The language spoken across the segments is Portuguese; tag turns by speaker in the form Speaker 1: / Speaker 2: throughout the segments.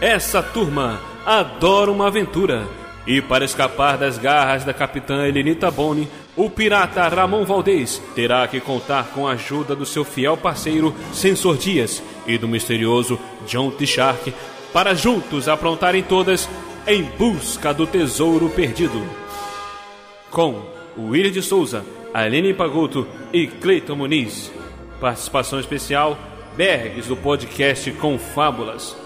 Speaker 1: Essa turma adora uma aventura. E para escapar das garras da capitã Elenita Boni, o pirata Ramon Valdez terá que contar com a ajuda do seu fiel parceiro Sensor Dias e do misterioso John T. Shark para juntos aprontarem todas em busca do tesouro perdido. Com William de Souza, Aline Pagoto e Cleiton Muniz. Participação especial Bergs do podcast com Fábulas.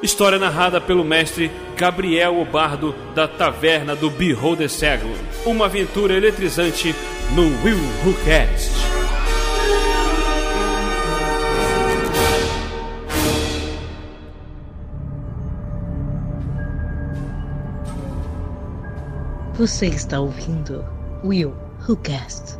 Speaker 1: História narrada pelo mestre Gabriel Obardo da Taverna do Beholder Cego. Uma aventura eletrizante no Will Who Cast.
Speaker 2: Você está ouvindo Will Who Cast.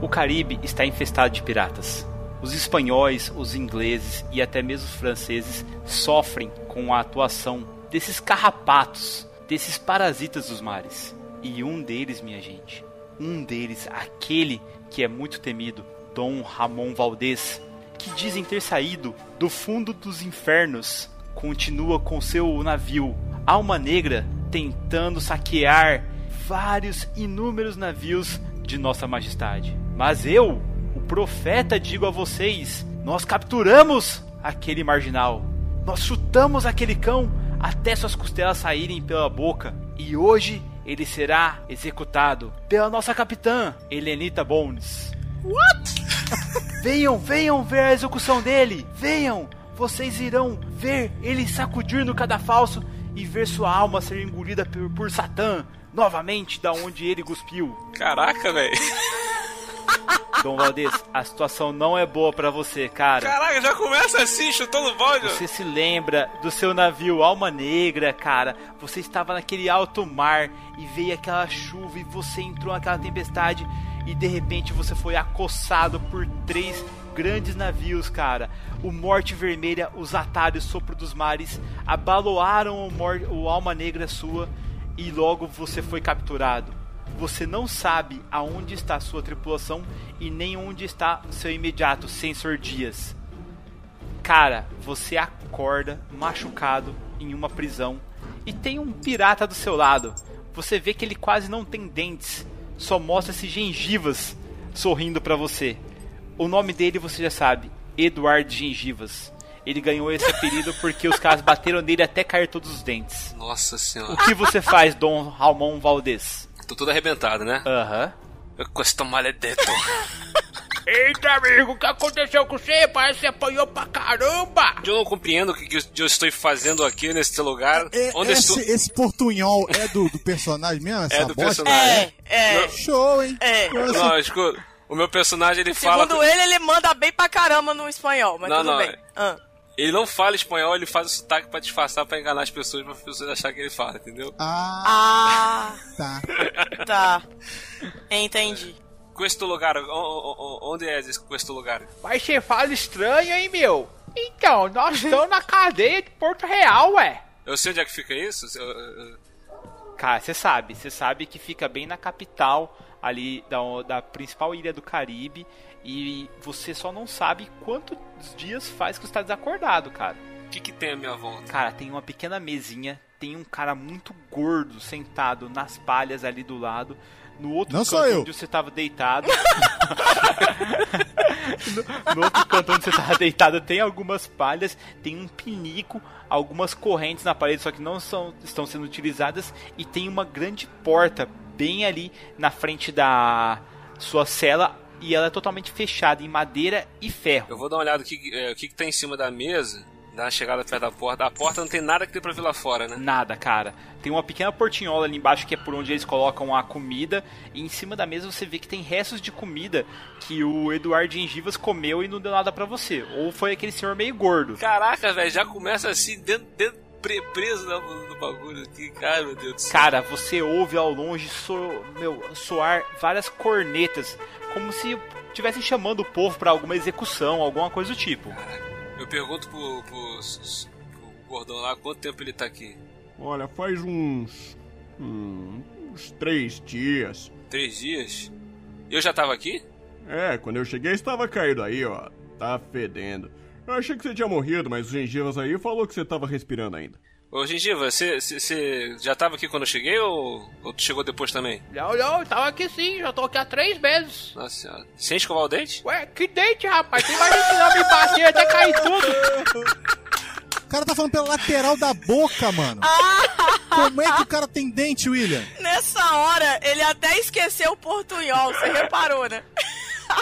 Speaker 3: O Caribe está infestado de piratas. Os espanhóis, os ingleses e até mesmo os franceses sofrem com a atuação desses carrapatos, desses parasitas dos mares. E um deles, minha gente, um deles, aquele que é muito temido, Dom Ramon Valdez, que dizem ter saído do fundo dos infernos, continua com seu navio Alma Negra tentando saquear vários inúmeros navios de Nossa Majestade. Mas eu, o profeta, digo a vocês: nós capturamos aquele marginal. Nós chutamos aquele cão até suas costelas saírem pela boca. E hoje ele será executado pela nossa capitã, Helenita Bones. Venham, venham ver a execução dele! Venham! Vocês irão ver ele sacudir no cadafalso e ver sua alma ser engolida por, por Satã novamente da onde ele cuspiu.
Speaker 4: Caraca, velho.
Speaker 3: Dom Valdez, a situação não é boa pra você, cara.
Speaker 4: Caraca, já começa assim, chutando o balde.
Speaker 3: Você se lembra do seu navio Alma Negra, cara? Você estava naquele alto mar e veio aquela chuva e você entrou naquela tempestade e de repente você foi acossado por três grandes navios, cara. O Morte Vermelha, os Atalhos, Sopro dos Mares abaloaram o, mor o Alma Negra sua e logo você foi capturado. Você não sabe aonde está sua tripulação e nem onde está seu imediato sensor Dias. Cara, você acorda machucado em uma prisão e tem um pirata do seu lado. Você vê que ele quase não tem dentes, só mostra-se gengivas sorrindo pra você. O nome dele você já sabe, Eduardo Gengivas. Ele ganhou esse apelido porque os caras bateram nele até cair todos os dentes.
Speaker 4: Nossa
Speaker 3: O
Speaker 4: senhora.
Speaker 3: que você faz, Dom Ramon Valdez?
Speaker 4: Tô todo arrebentado, né?
Speaker 3: Aham.
Speaker 4: Eu Com esta maledeta.
Speaker 5: Eita, amigo, o que aconteceu com você? Parece que você apanhou pra caramba!
Speaker 4: Eu não compreendo o que que eu eu estou fazendo aqui neste lugar.
Speaker 6: É,
Speaker 4: onde estou?
Speaker 6: esse, esse portunhol é do, do personagem mesmo? Essa
Speaker 4: É do
Speaker 6: bosta?
Speaker 4: personagem.
Speaker 7: É.
Speaker 6: Show, hein?
Speaker 7: É.
Speaker 6: Eu, assim,
Speaker 4: Não, escuta. O meu personagem ele fala.
Speaker 7: Segundo ele, ele manda bem pra caramba no espanhol, mas
Speaker 4: Não,
Speaker 7: tudo
Speaker 4: não,
Speaker 7: bem.
Speaker 4: é.
Speaker 7: Ah.
Speaker 4: Ele não fala espanhol, ele faz o sotaque pra disfarçar, pra enganar as pessoas, pra as pessoas acharem que ele fala, entendeu?
Speaker 6: Ah,
Speaker 7: Ah,
Speaker 6: tá.
Speaker 7: tá. Entendi.
Speaker 4: Com este lugar, o- o- o- onde é esse com este lugar?
Speaker 5: Mas você fala estranho, hein, meu? Então, nós estamos na cadeia de Porto Real, ué.
Speaker 4: Eu sei onde é que fica isso? eu- eu- eu-
Speaker 3: Cara, você sabe, você sabe que fica bem na capital ali da, o- da principal ilha do Caribe e você só não sabe quantos dias faz que você tá desacordado, cara.
Speaker 4: O que, que tem à minha volta?
Speaker 3: Cara, tem uma pequena mesinha, tem um cara muito gordo sentado nas palhas ali do lado. No outro
Speaker 6: Não
Speaker 3: canto
Speaker 6: sou eu.
Speaker 3: onde você tava deitado. no, no outro canto onde você tava deitado tem algumas palhas, tem um pinico, algumas correntes na parede, só que não são, estão sendo utilizadas, e tem uma grande porta bem ali na frente da sua cela. E ela é totalmente fechada em madeira e ferro.
Speaker 4: Eu vou dar uma olhada o que, é, o que, que tá em cima da mesa, dar uma chegada perto da porta. A porta não tem nada que dê pra ver lá fora, né?
Speaker 3: Nada, cara. Tem uma pequena portinhola ali embaixo que é por onde eles colocam a comida. E em cima da mesa você vê que tem restos de comida que o Eduardo Gengivas comeu e não deu nada pra você. Ou foi aquele senhor meio gordo.
Speaker 4: Caraca, velho, já começa assim, dentro, dentro pre- preso no, no bagulho aqui. Cara, meu Deus do céu.
Speaker 3: Cara, você ouve ao longe so- meu, soar várias cornetas, como se estivessem chamando o povo pra alguma execução, alguma coisa do tipo.
Speaker 4: Eu pergunto pro, pro, s- pro gordão lá quanto tempo ele tá aqui.
Speaker 8: Olha, faz uns. hum, uns três dias.
Speaker 9: Três dias? Eu já tava aqui?
Speaker 8: É, quando eu cheguei estava caído aí, ó. Tá fedendo. Eu achei que você tinha morrido, mas os gengivas aí falou que você tava respirando ainda.
Speaker 9: Ô, Gengiva, você já tava aqui quando eu cheguei ou, ou tu chegou depois também?
Speaker 3: Não, não, eu tava aqui sim, já tô aqui há três meses.
Speaker 9: Nossa senhora. Sem escovar o dente?
Speaker 3: Ué, que dente, rapaz, tem mais gente que não me bater até cair tudo.
Speaker 6: O cara tá falando pela lateral da boca, mano. Como é que o cara tem dente, William?
Speaker 7: Nessa hora, ele até esqueceu o portunhol, você reparou, né?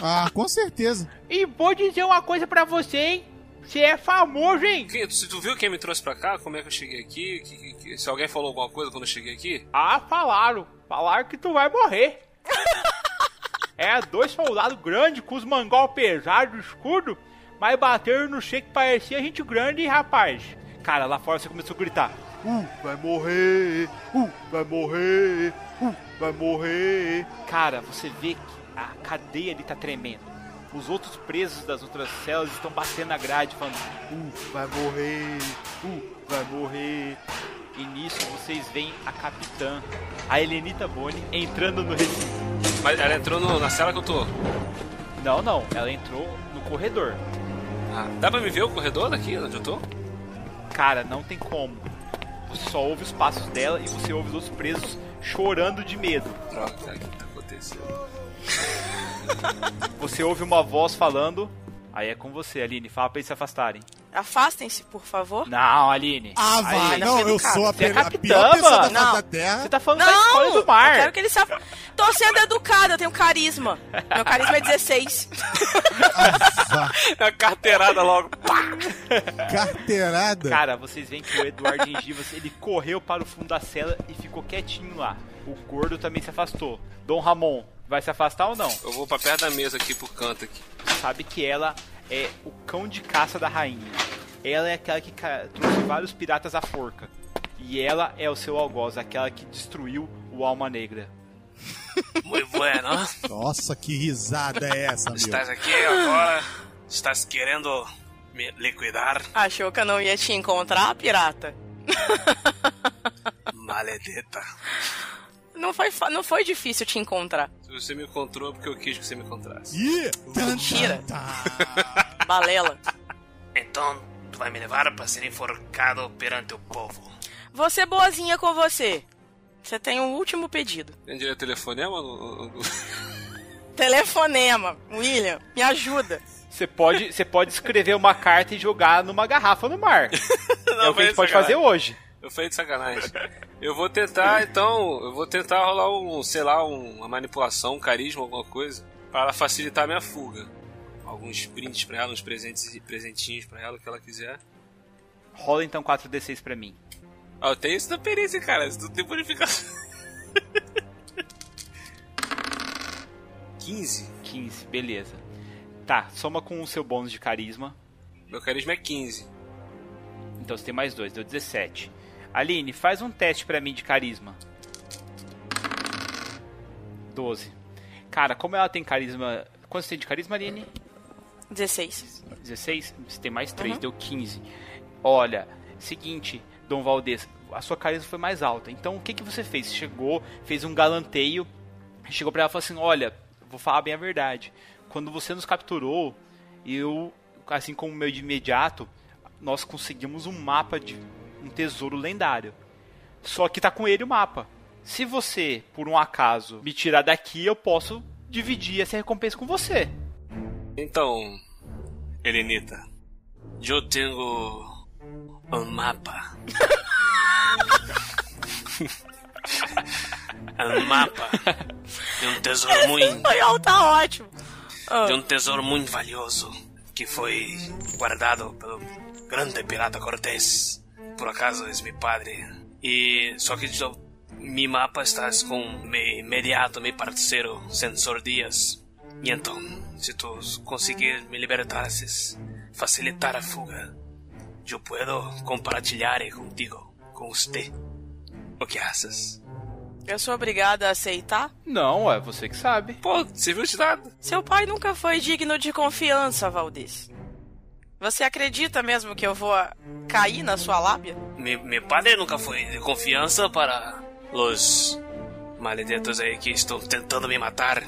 Speaker 6: Ah, com certeza.
Speaker 3: E vou dizer uma coisa pra você, hein. Você é famoso, hein?
Speaker 9: Quem- tu, tu viu quem me trouxe pra cá? Como é que eu cheguei aqui? Que- que- que- se alguém falou alguma coisa quando eu cheguei aqui?
Speaker 3: Ah, falaram. Falaram que tu vai morrer. é, dois soldados grandes com os mangol pesados, escudo, mas bateram no cheio que parecia gente grande, rapaz. Cara, lá fora você começou a gritar.
Speaker 10: Um
Speaker 3: Uh, vai morrer! Uh, vai morrer!
Speaker 10: um
Speaker 3: Uh, vai morrer! Cara, você vê que a cadeia ali tá tremendo. Os outros presos das outras celas estão batendo na grade, falando: Uh, vai morrer! Uh, vai morrer! E nisso vocês veem a capitã, a Helenita Boni, entrando no recinto.
Speaker 9: Mas ela entrou no- na sala que eu tô.
Speaker 3: Não, não, ela entrou no corredor.
Speaker 9: Ah, dá pra me ver o corredor daqui onde eu tô?
Speaker 3: Cara, não tem como. Você só ouve os passos dela e você ouve os outros presos chorando de medo.
Speaker 9: Droga, cara, o que tá acontecendo?
Speaker 3: Você ouve uma voz falando. Aí é com você, Aline. Fala pra eles se afastarem.
Speaker 7: Afastem-se, por favor.
Speaker 3: Não, Aline.
Speaker 6: Ah, vai.
Speaker 3: Aline,
Speaker 6: Não, eu
Speaker 7: educado.
Speaker 6: sou a,
Speaker 3: Você é
Speaker 6: pe- a
Speaker 3: capitã,
Speaker 6: pior pessoa da
Speaker 3: mano.
Speaker 6: face
Speaker 7: Não.
Speaker 6: da Terra.
Speaker 3: Você tá falando da
Speaker 7: Não!
Speaker 3: escola do
Speaker 7: Eu
Speaker 3: mar.
Speaker 7: quero que ele se af... Tô sendo educada, eu tenho carisma. Meu carisma é 16.
Speaker 9: A carteirada logo.
Speaker 6: Carteirada.
Speaker 3: Cara, vocês veem que o Eduardo Gengivas, ele correu para o fundo da cela e ficou quietinho lá. O gordo também se afastou. Dom Ramon, vai se afastar ou não?
Speaker 9: Eu vou pra perto da mesa aqui pro canto aqui.
Speaker 3: Sabe que ela é o cão de caça da rainha. Ela é aquela que ca- trouxe vários piratas à forca. E ela é o seu algoz, aquela que destruiu o Alma Negra.
Speaker 9: Muito
Speaker 4: é,
Speaker 9: bueno.
Speaker 6: Nossa, que risada é essa, meu?
Speaker 9: é, Estás aqui agora. Estás querendo me liquidar.
Speaker 7: Achou que eu não ia te encontrar, pirata?
Speaker 9: Maledeta.
Speaker 7: Não foi, fa- não foi difícil te encontrar.
Speaker 9: Se você me encontrou, é porque eu quis que você me encontrasse.
Speaker 6: Ih, tan,
Speaker 7: Mentira.
Speaker 6: tan, tan.
Speaker 7: Balela.
Speaker 9: Então, tu vai me levar para ser enforcado perante o povo.
Speaker 7: Vou ser é boazinha com você. Você tem um último pedido.
Speaker 9: Tem direito é, a telefonema? no- no- no-
Speaker 7: Telefonema. é William, me ajuda.
Speaker 3: Você pode, você pode escrever uma carta e jogar numa garrafa no mar. é o que a
Speaker 9: mas
Speaker 3: gente pode
Speaker 9: sacanagem.
Speaker 3: fazer hoje.
Speaker 9: Eu falei de sacanagem. Eu vou tentar, então, eu vou tentar rolar um, sei lá, um- uma manipulação, um carisma, alguma coisa, para facilitar a minha fuga. Alguns prints pra ela, uns presentes, presentinhos pra ela, o que ela quiser.
Speaker 3: Rola então 4d6 pra mim.
Speaker 9: Ah, eu tenho isso da perícia, cara, isso tudo tem purificação. 15?
Speaker 3: 15, beleza. Tá, soma com o seu bônus de carisma.
Speaker 9: Meu carisma é 15.
Speaker 3: Então você tem mais dois, deu 17. Aline, faz um teste pra mim de carisma. 12. Cara, como ela tem carisma. Quanto você tem de carisma, Aline?
Speaker 7: 16.
Speaker 3: 16? Você tem mais 3, deu 15. Olha, seguinte, Dom Valdez, a sua carisma foi mais alta. Então o que, que você fez? Você Chegou, fez um galanteio, chegou pra ela e falou assim: Olha, vou falar bem a verdade. Quando você nos capturou, eu, assim como o meu de imediato, nós conseguimos um mapa de um tesouro lendário. Só que tá com ele o mapa. Se você, por um acaso, me tirar daqui, eu posso dividir essa recompensa com você.
Speaker 9: Então, Helenita, eu tenho um mapa. um mapa de um tesouro
Speaker 7: O
Speaker 9: muito,
Speaker 7: espanhol tá ótimo. Ah.
Speaker 9: de um tesouro muito valioso que foi guardado pelo grande pirata Cortés. Por acaso é meu padre. E só que eu, meu mapa está com meu imediato, meu parceiro Sensor Dias. E então, se tu conseguir me libertar, se facilitar a fuga, eu posso compartilhar contigo, com você. O que achas?
Speaker 7: Eu sou obrigada a aceitar?
Speaker 3: Não, é você que sabe.
Speaker 9: Pô, você viu de nada?
Speaker 7: Seu pai nunca foi digno de confiança, Valdez. Você acredita mesmo que eu vou ah, cair na sua lábia?
Speaker 9: Mi, mi padre nunca foi de confiança para os
Speaker 4: maledetos aí que estão tentando me matar.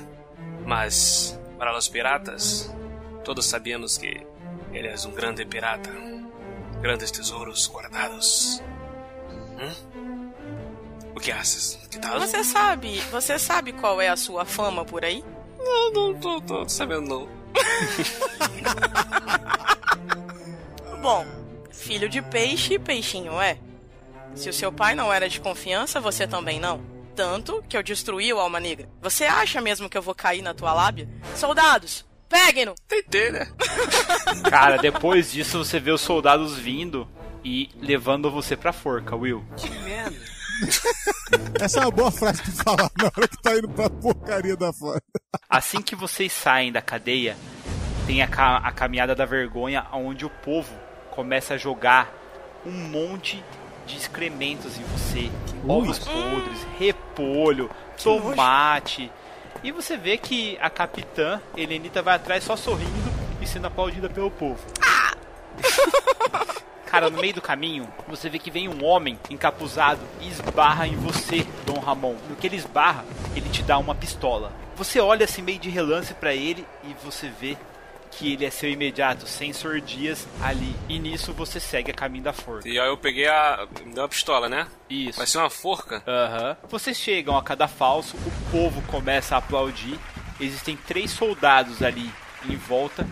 Speaker 4: Mas, para os piratas, todos sabemos que ele é um grande pirata. Grandes tesouros guardados. Hum? O que achas? Que tal?
Speaker 7: Você sabe, você sabe qual é a sua fama por aí?
Speaker 4: Não, não tô, tô sabendo não.
Speaker 7: Bom, filho de peixe, peixinho é. Se o seu pai não era de confiança, você também não. Tanto que eu destruí o Alma Negra. Você acha mesmo que eu vou cair na tua lábia? Soldados, peguem-no!
Speaker 4: Tentei, né?
Speaker 3: Cara, depois disso você vê os soldados vindo e levando você pra forca, Will.
Speaker 6: Essa é uma boa frase pra falar na hora que tá indo pra porcaria da foda.
Speaker 3: Assim que vocês saem da cadeia, tem a, ca- a caminhada da vergonha, onde o povo começa a jogar um monte de excrementos em você.
Speaker 4: hum.
Speaker 3: Ovos podres, repolho, tomate. E você vê que a capitã Helenita vai atrás só sorrindo e sendo aplaudida pelo povo. Cara, no meio do caminho, você vê que vem um homem encapuzado e esbarra em você, Dom Ramon. No que ele esbarra, ele te dá uma pistola. Você olha assim meio de relance pra ele e você vê que ele é seu imediato, sem sordias ali. E nisso você segue a caminho da forca.
Speaker 4: E aí eu peguei a. Me deu uma pistola, né?
Speaker 3: Isso.
Speaker 4: Vai ser uma forca?
Speaker 3: Aham. Vocês chegam a cada falso, o povo começa a aplaudir. Existem três soldados ali em volta.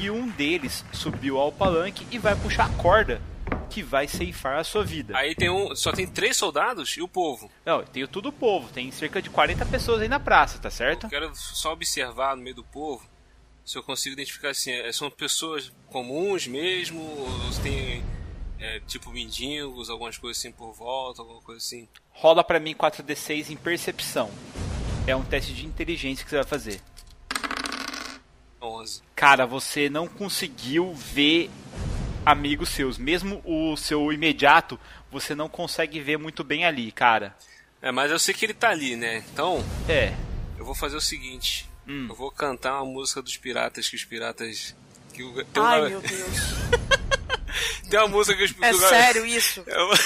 Speaker 3: E um deles subiu ao palanque e vai puxar a corda que vai ceifar a sua vida.
Speaker 4: Aí tem um. Só tem três soldados e o povo.
Speaker 3: Não, tem o tudo o povo, tem cerca de 40 pessoas aí na praça, tá certo?
Speaker 4: Quero só observar no meio do povo se eu consigo identificar assim. eh, São pessoas comuns mesmo? Ou se tem. eh, tipo mendigos, algumas coisas assim por volta, alguma coisa assim.
Speaker 3: Rola pra mim 4d6 em percepção. É um teste de inteligência que você vai fazer.
Speaker 4: 11.
Speaker 3: Cara, você não conseguiu ver amigos seus, mesmo o seu imediato, você não consegue ver muito bem ali, cara.
Speaker 4: É, mas eu sei que ele tá ali, né? Então,
Speaker 3: É,
Speaker 4: eu vou fazer o seguinte.
Speaker 3: Hum.
Speaker 4: Eu vou cantar uma música dos piratas que os piratas. Que o... tem, uma...
Speaker 7: Ai, meu Deus.
Speaker 4: tem uma música que os
Speaker 7: É
Speaker 4: que o-
Speaker 7: sério isso?
Speaker 4: É uma-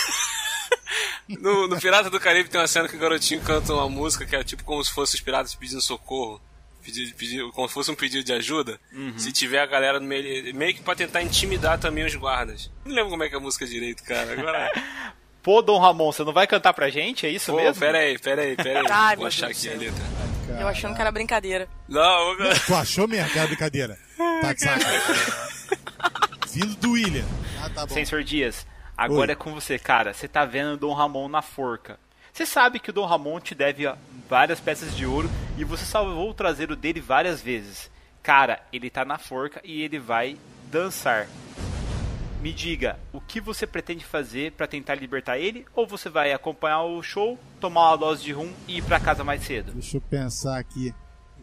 Speaker 4: No, no Pirata do Caribe tem uma cena que o garotinho canta uma música que é tipo como se fosse os piratas pedindo socorro. Pedir, pedir, como se fosse um pedido de ajuda.
Speaker 3: Uhum.
Speaker 4: Se tiver a galera no meio. ele- Meio que pra tentar intimidar também os guardas. Não lembro como é que é a música direito, cara. Agora.
Speaker 3: Pô, Dom Ramon, você não vai cantar pra gente? É isso
Speaker 4: Pô,
Speaker 3: mesmo?
Speaker 4: pera aí, pera aí, pera aí.
Speaker 7: Ai,
Speaker 4: Vou
Speaker 7: meu
Speaker 4: achar
Speaker 7: Deus
Speaker 4: aqui
Speaker 7: do
Speaker 4: a
Speaker 7: céu.
Speaker 4: letra.
Speaker 7: Eu achando que era brincadeira.
Speaker 4: Não, eu-
Speaker 6: Tu achou mesmo que era brincadeira? Tá de sacanagem. Vindo do William. Ah, tá bom.
Speaker 3: Sensor Dias, agora
Speaker 6: Oi.
Speaker 3: é com você, cara. Você tá vendo o Dom Ramon na forca. Você sabe que o Dom Ramon te deve ó, várias peças de ouro e você salvou o traseiro dele várias vezes. Cara, ele tá na forca e ele vai dançar. Me diga, o que você pretende fazer pra tentar libertar ele? Ou você vai acompanhar o show, tomar uma dose de rum e ir pra casa mais cedo?
Speaker 6: Deixa eu pensar aqui.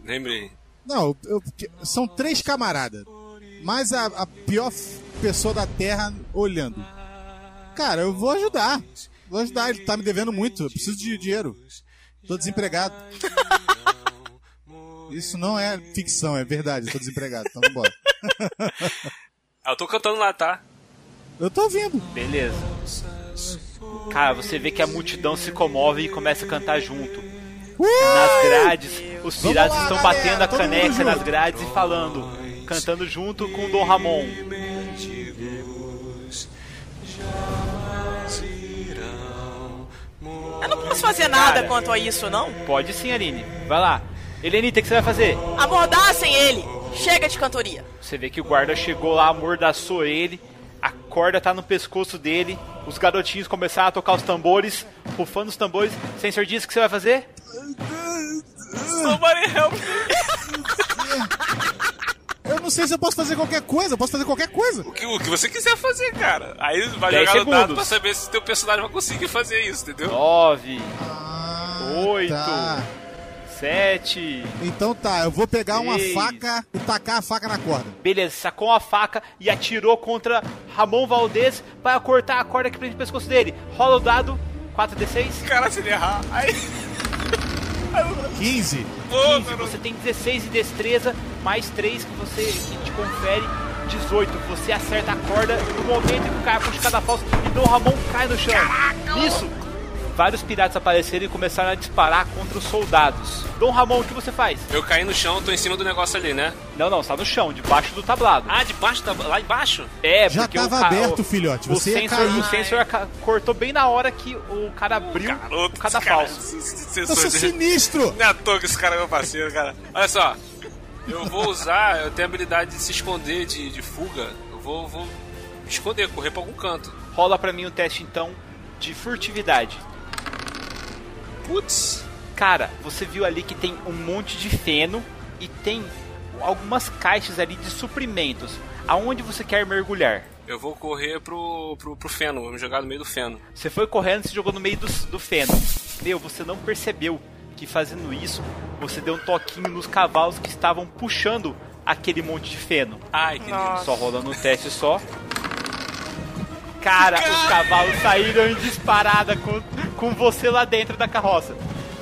Speaker 4: Lembrei.
Speaker 6: Não, eu- eu- são três camaradas. Mas a, a pior f- pessoa da Terra olhando. Cara, eu vou ajudar. Vou ajudar, ele tá me devendo muito. Eu preciso de dinheiro. Tô desempregado. Isso não é ficção, é verdade. Eu tô desempregado, então vambora.
Speaker 4: Ah, eu tô cantando lá, tá?
Speaker 6: Eu tô ouvindo.
Speaker 3: Beleza. Cara, você vê que a multidão se comove e começa a cantar junto. nas grades. Os
Speaker 6: Vamos
Speaker 3: piratas
Speaker 6: lá,
Speaker 3: estão
Speaker 6: galera,
Speaker 3: batendo a
Speaker 6: todo mundo
Speaker 3: caneca
Speaker 6: junto.
Speaker 3: nas grades e falando, cantando junto com o Dom Ramon.
Speaker 7: Eu não posso fazer nada
Speaker 3: Cara.
Speaker 7: quanto a isso, não.
Speaker 3: Pode sim, Aline. Vai lá. Helenita, o que você vai fazer?
Speaker 7: Abordassem ele. Chega de cantoria.
Speaker 3: Você vê que o guarda chegou lá, amordaçou ele, a corda tá no pescoço dele, os garotinhos começaram a tocar os tambores, rufando os tambores. Sensor diz o que você vai fazer?
Speaker 4: Somebody
Speaker 7: é
Speaker 4: help!
Speaker 7: um-
Speaker 6: É. Eu não sei se eu posso fazer qualquer coisa. Eu posso fazer qualquer coisa.
Speaker 4: O que, o que você quiser fazer, cara. Aí vai
Speaker 3: Dez
Speaker 4: jogar no dado
Speaker 3: segundos.
Speaker 4: pra saber se teu personagem vai conseguir fazer isso, entendeu?
Speaker 3: Nove,
Speaker 6: Ah,
Speaker 3: Oito.
Speaker 6: tá.
Speaker 3: sete.
Speaker 6: Então tá, eu vou pegar uma
Speaker 3: Seis.
Speaker 6: faca e tacar a faca na corda.
Speaker 3: Beleza, sacou a faca e atirou contra Ramon Valdez para cortar a corda que prende o pescoço dele. Rola o dado, 4d6.
Speaker 4: Cara, se ele errar. Aí,
Speaker 6: 15.
Speaker 4: pô,
Speaker 3: 15,
Speaker 4: garoto.
Speaker 3: você tem 16 de destreza, mais 3 que você que te confere, 18. Você acerta a corda no momento em que o cara puxa cada falso e Dom Ramon cai no chão. Nisso, vários piratas apareceram e começaram a disparar contra os soldados. Dom Ramon, o que você faz?
Speaker 4: Eu caí no chão, tô em cima do negócio ali, né?
Speaker 3: Não, não, está no chão, debaixo do tablado.
Speaker 4: Ah, debaixo da. lá embaixo?
Speaker 3: É,
Speaker 6: Já
Speaker 3: porque o
Speaker 6: tava
Speaker 3: ca-
Speaker 6: aberto,
Speaker 3: o-
Speaker 6: filhote,
Speaker 3: O
Speaker 6: você ia
Speaker 3: sensor,
Speaker 6: cair.
Speaker 3: o sensor aca- cortou bem na hora que o cara abriu o cadafalso.
Speaker 6: Eu sou sinistro!
Speaker 4: Não é à toa que esse cara é meu parceiro, cara. Olha só, eu vou usar, eu tenho a habilidade de se esconder, de, de fuga. Eu vou, vou me esconder, correr pra algum canto.
Speaker 3: Rola pra mim o teste então de furtividade.
Speaker 4: Putz,
Speaker 3: Cara, você viu ali que tem um monte de feno e tem algumas caixas ali de suprimentos. Aonde você quer mergulhar?
Speaker 4: eu vou correr pro, pro, pro feno, vou me jogar no meio do feno.
Speaker 3: Você foi correndo e se jogou no meio do, do feno. Meu, você não percebeu que fazendo isso, você deu um toquinho nos cavalos que estavam puxando aquele monte de feno.
Speaker 4: Ai, que lindo.
Speaker 3: Só rolando um teste só. Cara, os cavalos saíram em disparada com, com você lá dentro da carroça.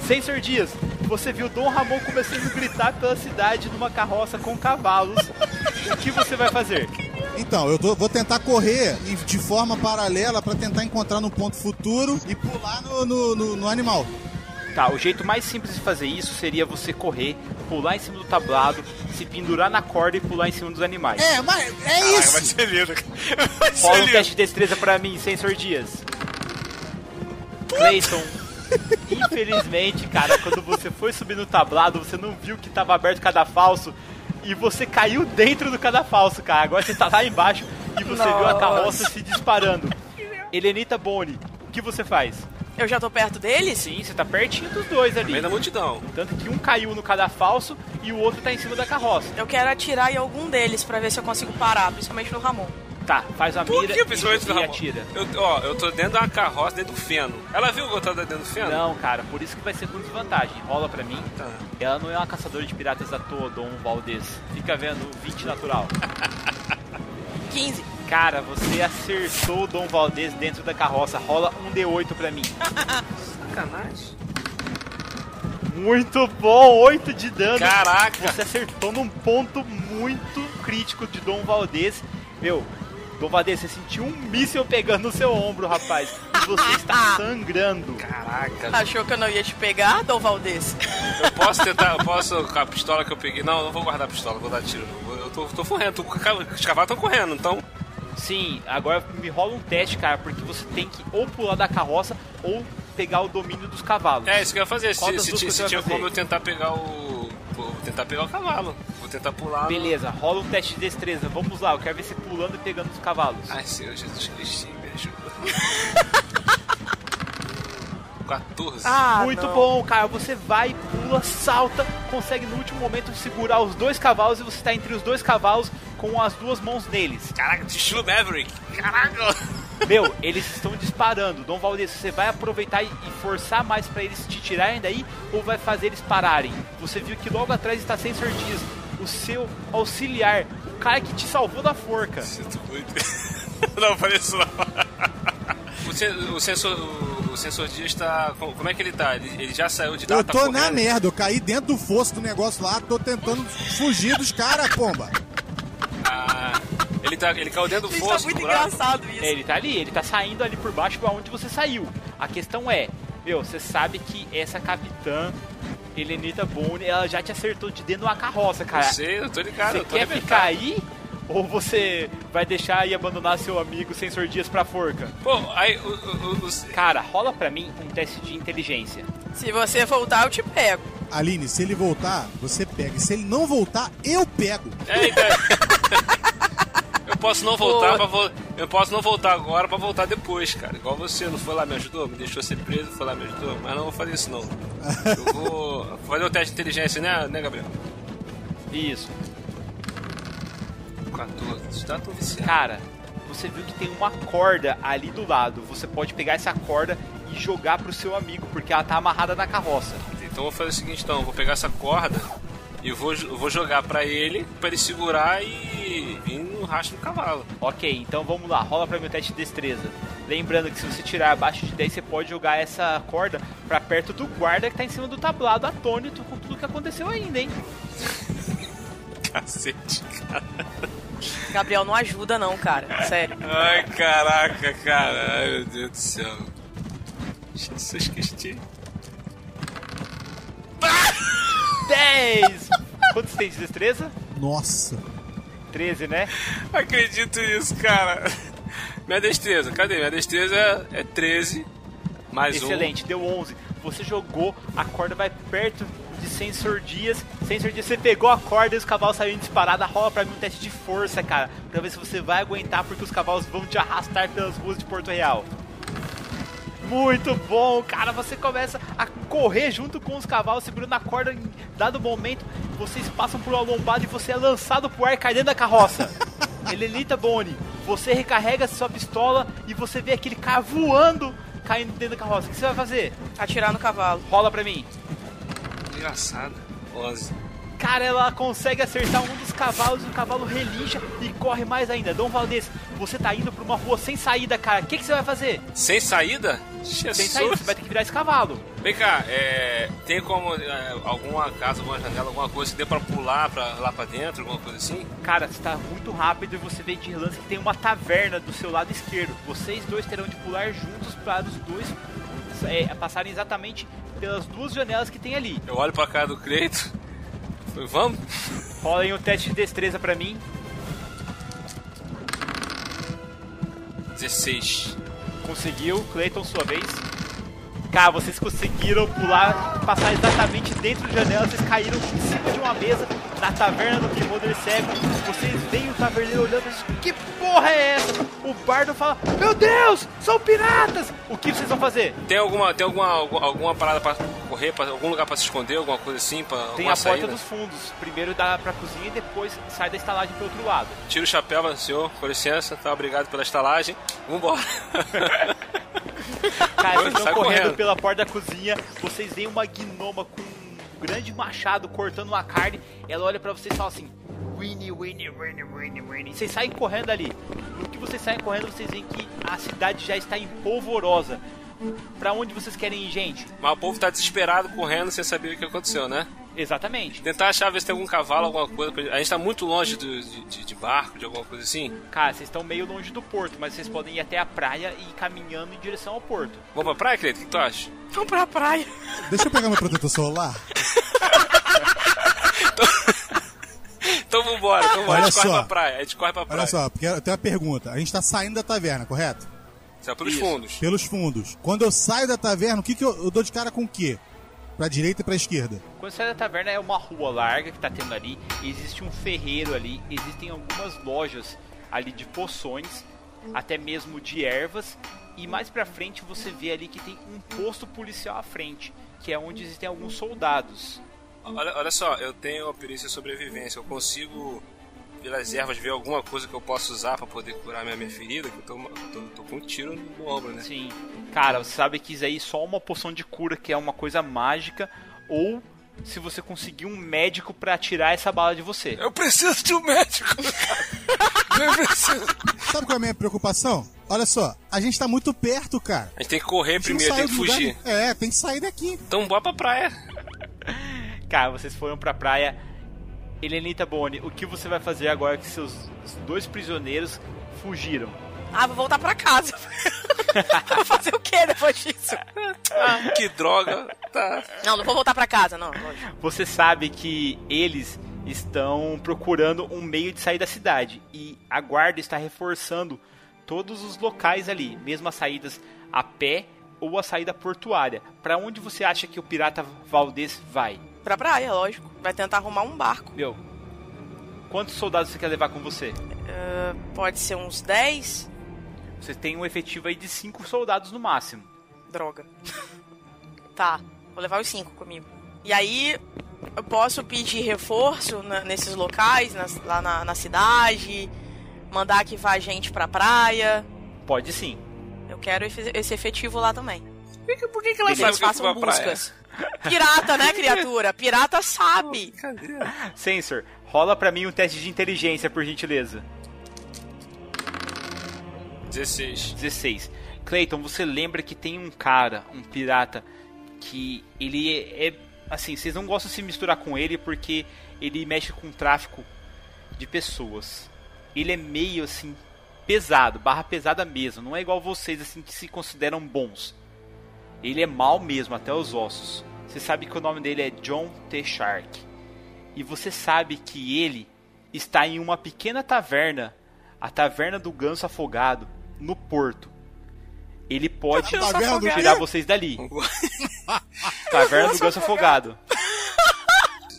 Speaker 3: Sensor Dias, você viu Dom Ramon começando a gritar pela cidade numa carroça com cavalos. o que você vai fazer?
Speaker 6: Então, eu tô- vou tentar correr e- de forma paralela pra tentar encontrar no ponto futuro e pular no, no- no- no animal.
Speaker 3: Tá, o jeito mais simples de fazer isso seria você correr, pular em cima do tablado, se pendurar na corda e pular em cima dos animais.
Speaker 6: É, mas é
Speaker 4: Caraca, vai
Speaker 3: tá,
Speaker 6: isso!
Speaker 4: ser lindo, cara. Vai ser
Speaker 3: Rola um
Speaker 4: lindo.
Speaker 3: teste de destreza pra mim, Sensor Dias. Clayton. Infelizmente, cara, quando você foi subir no tablado, você não viu que tava aberto o cadafalso e você caiu dentro do cadafalso, cara. Agora você tá lá embaixo e você viu a carroça se disparando. Helenita Boni, o que você faz?
Speaker 7: Eu já tô perto deles?
Speaker 3: Sim, você tá pertinho dos dois
Speaker 4: No
Speaker 3: ali.
Speaker 4: meio da multidão.
Speaker 3: Tanto que um caiu no cadafalso e o outro tá em cima da carroça.
Speaker 7: Eu quero atirar em algum deles pra ver se eu consigo parar, principalmente no Ramon.
Speaker 3: Tá, faz a
Speaker 4: Por
Speaker 3: mira
Speaker 4: que principalmente
Speaker 3: e,
Speaker 4: do
Speaker 3: e
Speaker 4: Ramon?
Speaker 3: atira.
Speaker 4: Eu, ó, eu tô dentro da carroça, dentro do feno. Ela viu que eu tava Tá dentro do feno?
Speaker 3: Não, cara, por isso que vai ser com desvantagem. Rola pra mim.
Speaker 4: Tá.
Speaker 3: Ela não é uma caçadora de piratas à toa, Dom Valdez. Fica vendo, 20 natural.
Speaker 7: 15.
Speaker 3: Cara, você acertou o Dom Valdez dentro da carroça. Rola um D8 pra mim.
Speaker 4: Sacanagem.
Speaker 3: Muito bom, 8 de dano.
Speaker 4: Caraca.
Speaker 3: Você acertou num ponto muito crítico de Dom Valdez. Meu, Dom Valdez, você sentiu um míssil pegando no seu ombro, rapaz. E você está sangrando. Tá
Speaker 4: Caraca.
Speaker 7: Achou que eu não ia te pegar, Dom Valdez?
Speaker 4: Eu posso tentar, eu posso com a pistola que eu peguei. Não, eu não vou guardar a pistola, vou dar tiro. Eu eu tô, tô correndo, tô com a cava- os cavalos estão correndo, então.
Speaker 3: Sim, agora me rola um teste, cara, porque você tem que ou pular da carroça ou pegar o domínio dos cavalos.
Speaker 4: É isso que eu ia fazer.
Speaker 3: Qual
Speaker 4: Se,
Speaker 3: das
Speaker 4: se,
Speaker 3: duas
Speaker 4: ti-
Speaker 3: que
Speaker 4: se
Speaker 3: você vai
Speaker 4: tinha
Speaker 3: fazer?
Speaker 4: como eu tentar pegar o. Vou tentar pegar o cavalo. Vou tentar pular. no-
Speaker 3: Beleza, rola um teste de destreza. Vamos lá, eu quero ver você pulando e pegando os cavalos.
Speaker 4: Ai, Senhor Jesus Cristo, me ajuda. 14.
Speaker 7: Ah,
Speaker 3: Muito
Speaker 7: não.
Speaker 3: bom, cara. Você vai, pula, salta, consegue no último momento segurar os dois cavalos e você tá entre os dois cavalos com as duas mãos neles.
Speaker 4: Caraca, de estilo Maverick. Caraca.
Speaker 3: Meu, eles estão disparando. Dom Valdez, você vai aproveitar e e forçar mais pra eles te tirarem daí ou vai fazer eles pararem? Você viu que logo atrás está sem sortias. O seu auxiliar, o cara que te salvou da forca.
Speaker 4: Sinto muito. Não, apareceu não. O, sen- o sensor. O, o sensor Dias tá. Como como é que ele tá? Ele, ele já saiu de data
Speaker 6: Eu tô na merda, eu caí dentro do fosso do negócio lá, tô tentando fugir dos caras, pomba.
Speaker 4: Ah, ele, tá, ele caiu dentro do
Speaker 7: Gente, tá
Speaker 4: fosso.
Speaker 7: muito
Speaker 4: do buraco.
Speaker 7: engraçado isso.
Speaker 3: Ele tá ali, ele tá saindo ali por baixo pra onde você saiu. A questão é, meu, você sabe que essa capitã, Helenita Bone, ela já te acertou de dentro de uma carroça, cara.
Speaker 4: Eu sei, eu tô ligado,
Speaker 3: você
Speaker 4: eu tô
Speaker 3: quer
Speaker 4: arrebentado.
Speaker 3: ficar aí? Ou você vai deixar e abandonar seu amigo sem sordias pra forca?
Speaker 4: Pô, aí o. o- o- os-
Speaker 3: Cara, rola pra mim um teste de inteligência.
Speaker 7: Se você voltar, eu te pego.
Speaker 6: Aline, se ele voltar, você pega. E se ele não voltar, eu pego.
Speaker 4: É, então- Eu posso não voltar pra vo... Eu posso não voltar agora pra voltar depois, cara. Igual você, não foi lá, me ajudou, me deixou ser preso, foi lá, me ajudou, mas não vou fazer isso não. Eu vou. vou fazer o teste de inteligência, né, né Gabriel?
Speaker 3: Isso.
Speaker 4: 14. Tá tão viciado.
Speaker 3: Cara, você viu que tem uma corda ali do lado. Você pode pegar essa corda e jogar pro seu amigo, porque ela tá amarrada na carroça.
Speaker 4: Então eu vou fazer o seguinte então, eu vou pegar essa corda e eu vou, eu vou jogar pra ele, pra ele segurar e vir no rastro do cavalo.
Speaker 3: Ok, então vamos lá, rola pra mim o teste de destreza. Lembrando que se você tirar abaixo de 10, você pode jogar essa corda pra perto do guarda que tá em cima do tablado, atônito com tudo que aconteceu ainda, hein?
Speaker 4: Cacete, cara.
Speaker 7: Gabriel não ajuda, não, cara. Sério.
Speaker 4: Ai, caraca, cara. Ai, meu Deus do céu. Jesus Cristo.
Speaker 3: 10! Quantos tem de destreza?
Speaker 6: Nossa.
Speaker 3: 13, né?
Speaker 4: Acredito nisso, cara. Minha destreza, cadê? Minha destreza é 13. Mais um.
Speaker 3: Excelente, deu 11. Você jogou, a corda vai perto de 100 sordias. 100 sordias, você pegou a corda e os cavalos saíram disparada. Rola pra mim um teste de força, cara. Pra ver se você vai aguentar, porque os cavalos vão te arrastar pelas ruas de Porto Real. Muito bom, cara. Você começa a correr junto com os cavalos, segurando a corda. Em dado momento, vocês passam por uma lombada e você é lançado pro ar cai dentro da carroça. Elenita Boni, você recarrega sua pistola e você vê aquele cara voando caindo dentro da carroça. O que você vai fazer?
Speaker 7: Atirar no cavalo.
Speaker 3: Rola pra mim.
Speaker 4: Engraçado. 11.
Speaker 3: Cara, ela consegue acertar um dos cavalos, o cavalo relincha e corre mais ainda. Dom Valdez, você tá indo pra uma rua sem saída, cara. O que, que você vai fazer?
Speaker 4: Sem saída?
Speaker 3: Sem saída,
Speaker 4: Jesus.
Speaker 3: você vai ter que virar esse cavalo.
Speaker 4: Vem cá, é, tem como é, alguma casa, alguma janela, alguma coisa que dê pra pular pra, lá pra dentro, alguma coisa assim?
Speaker 3: Cara, você tá muito rápido e você vê de relance que tem uma taverna do seu lado esquerdo. Vocês dois terão de pular juntos para os dois é, passarem exatamente pelas duas janelas que tem ali.
Speaker 4: Eu olho pra cara do Creito. falei, Vamos?
Speaker 3: Rolem o um teste de destreza pra mim.
Speaker 4: 16.
Speaker 3: Conseguiu, Clayton, sua vez. Cara, vocês conseguiram pular, passar exatamente dentro de janela, vocês caíram em cima de uma mesa na taverna do Kimoder Cego. Vocês veem o taverneiro olhando e dizem, que porra é essa? O bardo fala, meu Deus, são piratas! O que vocês vão fazer?
Speaker 4: Tem alguma, tem alguma, alguma, alguma parada pra correr, pra, algum lugar pra se esconder, alguma coisa assim? Pra,
Speaker 3: Tem
Speaker 4: alguma
Speaker 3: a porta
Speaker 4: saída?
Speaker 3: dos fundos, primeiro dá pra cozinha e depois sai da estalagem pro outro lado.
Speaker 4: Tira o chapéu, fala, senhor, com licença, tá? Obrigado pela estalagem. Vambora.
Speaker 3: Cara, vocês
Speaker 4: Sai
Speaker 3: estão correndo,
Speaker 4: correndo.
Speaker 3: pela porta da cozinha, vocês veem uma gnoma com um grande machado cortando uma carne, ela olha pra vocês e fala assim: Winnie, Winnie, Winnie, Winnie, Winnie. Vocês saem correndo dali. No que vocês saem correndo, vocês veem que a cidade já está em polvorosa. Pra onde vocês querem ir, gente?
Speaker 4: Mas o povo tá desesperado, correndo, sem saber o que aconteceu, né?
Speaker 3: Exatamente.
Speaker 4: Tentar achar, ver se tem algum cavalo, alguma coisa. pra- A gente tá muito longe do- de, de- de barco, de alguma coisa assim.
Speaker 3: Cara, vocês estão meio longe do porto, mas vocês podem ir até a praia e ir caminhando em direção ao porto.
Speaker 4: Vamos pra praia, Cleito? O que tu acha?
Speaker 7: Vamos pra praia.
Speaker 6: Deixa eu pegar meu protetor solar.
Speaker 4: Então vambora, então vambora. A
Speaker 6: Olha
Speaker 4: gente corre
Speaker 6: só.
Speaker 4: pra praia. A gente corre pra praia.
Speaker 6: Olha só, porque eu tenho uma pergunta. A gente tá saindo da taverna, correto?
Speaker 4: Sai pelos fundos.
Speaker 6: Pelos fundos. Quando eu saio da taverna, o que, que eu, eu dou de cara com o quê? Pra direita e pra esquerda.
Speaker 3: Quando sai da taverna é uma rua larga que tá tendo ali, existe um ferreiro ali, existem algumas lojas ali de poções, até mesmo de ervas, e mais pra frente você vê ali que tem um posto policial à frente, que é onde existem alguns soldados.
Speaker 4: Olha, olha só, eu tenho a perícia de sobrevivência. Eu consigo, pelas ervas, ver alguma coisa que eu possa usar pra poder curar minha, minha ferida. Que eu tô, eu tô, tô com um tiro no ombro, né?
Speaker 3: Sim. Cara, você sabe que isso aí é só uma poção de cura, que é uma coisa mágica, ou se você conseguir um médico pra tirar essa bala de você.
Speaker 4: Eu preciso de um médico! Eu preciso.
Speaker 6: Sabe qual é a minha preocupação? Olha só, a gente tá muito perto, cara.
Speaker 4: A gente tem que
Speaker 6: A
Speaker 4: correr
Speaker 6: gente não
Speaker 4: primeiro, tem
Speaker 6: saiu
Speaker 4: que
Speaker 6: do lugar
Speaker 4: fugir.
Speaker 6: nenhum. É, tem que sair daqui.
Speaker 4: Então bora pra praia.
Speaker 3: Cara, vocês foram pra praia. Helenita Boni, o que você vai fazer agora que seus dois prisioneiros fugiram?
Speaker 7: Ah, vou voltar pra casa. vou fazer o que depois disso?
Speaker 4: Ah, que droga. Tá.
Speaker 7: Não, não vou voltar pra casa, não. lógico.
Speaker 3: Você sabe que eles estão procurando um meio de sair da cidade e a guarda está reforçando todos os locais ali, mesmo as saídas a pé ou a saída portuária. Pra onde você acha que o pirata Valdez vai?
Speaker 7: Pra praia, lógico. Vai tentar arrumar um barco.
Speaker 3: Meu, quantos soldados você quer levar com você?
Speaker 7: Ah, pode ser uns 10.
Speaker 3: Você tem um efetivo aí de 5 soldados no máximo.
Speaker 7: Droga. tá, vou levar os 5 comigo. E aí, eu posso pedir reforço na- nesses locais, nas- lá na, na cidade, mandar que vá gente pra praia.
Speaker 3: Pode sim.
Speaker 7: Eu quero efe- esse efetivo lá também. Por que, por que, é que elas
Speaker 4: Beleza. Sabe que eu
Speaker 7: façam
Speaker 4: fui pra praia.
Speaker 7: buscas? Pirata, né, criatura? Pirata sabe.
Speaker 3: Sensor, rola pra mim um teste de inteligência, por gentileza.
Speaker 4: 16.
Speaker 3: 16. Clayton, você lembra que tem um cara, um pirata, que ele é, é- Assim, vocês não gostam de se misturar com ele porque ele mexe com tráfico de pessoas. Ele é meio assim. Pesado, barra pesada mesmo. Não é igual vocês, assim, que se consideram bons. Ele é mau mesmo, até os ossos. Você sabe que o nome dele é John T. Shark. E você sabe que ele está em uma pequena taverna, a Taverna do Ganso Afogado, no Porto. Ele pode
Speaker 7: Ganso
Speaker 6: Taverna do
Speaker 7: afogado.
Speaker 6: quê?
Speaker 3: tirar vocês dali. Taverna do Ganso Afogado.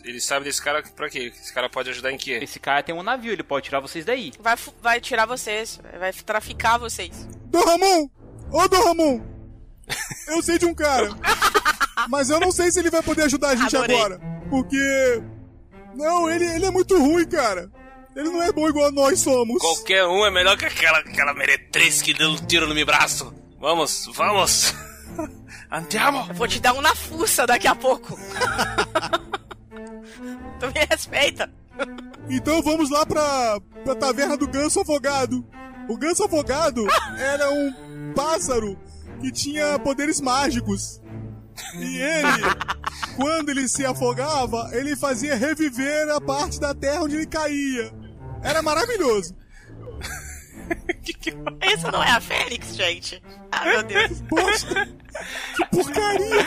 Speaker 4: Ele sabe desse cara pra quê? Esse cara pode ajudar em quê?
Speaker 3: Esse cara tem um navio, ele pode tirar vocês daí.
Speaker 7: Vai, fu- vai tirar vocês, vai traficar vocês.
Speaker 6: Dom Ramon! Ô, Dom Ramon! Eu sei de um cara, mas eu não sei se ele vai poder ajudar a gente
Speaker 7: Adorei.
Speaker 6: agora. Porque... Não, ele, ele é muito ruim, cara. Ele não é bom igual nós somos.
Speaker 4: Qualquer um é melhor que aquela, aquela meretriz que deu um tiro no meu braço. Vamos, vamos! Andiamo!
Speaker 7: Eu vou te dar um na fuça daqui a pouco. tu me respeita.
Speaker 6: Então vamos lá pra, pra taverna do ganso afogado. O ganso afogado era um pássaro que tinha poderes mágicos. E ele, quando ele se afogava, ele fazia reviver a parte da terra onde ele caía. Era maravilhoso.
Speaker 7: Isso não é a Fênix, gente. Ah, meu Deus.
Speaker 6: Poxa, que porcaria!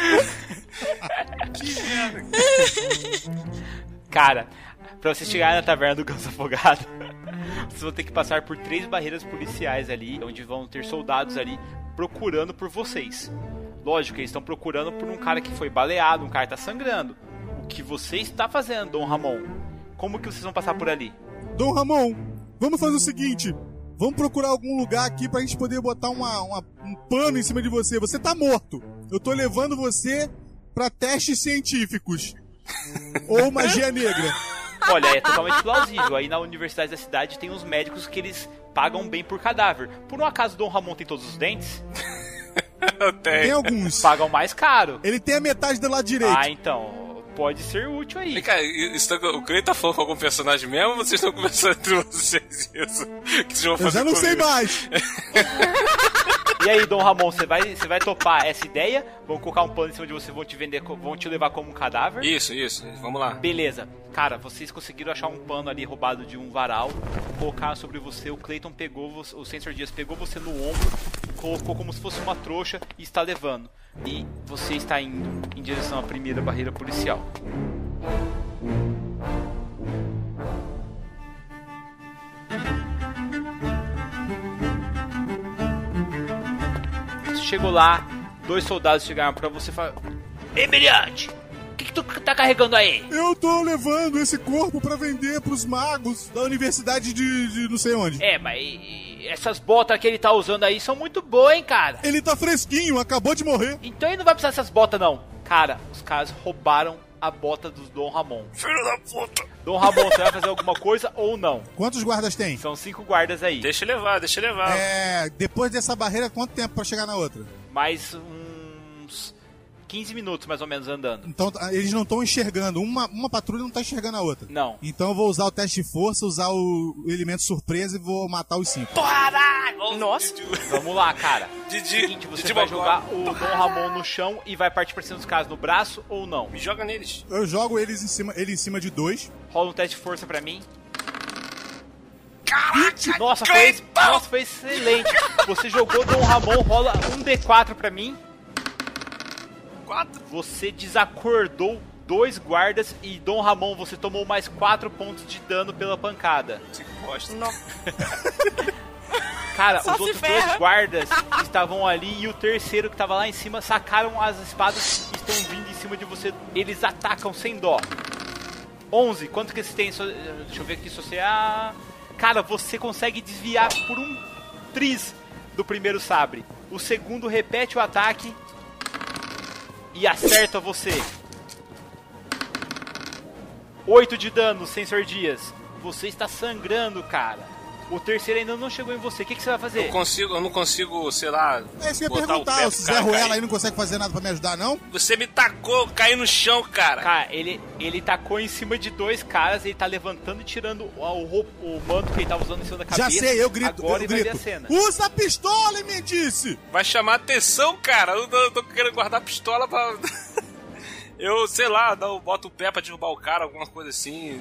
Speaker 3: Cara, pra vocês chegarem na taverna do Ganso Afogado, vocês vão ter que passar por três barreiras policiais ali, onde vão ter soldados ali procurando por vocês. Lógico, eles estão procurando por um cara que foi baleado, um cara que tá sangrando. O que você está fazendo, Dom Ramon? Como que vocês vão passar por ali?
Speaker 6: Dom Ramon, vamos fazer o seguinte. Vamos procurar algum lugar aqui pra gente poder botar uma- uma- um pano em cima de você. Você tá morto. Eu tô levando você pra testes científicos. Ou magia negra.
Speaker 3: Olha, é totalmente plausível. Aí na universidade da cidade tem uns médicos que eles pagam bem por cadáver. Por um acaso, Dom Ramon tem todos os dentes?
Speaker 6: Tem alguns.
Speaker 3: Pagam mais caro.
Speaker 6: Ele tem a metade do lado direito.
Speaker 3: Ah, então, pode ser útil aí.
Speaker 4: Vem cá, e- estão com- o Clay tá falando com algum personagem mesmo ou vocês estão conversando entre vocês isso? O que vocês vão
Speaker 6: Eu
Speaker 4: fazer
Speaker 6: já não sei
Speaker 4: comigo?
Speaker 6: mais.
Speaker 3: E aí, Dom Ramon, você vai, você vai topar essa ideia? Vão colocar um pano em cima de você, vão te vender, co- vão te levar como um cadáver?
Speaker 4: Isso, isso, vamos lá.
Speaker 3: Beleza. Cara, vocês conseguiram achar um pano ali roubado de um varal, colocaram sobre você, o Clayton pegou, você- o Sensor Dias pegou você no ombro, colocou como se fosse uma trouxa e está levando. E você está indo em direção à primeira barreira policial. Você chegou lá, dois soldados chegaram pra você e falaram... Ei, Brilhante! O que, que tu tá carregando aí?
Speaker 6: Eu tô levando esse corpo pra vender pros magos da universidade de, de não sei onde.
Speaker 3: É, mas e- e essas botas que ele tá usando aí são muito boas, hein, cara?
Speaker 6: Ele tá fresquinho, acabou de morrer.
Speaker 3: Então ele não vai precisar dessas botas, não. Cara, os caras roubaram a bota do Dom Ramon.
Speaker 4: Filho da puta!
Speaker 3: Dom Ramon, você vai fazer alguma coisa ou não?
Speaker 6: Quantos guardas tem?
Speaker 3: São cinco guardas aí.
Speaker 4: Deixa levar, deixa levar.
Speaker 6: É, depois dessa barreira, quanto tempo pra chegar na outra?
Speaker 3: Mais uns 15 minutos, mais ou menos, andando.
Speaker 6: Então ah, eles não estão enxergando. Uma, uma patrulha não tá enxergando a outra.
Speaker 3: Não.
Speaker 6: Então eu vou usar o teste de força, usar o elemento surpresa e vou matar os cinco.
Speaker 7: Nossa.
Speaker 3: Vamos lá, cara.
Speaker 4: Didi,
Speaker 3: Seguinte, você
Speaker 4: Didi
Speaker 3: vai
Speaker 4: Bobó.
Speaker 3: jogar o Dom Ramon no chão e vai partir pra cima dos caras no braço ou não?
Speaker 4: Me joga neles.
Speaker 6: Eu jogo eles em cima, ele em cima de dois.
Speaker 3: Rola um teste de força pra mim. Caraca! Nossa, foi, nossa, foi excelente! Você jogou Dom Ramon, rola um D4 pra mim.
Speaker 4: Quatro.
Speaker 3: Você desacordou dois guardas e Dom Ramon, você tomou mais 4 pontos de dano pela pancada.
Speaker 4: Que bosta.
Speaker 7: No-
Speaker 3: Cara,
Speaker 7: Só
Speaker 3: os
Speaker 7: se
Speaker 3: outros
Speaker 7: ferra.
Speaker 3: dois guardas que estavam ali e o terceiro que tava lá em cima sacaram as espadas e estão vindo em cima de você. Eles atacam sem dó. 11, quanto que você tem? So- Deixa eu ver aqui se você. Ah, cara, você consegue desviar por um tris do primeiro sabre. O segundo repete o ataque e acerta você. 8 de dano, Sensor Dias. Você está sangrando, cara. O terceiro ainda não chegou em você. O que, que você vai fazer?
Speaker 4: Eu, consigo, eu não consigo, sei lá.
Speaker 6: É isso que eu ia
Speaker 4: botar o
Speaker 6: perguntar.
Speaker 4: pé
Speaker 6: Se
Speaker 4: pro
Speaker 6: Zé
Speaker 4: cara
Speaker 6: Ruela
Speaker 4: cair.
Speaker 6: aí não consegue fazer nada pra me ajudar, não?
Speaker 4: Você me tacou, caí no chão, cara.
Speaker 3: Cara, ele, ele tacou em cima de dois caras, ele tá levantando e tirando o, o roupa- o manto que ele tava usando em cima da cabeça.
Speaker 6: Já sei, eu grito.
Speaker 3: Agora
Speaker 6: eu
Speaker 3: ele vai ver
Speaker 6: grito.
Speaker 3: a cena.
Speaker 6: Usa a pistola, Mendice!
Speaker 4: Vai chamar atenção, cara. Eu tô, eu tô querendo guardar a pistola pra. eu, sei lá, dou, boto o pé pra derrubar o cara, alguma coisa assim.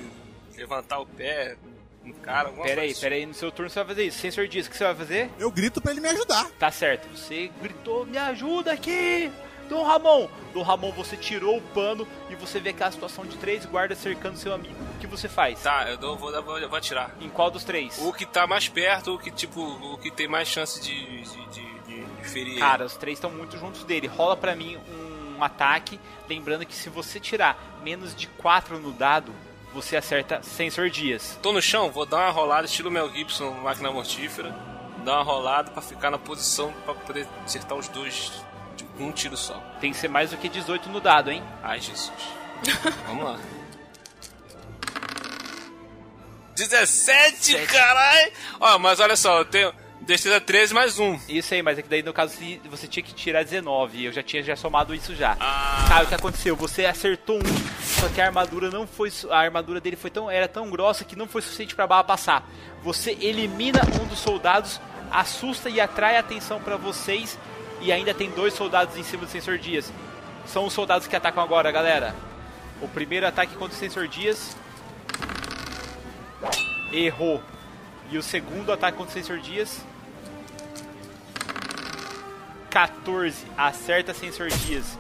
Speaker 4: Levantar o pé no cara, alguma
Speaker 3: Pera aí,
Speaker 4: coisa assim.
Speaker 3: pera aí, no seu turno você vai fazer isso. Sensor diz, o que você vai fazer?
Speaker 6: Eu grito pra ele me ajudar.
Speaker 3: Tá certo, você gritou, me ajuda aqui! Dom Ramon! Dom Ramon, você tirou o pano e você vê aquela situação de três guardas cercando seu amigo. O que você faz?
Speaker 4: Tá, eu dou, vou, dar- vou, vou atirar.
Speaker 3: Em qual dos três?
Speaker 4: O que tá mais perto, o que tipo, o que tem mais chance de, de, de, de- de ferir.
Speaker 3: Cara, os três estão muito juntos dele. Rola pra mim um ataque. Lembrando que se você tirar menos de 4 no dado, você acerta sem sordias.
Speaker 4: Tô no chão, vou dar uma rolada, estilo Mel Gibson, máquina mortífera. Dar uma rolada pra ficar na posição pra poder acertar os dois de um tiro só.
Speaker 3: Tem que ser mais do que 18 no dado, hein?
Speaker 4: Ai, Jesus. Vamos lá. 17, caralho! Ó, mas olha só, eu tenho destreza 13 mais um.
Speaker 3: Isso aí, mas é que daí no caso se- você tinha que tirar 19. Eu já tinha já somado isso já.
Speaker 4: Ah.
Speaker 3: Cara, o que aconteceu? Você acertou um, só que a armadura não foi. su- A armadura dele foi tão, era tão grossa que não foi suficiente pra bala passar. Você elimina um dos soldados, assusta e atrai a atenção pra vocês. E ainda tem dois soldados em cima do Sensor Dias. São os soldados que atacam agora, galera. O primeiro ataque contra o Sensor Dias. Errou. E o segundo ataque contra o Sensor Dias. 14. Acerta sem sortias.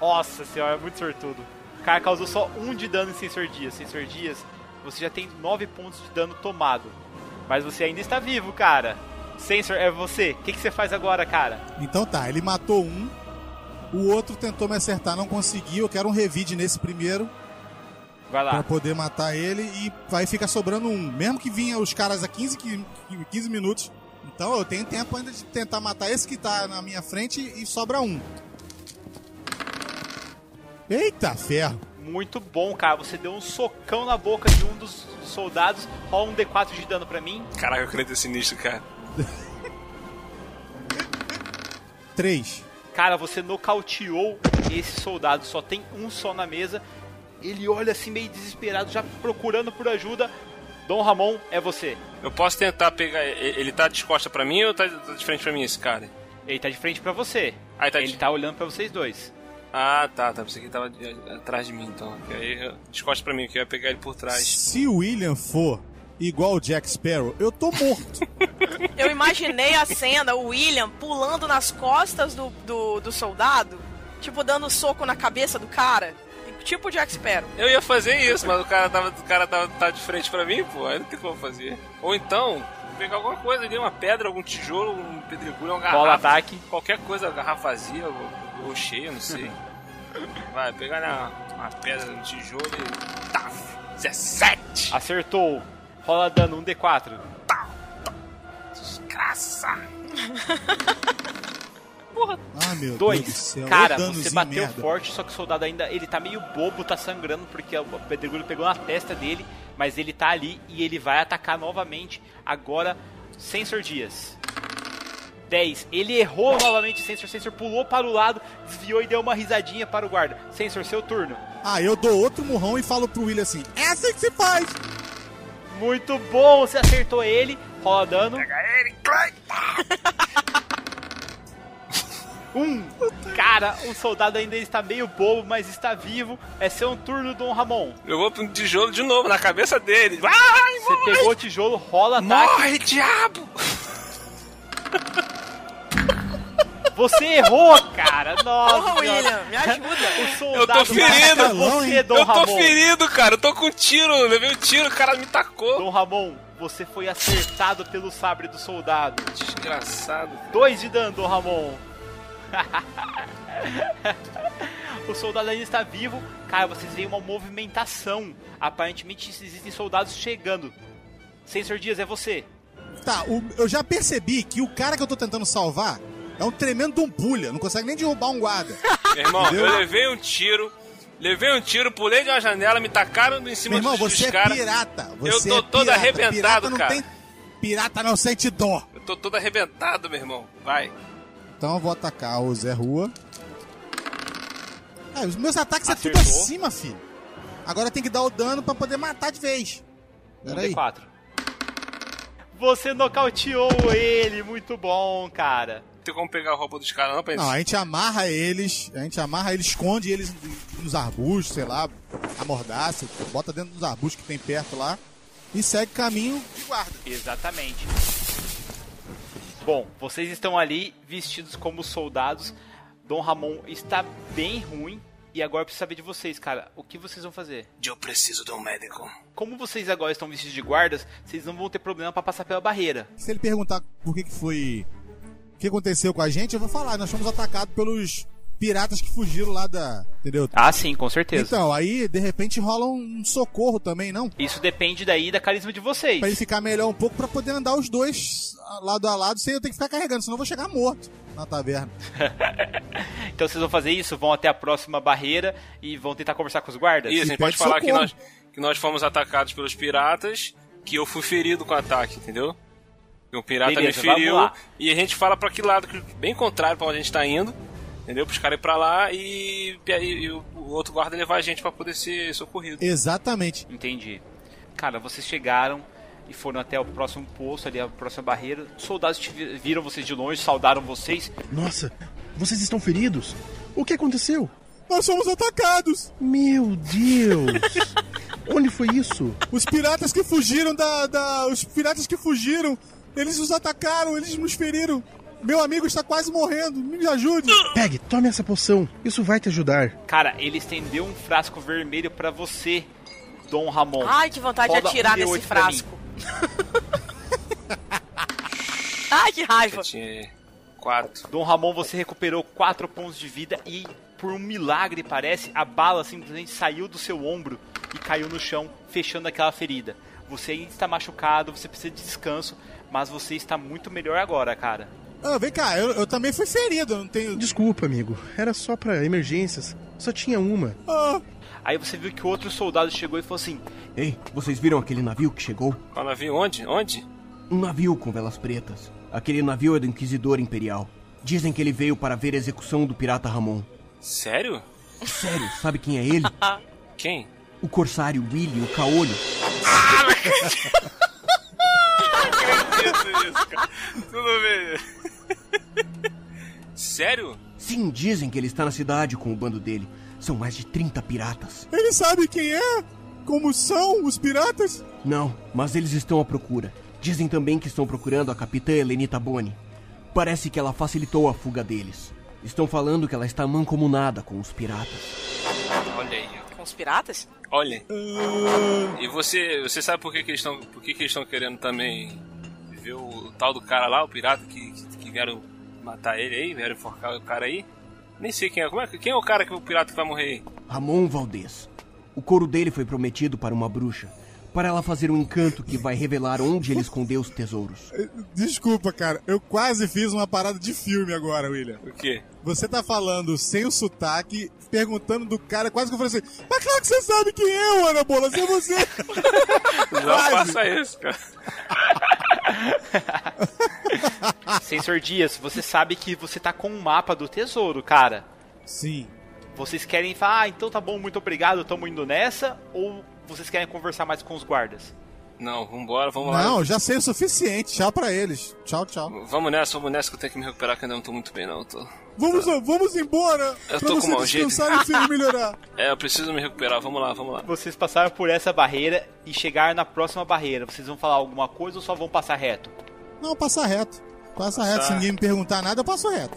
Speaker 3: Nossa senhora, é muito sortudo. O cara causou só um de dano em sensor dias. Sensor dias, você já tem 9 pontos de dano tomado. Mas você ainda está vivo, cara. Sensor, é você. O que, que você faz agora, cara?
Speaker 6: Então tá, ele matou um, o outro tentou me acertar, não conseguiu. Eu quero um revide nesse primeiro
Speaker 3: Vai
Speaker 6: pra
Speaker 3: lá.
Speaker 6: poder matar ele e vai ficar sobrando um. Mesmo que vinha os caras a 15, qui- 15 minutos. Então eu tenho tempo ainda de tentar matar esse que tá na minha frente e sobra um. Eita ferro!
Speaker 3: Muito bom, cara. Você deu um socão na boca de um dos dos soldados. Rola um D4 de dano pra mim.
Speaker 4: Caraca, eu acredito sinistro, cara.
Speaker 6: Três.
Speaker 3: Cara, você nocauteou esse soldado, só tem um só na mesa. Ele olha assim meio desesperado, já procurando por ajuda. Dom Ramon, é você.
Speaker 4: Eu posso tentar pegar. e- Ele tá de costa pra mim ou tá tá de frente pra mim esse cara?
Speaker 3: Ele tá de frente pra você.
Speaker 4: Ah, ele tá de-
Speaker 3: ele tá olhando pra vocês dois.
Speaker 4: Ah, tá, tá. Pensei que ele tava de- atrás de mim, então. E aí, eu- descosta pra mim, que eu ia pegar ele por
Speaker 3: Tá.
Speaker 4: trás.
Speaker 6: Se o William for igual o Jack Sparrow, eu tô morto.
Speaker 7: Eu imaginei a cena, o William pulando nas costas do, do, do soldado, tipo dando soco na cabeça do cara. Tipo o Jack Sparrow.
Speaker 4: Eu ia fazer isso, mas o cara tava, o cara tava tá de frente pra mim, pô. Aí não tem como fazer. Ou então, pegar alguma coisa ali, uma pedra, algum tijolo, um pedregulho, uma garrafa.
Speaker 3: Bola ataque.
Speaker 4: Qualquer coisa, garrafa vazia ou, ou cheia, não sei. Vai, pegar na- uma pedra, um tijolo e. Tá! 17!
Speaker 3: Acertou. Rola dano, um D4.
Speaker 4: Desgraça!
Speaker 6: Ah, meu
Speaker 3: Dois.
Speaker 6: Deus do céu.
Speaker 3: Cara,
Speaker 6: Ô, danozinho
Speaker 3: você bateu
Speaker 6: merda.
Speaker 3: forte, só que o soldado ainda. Ele tá meio bobo, tá sangrando, porque o pedregulho pegou na testa dele. Mas ele tá ali e ele vai atacar novamente. Agora, Sensor Dias. 10. Ele errou novamente, Sensor. Sensor pulou para o lado, desviou e deu uma risadinha para o guarda. Sensor, seu turno.
Speaker 6: Ah, eu dou outro murrão e falo pro William assim: é assim que se faz!
Speaker 3: Muito bom, você acertou ele. Rola dano. Um. Cara, o soldado ainda está meio bobo, mas está vivo. É seu turno, Dom Ramon.
Speaker 4: Eu vou pro tijolo de novo na cabeça dele. Vai!
Speaker 3: Você pegou o tijolo, rola ataque.
Speaker 4: Morre, diabo!
Speaker 3: Você errou, cara. Nossa.
Speaker 7: Porra,
Speaker 3: senhora.
Speaker 7: William, me ajuda.
Speaker 3: O soldado
Speaker 4: Eu tô ferido.
Speaker 3: ataca Você, Dom
Speaker 4: eu tô
Speaker 3: Ramon.
Speaker 4: ferido, cara. Eu tô com um tiro. Eu levei um tiro, o cara me tacou.
Speaker 3: Dom Ramon, você foi acertado pelo sabre do soldado.
Speaker 4: Desgraçado.
Speaker 3: Dois de dano, Dom Ramon. o soldado ainda está vivo. Cara, vocês veem uma movimentação. Aparentemente existem soldados chegando. Sensor Dias, é você.
Speaker 6: Tá, o- eu já percebi que o cara que eu tô tentando salvar é um tremendo dumpulha, não consegue nem derrubar um guarda.
Speaker 4: Meu irmão,
Speaker 6: Entendeu?
Speaker 4: eu levei um tiro. Levei um tiro, pulei de uma janela, me tacaram em cima
Speaker 6: Meu irmão,
Speaker 4: dos, dos
Speaker 6: você é
Speaker 4: caras.
Speaker 6: pirata. Você
Speaker 4: Eu tô
Speaker 6: é
Speaker 4: todo
Speaker 6: pirata.
Speaker 4: arrebentado,
Speaker 6: pirata não
Speaker 4: cara.
Speaker 6: Tem... Pirata não sente dó.
Speaker 4: Eu tô todo arrebentado, meu irmão. Vai.
Speaker 6: Então eu vou atacar o Zé Rua. Ah, os meus ataques é tudo
Speaker 3: Acertou.
Speaker 6: acima, filho. Agora tem que dar o dano pra poder matar de vez. Peraí.
Speaker 3: 4 Você nocauteou ele, muito bom, cara.
Speaker 4: Não tem como pegar a roupa dos caras, não, pra
Speaker 6: Não, a gente amarra eles, a gente amarra eles, esconde eles nos arbustos, sei lá, amordaça, bota dentro dos arbustos que tem perto lá e segue caminho de guarda.
Speaker 3: Exatamente. Bom, vocês estão ali vestidos como soldados. Dom Ramon está bem ruim. E agora eu preciso saber de vocês, cara. O que vocês vão fazer?
Speaker 4: Eu preciso de um médico.
Speaker 3: Como vocês agora estão vestidos de guardas, vocês não vão ter problema pra passar pela barreira.
Speaker 6: Se ele perguntar por que, que foi. O que aconteceu com a gente, eu vou falar. Nós fomos atacados pelos piratas que fugiram lá da. Entendeu?
Speaker 3: Ah, sim, com certeza.
Speaker 6: Então, aí, de repente, rola um socorro também, não?
Speaker 3: Isso depende daí da carisma de
Speaker 6: Pra ele
Speaker 3: vocês.
Speaker 6: ficar melhor um pouco, pra poder andar os dois lado a lado, sem eu ter que ficar carregando, senão eu vou chegar morto na taverna.
Speaker 3: Então vocês vão fazer isso, vão até a próxima barreira e vão tentar conversar com os guardas.
Speaker 4: E a gente
Speaker 6: pede
Speaker 4: pode falar que
Speaker 6: socorro.
Speaker 4: nós, que nós fomos atacados pelos piratas, que eu fui ferido com o ataque, entendeu? Que um pirata
Speaker 3: Beleza,
Speaker 4: me feriu.
Speaker 3: vamos lá.
Speaker 4: E a gente fala pra que lado, que- bem contrário pra onde a gente tá indo, entendeu? Pros caras ir pra lá e, e, aí o, o outro guarda levar a gente pra poder ser socorrido.
Speaker 6: Exatamente.
Speaker 3: Entendi. Cara, vocês chegaram e foram até o próximo posto, ali a próxima barreira. Os soldados te vi- viram vocês de longe, saudaram vocês.
Speaker 11: Nossa, vocês estão feridos? O que aconteceu?
Speaker 6: Nós fomos atacados!
Speaker 11: Meu Deus! Onde foi isso?
Speaker 6: Os piratas que fugiram da, da. Os piratas que fugiram, eles nos atacaram, eles nos feriram. Meu amigo está quase morrendo, me ajude!
Speaker 11: Pegue, tome essa poção. Isso vai te ajudar.
Speaker 3: Cara, ele estendeu um frasco vermelho pra você, Dom Ramon.
Speaker 7: Ai, que vontade de
Speaker 3: Roda um
Speaker 7: atirar nesse
Speaker 3: D8 pra mim.
Speaker 7: frasco. Ai, que raiva.
Speaker 4: Eu tinha quatro.
Speaker 3: Dom Ramon, você recuperou 4 pontos de vida e, por um milagre, parece, a bala simplesmente saiu do seu ombro e caiu no chão, fechando aquela ferida. Você ainda está machucado, você precisa de descanso, mas você está muito melhor agora, cara.
Speaker 6: Ah, vem cá, eu, eu também fui ferido, eu não tenho.
Speaker 11: Desculpa, amigo. Era só pra emergências. Só tinha um. uma.
Speaker 6: Ah,
Speaker 3: Aí você viu que outro soldado chegou e falou assim:
Speaker 12: Ei, vocês viram aquele navio que chegou?
Speaker 4: Qual navio? Onde? Onde?
Speaker 12: Um navio com velas pretas. Aquele navio é do Inquisidor Imperial. Dizem que ele veio para ver a execução do pirata Ramon.
Speaker 4: Sério?
Speaker 12: Sério, sabe quem é ele?
Speaker 4: Ah. Quem?
Speaker 12: O corsário Willy, o caolho.
Speaker 4: Tudo bem. Sério?
Speaker 12: Sim, dizem que ele está na cidade com o bando dele. São mais de 30 piratas.
Speaker 6: ele sabe quem é? Como são os piratas?
Speaker 12: Não, mas eles estão à procura. Dizem também que estão procurando a capitã Helenita Boni. Parece que ela facilitou a fuga deles. Estão falando que ela está mancomunada com os piratas.
Speaker 4: Olha aí, ó.
Speaker 7: Com os piratas?
Speaker 4: Olha.
Speaker 6: Hum.
Speaker 4: E você, você sabe por que, que eles estão, por que, que eles estão querendo também ver o, o tal do cara lá, o pirata que, que, que vieram matar ele aí, vieram enforcar o cara aí? Nem sei quem é. Como é que- quem é o cara que o pirata que vai morrer aí?
Speaker 12: Ramon Valdez. O couro dele foi prometido para uma bruxa, para ela fazer um encanto que vai revelar onde ele escondeu os tesouros.
Speaker 6: Desculpa, cara, eu quase fiz uma parada de filme agora, William.
Speaker 4: O quê?
Speaker 6: Você tá falando sem o sotaque, perguntando do cara, quase que eu falei assim: Mas claro que você sabe quem é, Ana Bola, se é você.
Speaker 4: Não faça isso, cara.
Speaker 3: Sensor Dias, você sabe que você tá com um mapa do tesouro, cara.
Speaker 6: Sim.
Speaker 3: Vocês querem falar, ah, então tá bom, muito obrigado, tamo indo nessa? Ou vocês querem conversar mais com os guardas?
Speaker 4: Não, vambora, vamos lá.
Speaker 6: Não, já sei o suficiente. Tchau pra eles. Tchau, tchau.
Speaker 4: Vamos nessa, vamos nessa que eu tenho que me recuperar, que eu ainda não tô muito bem, não. eu Tô...
Speaker 6: Vamos, vamos embora
Speaker 4: Eu
Speaker 6: pra
Speaker 4: tô com mau
Speaker 6: vocês
Speaker 4: jeito.
Speaker 6: descansarem e se melhorar.
Speaker 4: É, eu preciso me recuperar, vamos lá, vamos lá.
Speaker 3: Vocês passaram por essa barreira e chegaram na próxima barreira. Vocês vão falar alguma coisa ou só vão passar reto?
Speaker 6: Não, passa reto. Passa reto. Se ninguém me perguntar nada, eu passo reto.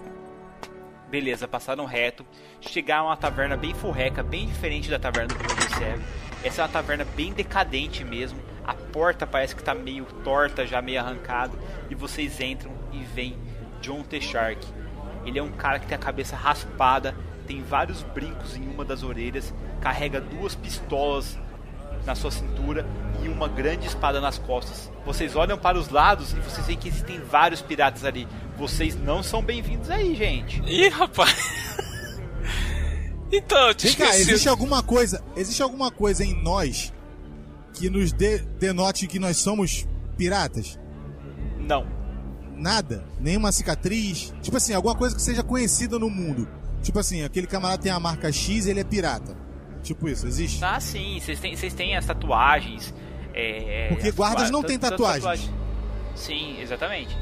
Speaker 3: Beleza, passaram reto. Chegaram a uma taverna bem furreca, bem diferente da taverna do Clube de Serve. Essa é uma taverna bem decadente mesmo. A porta parece que tá meio torta, já meio arrancada. E vocês entram e vem John T. Shark. Ele é um cara que tem a cabeça raspada, tem vários brincos em uma das orelhas, carrega duas pistolas na sua cintura e uma grande espada nas costas. Vocês olham para os lados e vocês veem que existem vários piratas ali. Vocês não são bem-vindos aí, gente.
Speaker 4: Ih, rapaz. Então, eu te
Speaker 6: Vem cá,
Speaker 4: esqueci.
Speaker 6: existe alguma coisa. Existe alguma coisa em nós que nos dê- denote que nós somos piratas?
Speaker 3: Não.
Speaker 6: Nada. Nenhuma cicatriz. Tipo assim, alguma coisa que seja conhecida no mundo. Tipo assim, aquele camarada tem a marca X ele é pirata. Tipo isso, existe?
Speaker 3: Ah, sim, vocês têm, vocês têm as tatuagens. é,
Speaker 6: Porque
Speaker 3: as
Speaker 6: guardas
Speaker 3: tatua-
Speaker 6: não
Speaker 3: tan-
Speaker 6: têm
Speaker 3: tanto
Speaker 6: tatuagens.
Speaker 3: Sim, exatamente.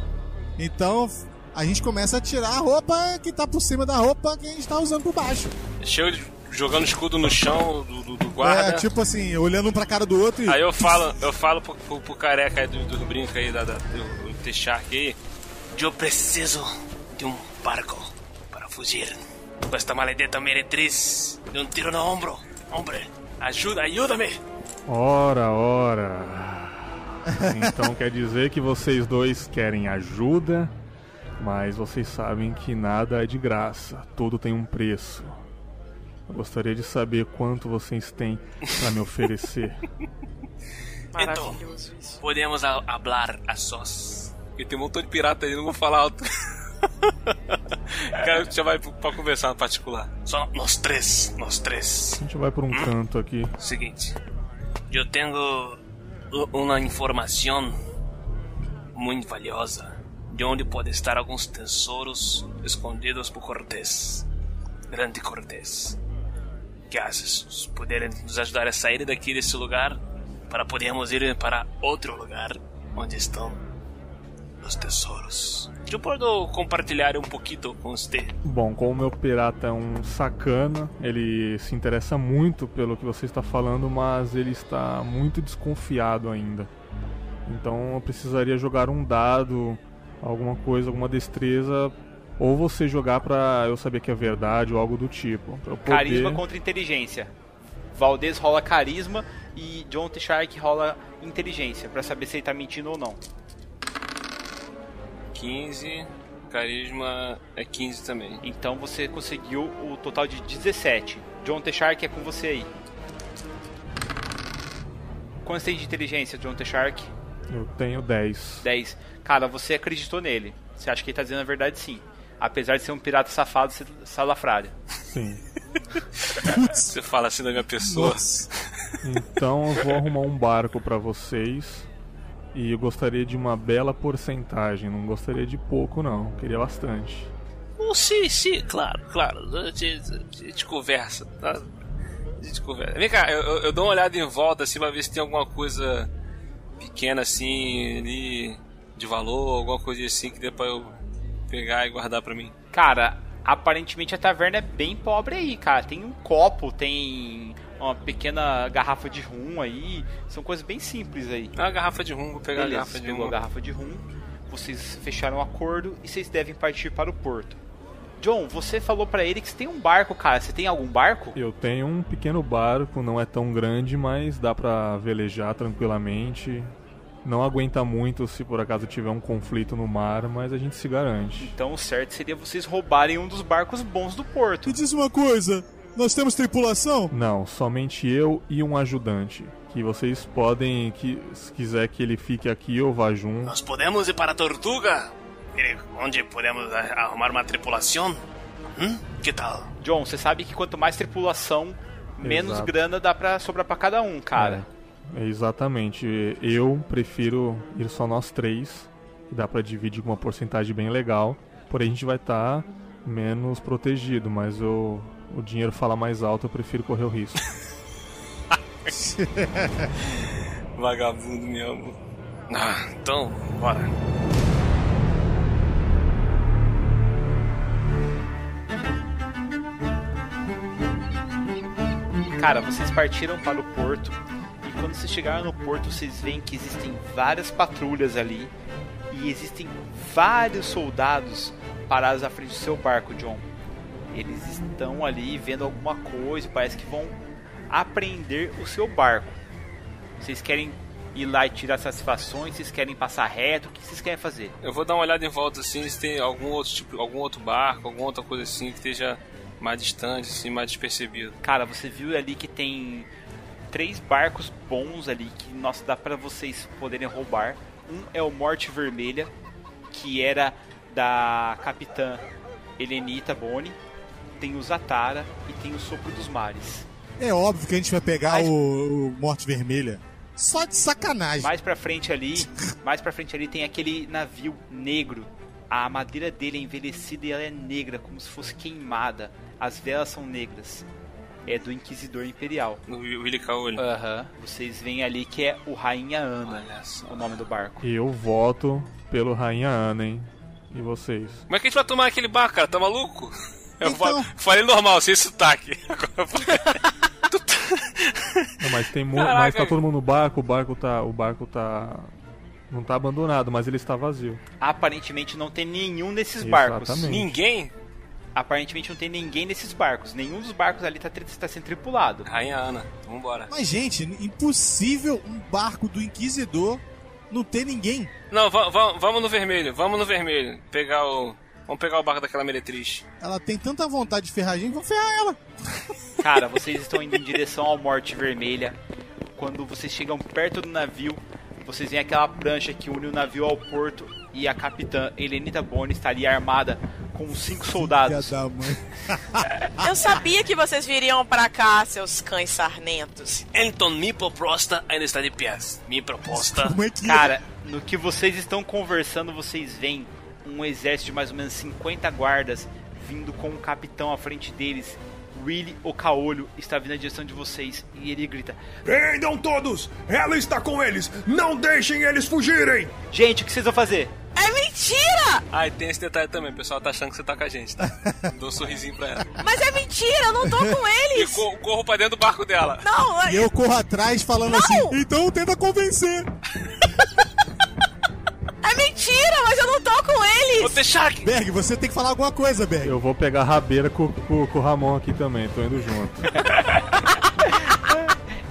Speaker 6: Então a gente começa a tirar a roupa que tá por cima da roupa que a gente tá usando por baixo.
Speaker 4: Chego de- jogando escudo no chão do, do- do guarda.
Speaker 6: É, tipo assim, olhando um pra cara do outro e.
Speaker 4: Aí eu falo, eu falo pro, pro- pro careca aí do, do brinco aí, da, da- do, do T-Shark aí, Eu preciso de um barco para fugir. Com esta maledita meretriz de um tiro no ombro. Hombre, ajuda, ajuda-me.
Speaker 13: Ora, ora. Então quer dizer que vocês dois querem ajuda, mas vocês sabem que nada é de graça, tudo tem um preço. Eu gostaria de saber quanto vocês têm para me oferecer.
Speaker 4: Então, podemos a- hablar a sós. E tem um montão de pirata aí, não vou falar alto. Cara, já vai pro- pra conversar no particular. Só nós três, nós três. Hum?
Speaker 13: A gente vai por um canto aqui.
Speaker 4: Seguinte, eu tenho u- uma informação muito valiosa de onde pode estar alguns tesouros escondidos por Cortés. Grande Cortés. Que haces? Poderem nos ajudar a sair daqui desse lugar para podermos ir para outro lugar onde estão os tesouros. Eu posso compartilhar um pouquinho com você.
Speaker 13: Bom, como o meu pirata é um sacana, ele se interessa muito pelo que você está falando, mas ele está muito desconfiado ainda. Então eu precisaria jogar um dado, alguma coisa, alguma destreza, ou você jogar pra eu saber que é verdade ou algo do tipo. Pra eu poder...
Speaker 3: Carisma contra inteligência. Valdez rola carisma e John T. Shark rola inteligência pra saber se ele tá mentindo ou não.
Speaker 4: 15, carisma é 15 também.
Speaker 3: Então você conseguiu o total de 17. John T. Shark é com você aí. Quanto tem de inteligência, John T. Shark?
Speaker 13: Eu tenho 10.
Speaker 3: 10. Cara, você acreditou nele. Você acha que ele tá dizendo a verdade sim. Apesar de ser um pirata safado, você- salafrário.
Speaker 13: Sim.
Speaker 4: Você fala assim da minha pessoa.
Speaker 13: Então eu vou arrumar um barco pra vocês. E eu gostaria de uma bela porcentagem, não gostaria de pouco não, queria bastante.
Speaker 4: Oh, sim, sim, claro, claro. A gente, a gente conversa, tá? A gente conversa. Vem cá, eu, eu- eu dou uma olhada em volta assim pra ver se tem alguma coisa pequena assim ali de valor, alguma coisa assim que dê pra eu pegar e guardar pra mim.
Speaker 3: Cara, aparentemente a taverna é bem pobre aí, cara. Tem um copo, tem uma pequena garrafa de rum aí. São coisas bem simples aí.
Speaker 4: Ah, garrafa de rum, vou pegar
Speaker 3: Beleza,
Speaker 4: a garrafa de
Speaker 3: pegou
Speaker 4: rum.
Speaker 3: a garrafa de rum. Vocês fecharam um acordo e vocês devem partir para o porto. John, você falou pra ele que você tem um barco, cara. Você tem algum barco?
Speaker 13: Eu tenho um pequeno barco, não é tão grande, mas dá pra velejar tranquilamente. Não aguenta muito se por acaso tiver um conflito no mar, mas a gente se garante.
Speaker 3: Então o certo seria vocês roubarem um dos barcos bons do porto.
Speaker 6: Me diz uma coisa, nós temos tripulação?
Speaker 13: Não, somente eu e um ajudante. Que vocês podem, que se quiser que ele fique aqui ou vá junto.
Speaker 4: Nós podemos ir para Tortuga, eh, onde podemos a- arrumar uma tripulação? Hum? Que tal?
Speaker 3: John, você sabe que quanto mais tripulação, menos
Speaker 13: Exato.
Speaker 3: grana dá pra sobrar pra cada um, cara.
Speaker 13: É, exatamente. Eu prefiro ir só nós três. que Dá pra dividir com uma porcentagem bem legal. Porém, a gente vai estar menos protegido, mas eu, o dinheiro fala mais alto, eu prefiro correr o risco.
Speaker 4: Vagabundo mesmo. Ah, então, bora.
Speaker 3: Cara, vocês partiram para o porto e quando vocês chegaram no porto, vocês veem que existem várias patrulhas ali e existem vários soldados parados à frente do seu barco, John. Eles estão ali vendo alguma coisa, parece que vão apreender o seu barco. Vocês querem ir lá e tirar satisfações, vocês querem passar reto, o que vocês querem fazer?
Speaker 4: Eu vou dar uma olhada em volta assim, se tem algum outro tipo, algum outro barco, alguma outra coisa assim que esteja mais distante, assim, mais despercebido.
Speaker 3: Cara, você viu ali que tem três barcos bons ali que, nossa, dá pra vocês poderem roubar. Um é o Morte Vermelha, que era da capitã Helenita Boni. Tem o Zatara e tem o Sopro dos Mares.
Speaker 6: É óbvio que a gente vai pegar
Speaker 3: Mas-
Speaker 6: o, o Morte Vermelha. Só de sacanagem.
Speaker 3: Mais pra frente ali, mais pra frente ali tem aquele navio negro. A madeira dele é envelhecida e ela é negra, como se fosse queimada. As velas são negras. É do Inquisidor Imperial.
Speaker 4: O Willy Caolho.
Speaker 3: Aham. Vocês veem ali que é o Rainha Ana,
Speaker 4: Olha só.
Speaker 3: o nome do barco.
Speaker 13: Eu voto pelo Rainha Ana, hein? E vocês?
Speaker 4: Como é que a gente vai tomar aquele bar, cara? Tá maluco? Eu
Speaker 6: Então-
Speaker 4: fa- falei normal, sem sotaque.
Speaker 13: Não, mas tem mu-
Speaker 4: Caraca,
Speaker 13: mas tá
Speaker 4: velho.
Speaker 13: todo mundo no barco, o barco tá, o barco tá Não tá abandonado, mas ele está vazio.
Speaker 3: Aparentemente não tem nenhum nesses barcos.
Speaker 13: Exatamente.
Speaker 3: Ninguém? Aparentemente não tem ninguém nesses barcos. Nenhum dos barcos ali tá, tri- tá sendo tripulado.
Speaker 4: Rainha Ana, vambora.
Speaker 6: Mas, gente, impossível um barco do Inquisidor não ter ninguém.
Speaker 4: Não, va- va- vamos no vermelho, vamos no vermelho. Pegar o. Vamos pegar o barco daquela meretriz.
Speaker 6: Ela tem tanta vontade de ferrar a gente, vamos ferrar ela.
Speaker 3: Cara, vocês estão indo em direção ao Morte Vermelha. Quando vocês chegam perto do navio, vocês veem aquela prancha que une o navio ao porto e a capitã Helenita Boni está ali armada com cinco soldados.
Speaker 6: Da mãe.
Speaker 7: Eu sabia que vocês viriam pra cá, seus cães sarmentos.
Speaker 4: Então, minha proposta ainda está de pé. Minha proposta.
Speaker 3: é
Speaker 6: é
Speaker 3: Cara, no que vocês estão conversando, vocês veem um exército de mais ou menos 50 guardas vindo com um capitão à frente deles. Willy Ocaolho está vindo na direção de vocês e ele grita:
Speaker 14: Prendam todos! Ela está com eles! Não deixem eles fugirem!
Speaker 3: Gente, o que vocês vão fazer?
Speaker 7: É mentira!
Speaker 4: Ah, e tem esse detalhe também, o pessoal tá achando que você tá com a gente, tá? Dou um sorrisinho pra ela.
Speaker 7: Mas é mentira, eu não tô com eles!
Speaker 4: E co- corro pra dentro do barco dela.
Speaker 7: Não,
Speaker 6: E eu corro atrás falando assim, então tenta convencer.
Speaker 7: é mentira, mas eu não tô com eles!
Speaker 4: Vou deixar
Speaker 6: Berg, você tem que falar alguma coisa, Berg.
Speaker 13: Eu vou pegar a rabeira com, com- com o Ramon aqui também, tô indo junto.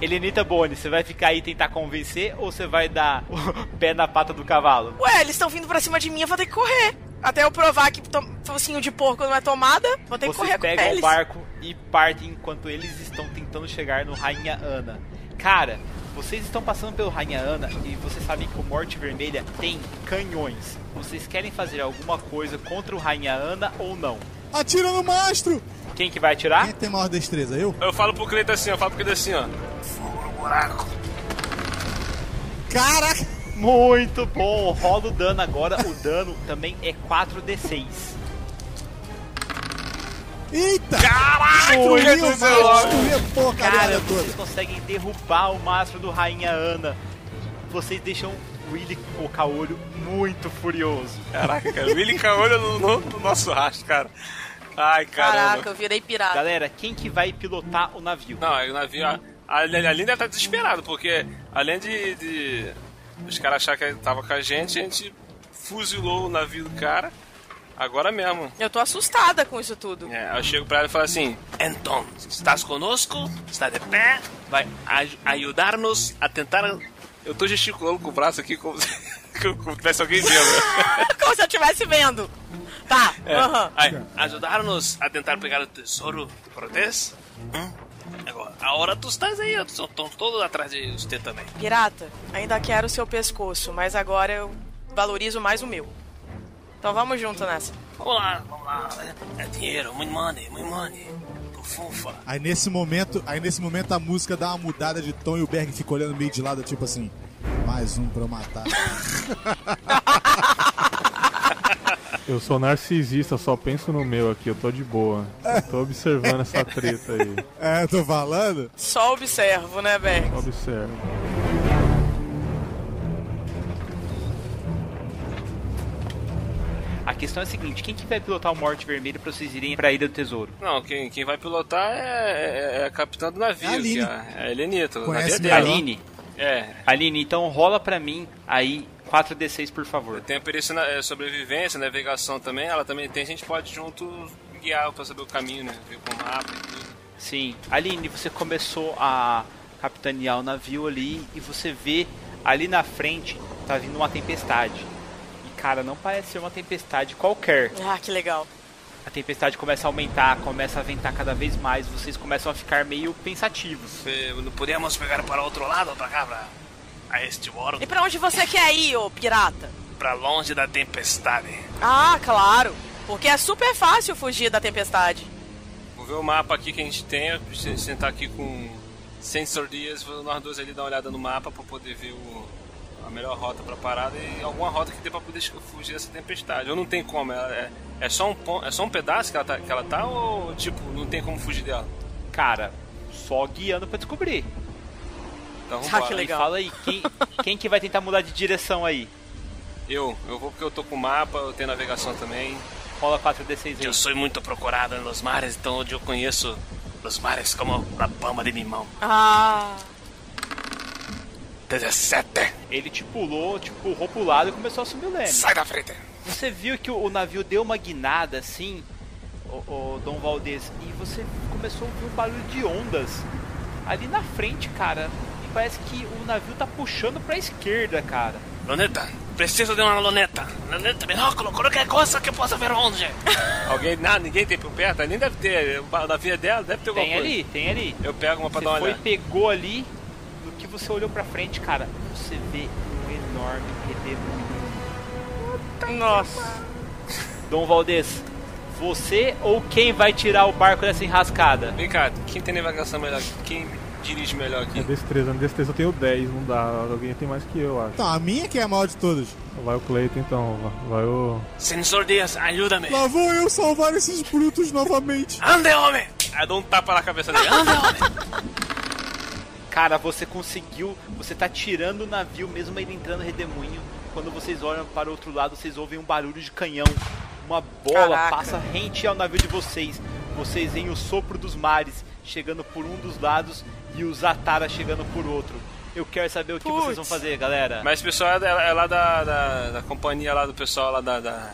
Speaker 3: Helenita Boni, você vai ficar aí e tentar convencer ou você vai dar o pé na pata do cavalo?
Speaker 7: Ué, eles estão vindo pra cima de mim, eu vou ter que correr. Até eu provar que to- focinho de porco não é tomada, vou ter que
Speaker 3: Vocês
Speaker 7: correr com
Speaker 4: um
Speaker 3: pegam o
Speaker 7: eles.
Speaker 3: barco e partem enquanto eles estão tentando chegar no Rainha Ana. Cara, vocês estão passando pelo Rainha Ana e vocês sabem que o Morte Vermelha tem canhões. Vocês querem fazer alguma coisa contra o Rainha Ana ou não?
Speaker 6: Atira no mastro!
Speaker 3: Quem que vai atirar?
Speaker 6: Quem tem maior destreza? Eu?
Speaker 4: Eu falo pro Cleiton assim, eu falo pro Cleiton assim, ó. Buraco.
Speaker 6: Caraca!
Speaker 3: Muito bom! Rola o dano agora. O dano também é 4d6.
Speaker 6: Eita!
Speaker 3: Caraca!
Speaker 7: é
Speaker 6: Destruiu o
Speaker 8: é
Speaker 6: mastro, destruiu a
Speaker 3: Cara,
Speaker 6: porcaria
Speaker 3: vocês conseguem derrubar o mastro do Rainha Ana. Vocês deixam o Willy o Caolho muito furioso.
Speaker 4: Caraca, cara, o Willy Caolho no, no- no nosso rastro, cara. Ai, caramba.
Speaker 7: Caraca, eu virei pirata.
Speaker 3: Galera, quem que vai pilotar o navio?
Speaker 4: Não, aí o navio. A, a, a Lin deve estar tá desesperado, porque além de, de os caras achar que tava com a gente, a gente fuzilou o navio do cara. Agora mesmo.
Speaker 7: Eu tô assustada com isso tudo.
Speaker 4: É, aí eu chego pra ela e falo assim: Então, estás conosco? Está de pé? Vai aj- ajudar-nos a tentar. Eu tô gesticulando com o braço aqui como se, como se tivesse alguém vendo.
Speaker 7: Como se eu estivesse vendo. Tá,
Speaker 4: É,
Speaker 7: aham.
Speaker 4: aí, Ajudar-nos a tentar pegar o tesouro do Cortez? Hum? Agora, a hora tu estás aí, estão todos atrás de você também.
Speaker 7: Pirata, ainda quero o seu pescoço, mas agora eu valorizo mais o meu. Então vamos junto nessa.
Speaker 4: Vamos lá, vamos lá. É dinheiro, muito money, muito money. Tô fofa.
Speaker 6: Aí nesse momento, aí nesse momento a música dá uma mudada de tom e o Berg fica olhando meio de lado, tipo assim, mais um pra eu matar.
Speaker 13: Eu sou narcisista, só penso no meu aqui, eu tô de boa. Eu tô observando essa treta aí.
Speaker 6: é, eu tô falando?
Speaker 7: Só observo, né, Berg?
Speaker 13: Observa.
Speaker 3: A questão é a seguinte: quem que vai pilotar o Morte Vermelho pra vocês irem pra Ilha do Tesouro?
Speaker 4: Não, quem, quem vai pilotar é, é- é a capitã do navio,
Speaker 3: É a Aline.
Speaker 4: que é a, é a Helenita. o navio é
Speaker 3: Conhece
Speaker 4: dela.
Speaker 3: Aline?
Speaker 4: É.
Speaker 3: Aline, então rola pra mim aí 4d6, por favor.
Speaker 4: Tem a perícia na, é, sobrevivência, navegação também, ela também tem, a gente pode junto guiar pra saber o caminho, né? Ver com o mapa e tudo.
Speaker 3: Sim. Aline, você começou a capitanear o navio ali e você vê ali na frente tá vindo uma tempestade. E cara, não parece ser uma tempestade qualquer.
Speaker 7: Ah, que legal.
Speaker 3: A tempestade começa a aumentar, começa a ventar cada vez mais, vocês começam a ficar meio pensativos.
Speaker 4: Eh, Não podíamos pegar para outro lado, pra cá, pra, a este bordo,
Speaker 7: E pra onde você quer ir, ô pirata?
Speaker 4: pra longe da tempestade.
Speaker 7: Ah, claro. Porque é super fácil fugir da tempestade.
Speaker 4: Vou ver o mapa aqui que a gente tem, eu preciso sentar aqui com Sensor Dias, vou- nós dois ali dar uma olhada no mapa pra poder ver o- a melhor rota pra parada e alguma rota que dê pra poder esca- fugir dessa tempestade. Ou não tem como, ela é, é só um pon- é só um pedaço que ela, tá, que ela tá ou tipo, não tem como fugir dela?
Speaker 3: Cara, só guiando pra descobrir.
Speaker 4: Então vambora.
Speaker 3: Fala aí, Fala aí, quem, quem que vai tentar mudar de direção aí?
Speaker 4: Eu, eu vou porque eu tô com o mapa, eu tenho navegação também.
Speaker 3: Rola 4D6 aí.
Speaker 4: Eu sou muito procurada nos mares, então onde eu conheço os mares como a palma de mimão.
Speaker 7: Ah.
Speaker 4: 17.
Speaker 3: Ele te
Speaker 4: tipo,
Speaker 3: pulou, te empurrou pro lado e começou a subir o leme.
Speaker 4: Sai da frente.
Speaker 3: Você viu que o, o navio deu uma guinada assim, o, o Dom Valdez, e você começou a ouvir um barulho de ondas ali na frente, cara. E parece que o navio tá puxando pra esquerda, cara.
Speaker 4: Loneta, preciso de uma loneta. Loneta, binóculo, qualquer coisa que possa ver onde. Alguém, não, ninguém tem por perto, nem deve ter. Na via dela deve ter alguma
Speaker 3: Tem
Speaker 4: coisa.
Speaker 3: ali, tem ali.
Speaker 4: Eu pego uma pra
Speaker 3: Você
Speaker 4: dar uma
Speaker 3: foi,
Speaker 4: olhada.
Speaker 3: pegou ali, no que você olhou pra frente, cara, você vê um enorme redemoinho. Nossa. Dom Valdez, você ou quem vai tirar o barco dessa enrascada?
Speaker 4: Vem cá, quem tem navegação melhor? Quem dirige melhor aqui?
Speaker 13: É destreza, na destreza eu tenho 10, não dá. Alguém tem mais que eu, acho.
Speaker 6: Então, a minha que é a maior de todas.
Speaker 13: Vai o Cleiton então, vai- vai o.
Speaker 4: Sensor Dias, ajuda-me.
Speaker 6: Lá vou eu salvar esses brutos novamente.
Speaker 4: Ande, homem! Aí eu dou um tapa na cabeça dele. Ande, homem!
Speaker 3: Cara, você conseguiu, você tá tirando o navio mesmo ele entrando redemoinho. Quando vocês olham para o outro lado, vocês ouvem um barulho de canhão. Uma bola
Speaker 7: Caraca.
Speaker 3: passa rente ao navio de vocês. Vocês veem o sopro dos mares chegando por um dos lados e o Zatara chegando por outro. Eu quero saber o que vocês vão fazer, galera.
Speaker 4: Mas o pessoal é, da- é lá da, da, da companhia lá do pessoal lá da. Da,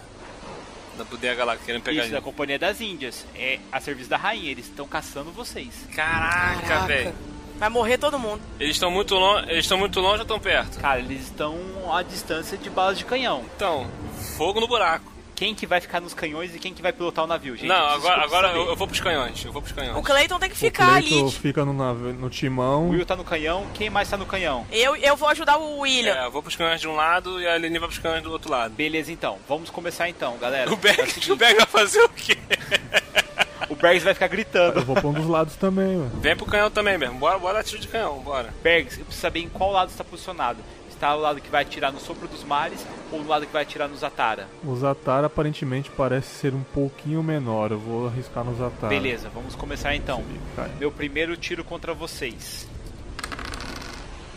Speaker 4: da bodega lá querendo pegar
Speaker 3: Isso, da
Speaker 4: gente.
Speaker 3: Companhia das Índias. É a serviço da rainha, eles estão caçando vocês.
Speaker 4: Caraca, velho.
Speaker 7: Vai morrer todo mundo.
Speaker 4: Eles estão muito longe. Eles estão muito longe ou estão perto?
Speaker 3: Cara, eles estão à distância de balas de canhão.
Speaker 4: Então, fogo no buraco.
Speaker 3: Quem que vai ficar nos canhões e quem que vai pilotar o navio, gente?
Speaker 4: não,
Speaker 3: Eu preciso
Speaker 4: agora, agora
Speaker 3: saber.
Speaker 4: eu, eu vou pros canhões. Eu vou pros canhões.
Speaker 7: O Clayton tem que
Speaker 13: O
Speaker 7: ficar
Speaker 13: Cleiton
Speaker 7: ali.
Speaker 13: fica no, nave- no timão.
Speaker 3: Will tá no canhão, quem mais tá no canhão?
Speaker 7: Eu, eu vou ajudar o William.
Speaker 4: É, eu vou pros canhões de um lado e a Aline vai pros canhões do outro lado.
Speaker 3: Beleza, então. Vamos começar então, galera.
Speaker 4: O Berg, o Berg vai fazer o quê?
Speaker 3: O Bergs vai ficar gritando.
Speaker 13: Eu vou pra um dos lados também, ué.
Speaker 4: Vem pro canhão também mesmo. Bora, bora dar tiro de canhão, bora.
Speaker 3: Bergs, eu preciso saber em qual lado está posicionado. Está o lado que vai atirar no sopro dos mares ou o lado que vai atirar no Zatara?
Speaker 13: O Zatar aparentemente parece ser um pouquinho menor. Eu vou arriscar no Zatar.
Speaker 3: Beleza, vamos começar então.
Speaker 13: Vai.
Speaker 3: Meu primeiro tiro contra vocês.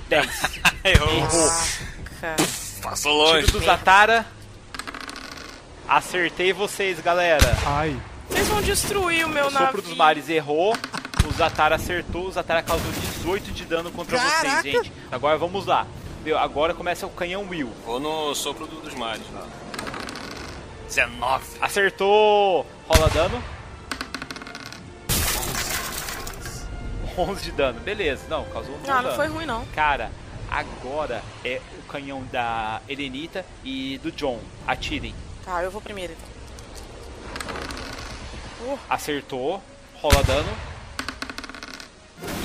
Speaker 3: 10.
Speaker 4: Errou. Passou longe.
Speaker 3: Tiro do Zatara. Acertei vocês, galera.
Speaker 13: Ai,
Speaker 7: Vocês vão destruir o meu
Speaker 3: O sopro dos
Speaker 7: navio.
Speaker 3: mares errou. O Zatara acertou, o Zatara causou 18 de dano contra
Speaker 7: Caraca!
Speaker 3: vocês, gente. Agora vamos lá. Meu, agora começa o canhão Will.
Speaker 4: Vou no sopro do- dos mares lá. 19.
Speaker 3: Acertou! Rola dano. 11 de dano, beleza. Não, causou um bom
Speaker 7: Ah, não
Speaker 3: dano.
Speaker 7: foi ruim não.
Speaker 3: Cara, agora é o canhão da Elenita e do John. Atirem.
Speaker 7: Tá, eu vou primeiro então.
Speaker 3: Acertou, rola dano.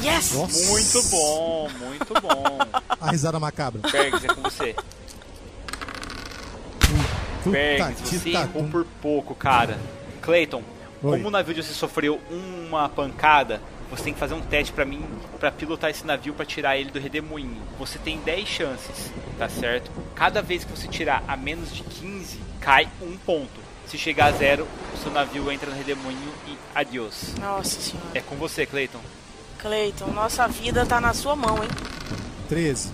Speaker 7: Yes!
Speaker 6: Nossa.
Speaker 3: Muito bom, muito bom.
Speaker 6: A risada macabra.
Speaker 3: Bergs, é com você. Bergs,
Speaker 6: Puta
Speaker 3: você
Speaker 6: que tá.
Speaker 3: errou por pouco, cara. Clayton,
Speaker 6: Oi.
Speaker 3: como o navio de você sofreu uma pancada, você tem que fazer um teste pra mim pra pilotar esse navio pra tirar ele do redemoinho. Você tem 10 chances, tá certo? Cada vez que você tirar a menos de 15, cai um ponto. Se chegar a zero, o seu navio entra no redemoinho e adiós.
Speaker 7: Nossa senhora.
Speaker 3: É com você, Clayton.
Speaker 7: Clayton, nossa vida tá na sua mão, hein?
Speaker 6: 13.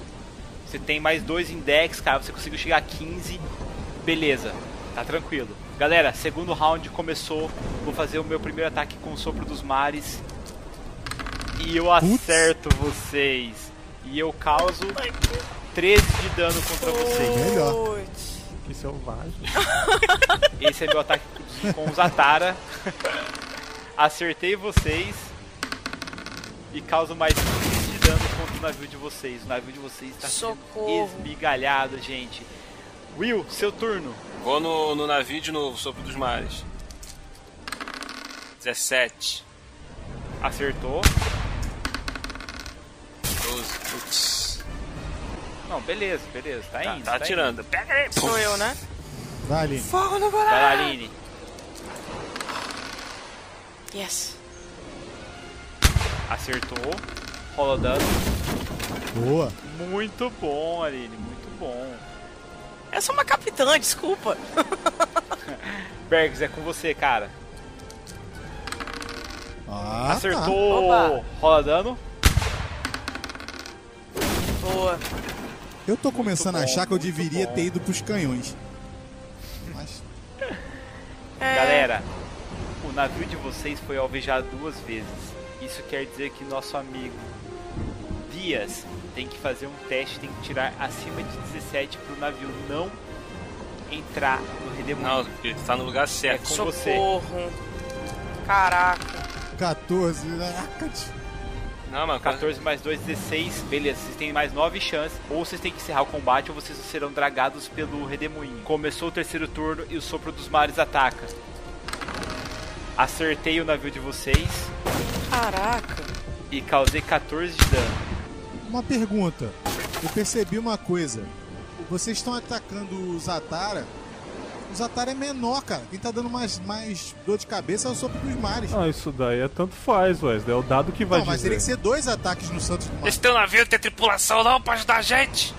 Speaker 3: Você tem mais dois index, cara. Você conseguiu chegar a 15. Beleza, tá tranquilo. Galera, segundo round começou. Vou fazer o meu primeiro ataque com o sopro dos mares. E eu acerto vocês. E eu causo 13 de dano contra vocês.
Speaker 6: Melhor.
Speaker 7: Putz.
Speaker 13: que selvagem.
Speaker 3: Esse é meu ataque com o Zatara. Acertei vocês. E causo mais 15 de dano contra o navio de vocês. O navio de vocês tá está
Speaker 7: Socorro.
Speaker 3: esmigalhado, gente. Will, seu turno.
Speaker 4: Vou no, no navio de novo, sopro dos mares. 17.
Speaker 3: Acertou.
Speaker 4: 12. Putz.
Speaker 3: Não, beleza, beleza. Tá,
Speaker 4: Tá,
Speaker 3: indo.
Speaker 4: tá atirando. Pega ele.
Speaker 7: Sou eu, né?
Speaker 6: Vai ali.
Speaker 7: Fogo no
Speaker 3: Indo. Vai lá,
Speaker 7: buraco.
Speaker 3: Aline.
Speaker 7: Yes.
Speaker 3: Acertou. Rola o dano.
Speaker 6: Boa.
Speaker 3: Muito bom, Aline. Muito bom.
Speaker 7: Eu sou uma capitã, desculpa.
Speaker 3: Bergs, é com você, cara.
Speaker 6: Ah, Tá.
Speaker 3: Acertou.
Speaker 7: Opa.
Speaker 3: Rola dano.
Speaker 7: Boa.
Speaker 6: Eu tô começando a
Speaker 3: bom,
Speaker 6: achar que eu
Speaker 3: muito
Speaker 6: deveria
Speaker 3: bom.
Speaker 6: ter ido pros canhões. Mas
Speaker 7: É,
Speaker 3: Galera, o navio de vocês foi alvejado duas vezes. Isso quer dizer que nosso amigo vias. Tem que fazer um teste, tem que tirar acima de 17 pro navio não entrar no redemoinho. É
Speaker 4: Não, ele tá no lugar certo.
Speaker 3: com você.
Speaker 7: Caraca.
Speaker 6: 14, caraca. tio.
Speaker 4: Não, mano.
Speaker 3: 14 mais 2, 16. Beleza, vocês têm mais 9 chances. Ou vocês têm que encerrar o combate ou vocês serão dragados pelo redemoinho. Começou o terceiro turno e o sopro dos mares ataca. Acertei o navio de vocês
Speaker 7: Caraca.
Speaker 3: e causei 14 de dano.
Speaker 6: Uma pergunta. Eu percebi uma coisa. Vocês estão atacando os Atara. Os Atara é menor, cara. Quem tá dando mais, mais dor de cabeça é o sopro dos mares.
Speaker 13: Ah, isso daí é tanto faz, Wesley. É o dado que vai
Speaker 6: não, mas
Speaker 13: dizer.
Speaker 6: teria que ser dois ataques no Santos do Mar.
Speaker 4: Esse teu navio não tem é tripulação não pra ajudar a gente?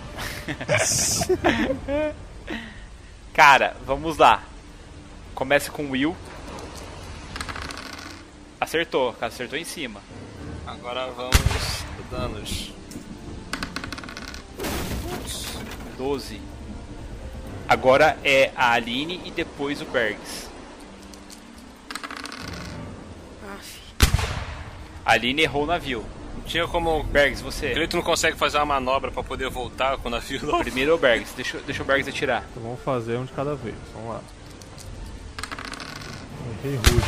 Speaker 3: Cara, vamos lá. Começa com o Will. Acertou, acertou em cima.
Speaker 4: Agora vamos pro danos.
Speaker 3: 12. Agora é a Aline e depois o Bergs. A Aline errou o navio.
Speaker 4: Não tinha como.
Speaker 3: Bergs, você.
Speaker 4: Ele não consegue fazer uma manobra pra poder voltar com o navio novo.
Speaker 3: Primeiro é o Bergs. Deixa, deixa o Bergs atirar.
Speaker 13: Então vamos fazer um de cada vez. Vamos lá. Errei rude.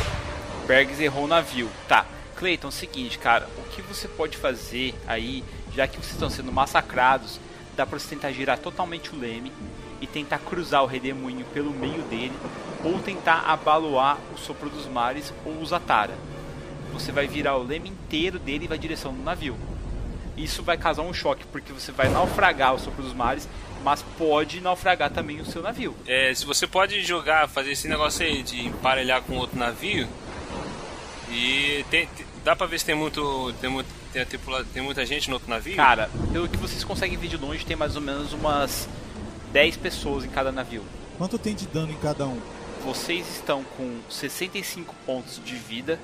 Speaker 3: Bergs errou o navio. Tá. Cleiton, seguinte, cara. O que você pode fazer aí, já que vocês estão sendo massacrados, dá pra você tentar girar totalmente o leme e tentar cruzar o redemoinho pelo meio dele, ou tentar abaloar o sopro dos mares ou os Atara. Você vai virar o leme inteiro dele e vai em direção do navio. Isso vai causar um choque, porque você vai naufragar o sopro dos mares, mas pode naufragar também o seu navio.
Speaker 4: É, se você pode jogar, fazer esse negócio aí de emparelhar com outro navio. E tem- tem- dá pra ver se tem muito. Tem, muito tem, a tripula- tem muita gente no outro navio?
Speaker 3: Cara, pelo que vocês conseguem ver de longe, tem mais ou menos umas 10 pessoas em cada navio.
Speaker 6: Quanto tem de dano em cada um?
Speaker 3: Vocês estão com 65 pontos de vida.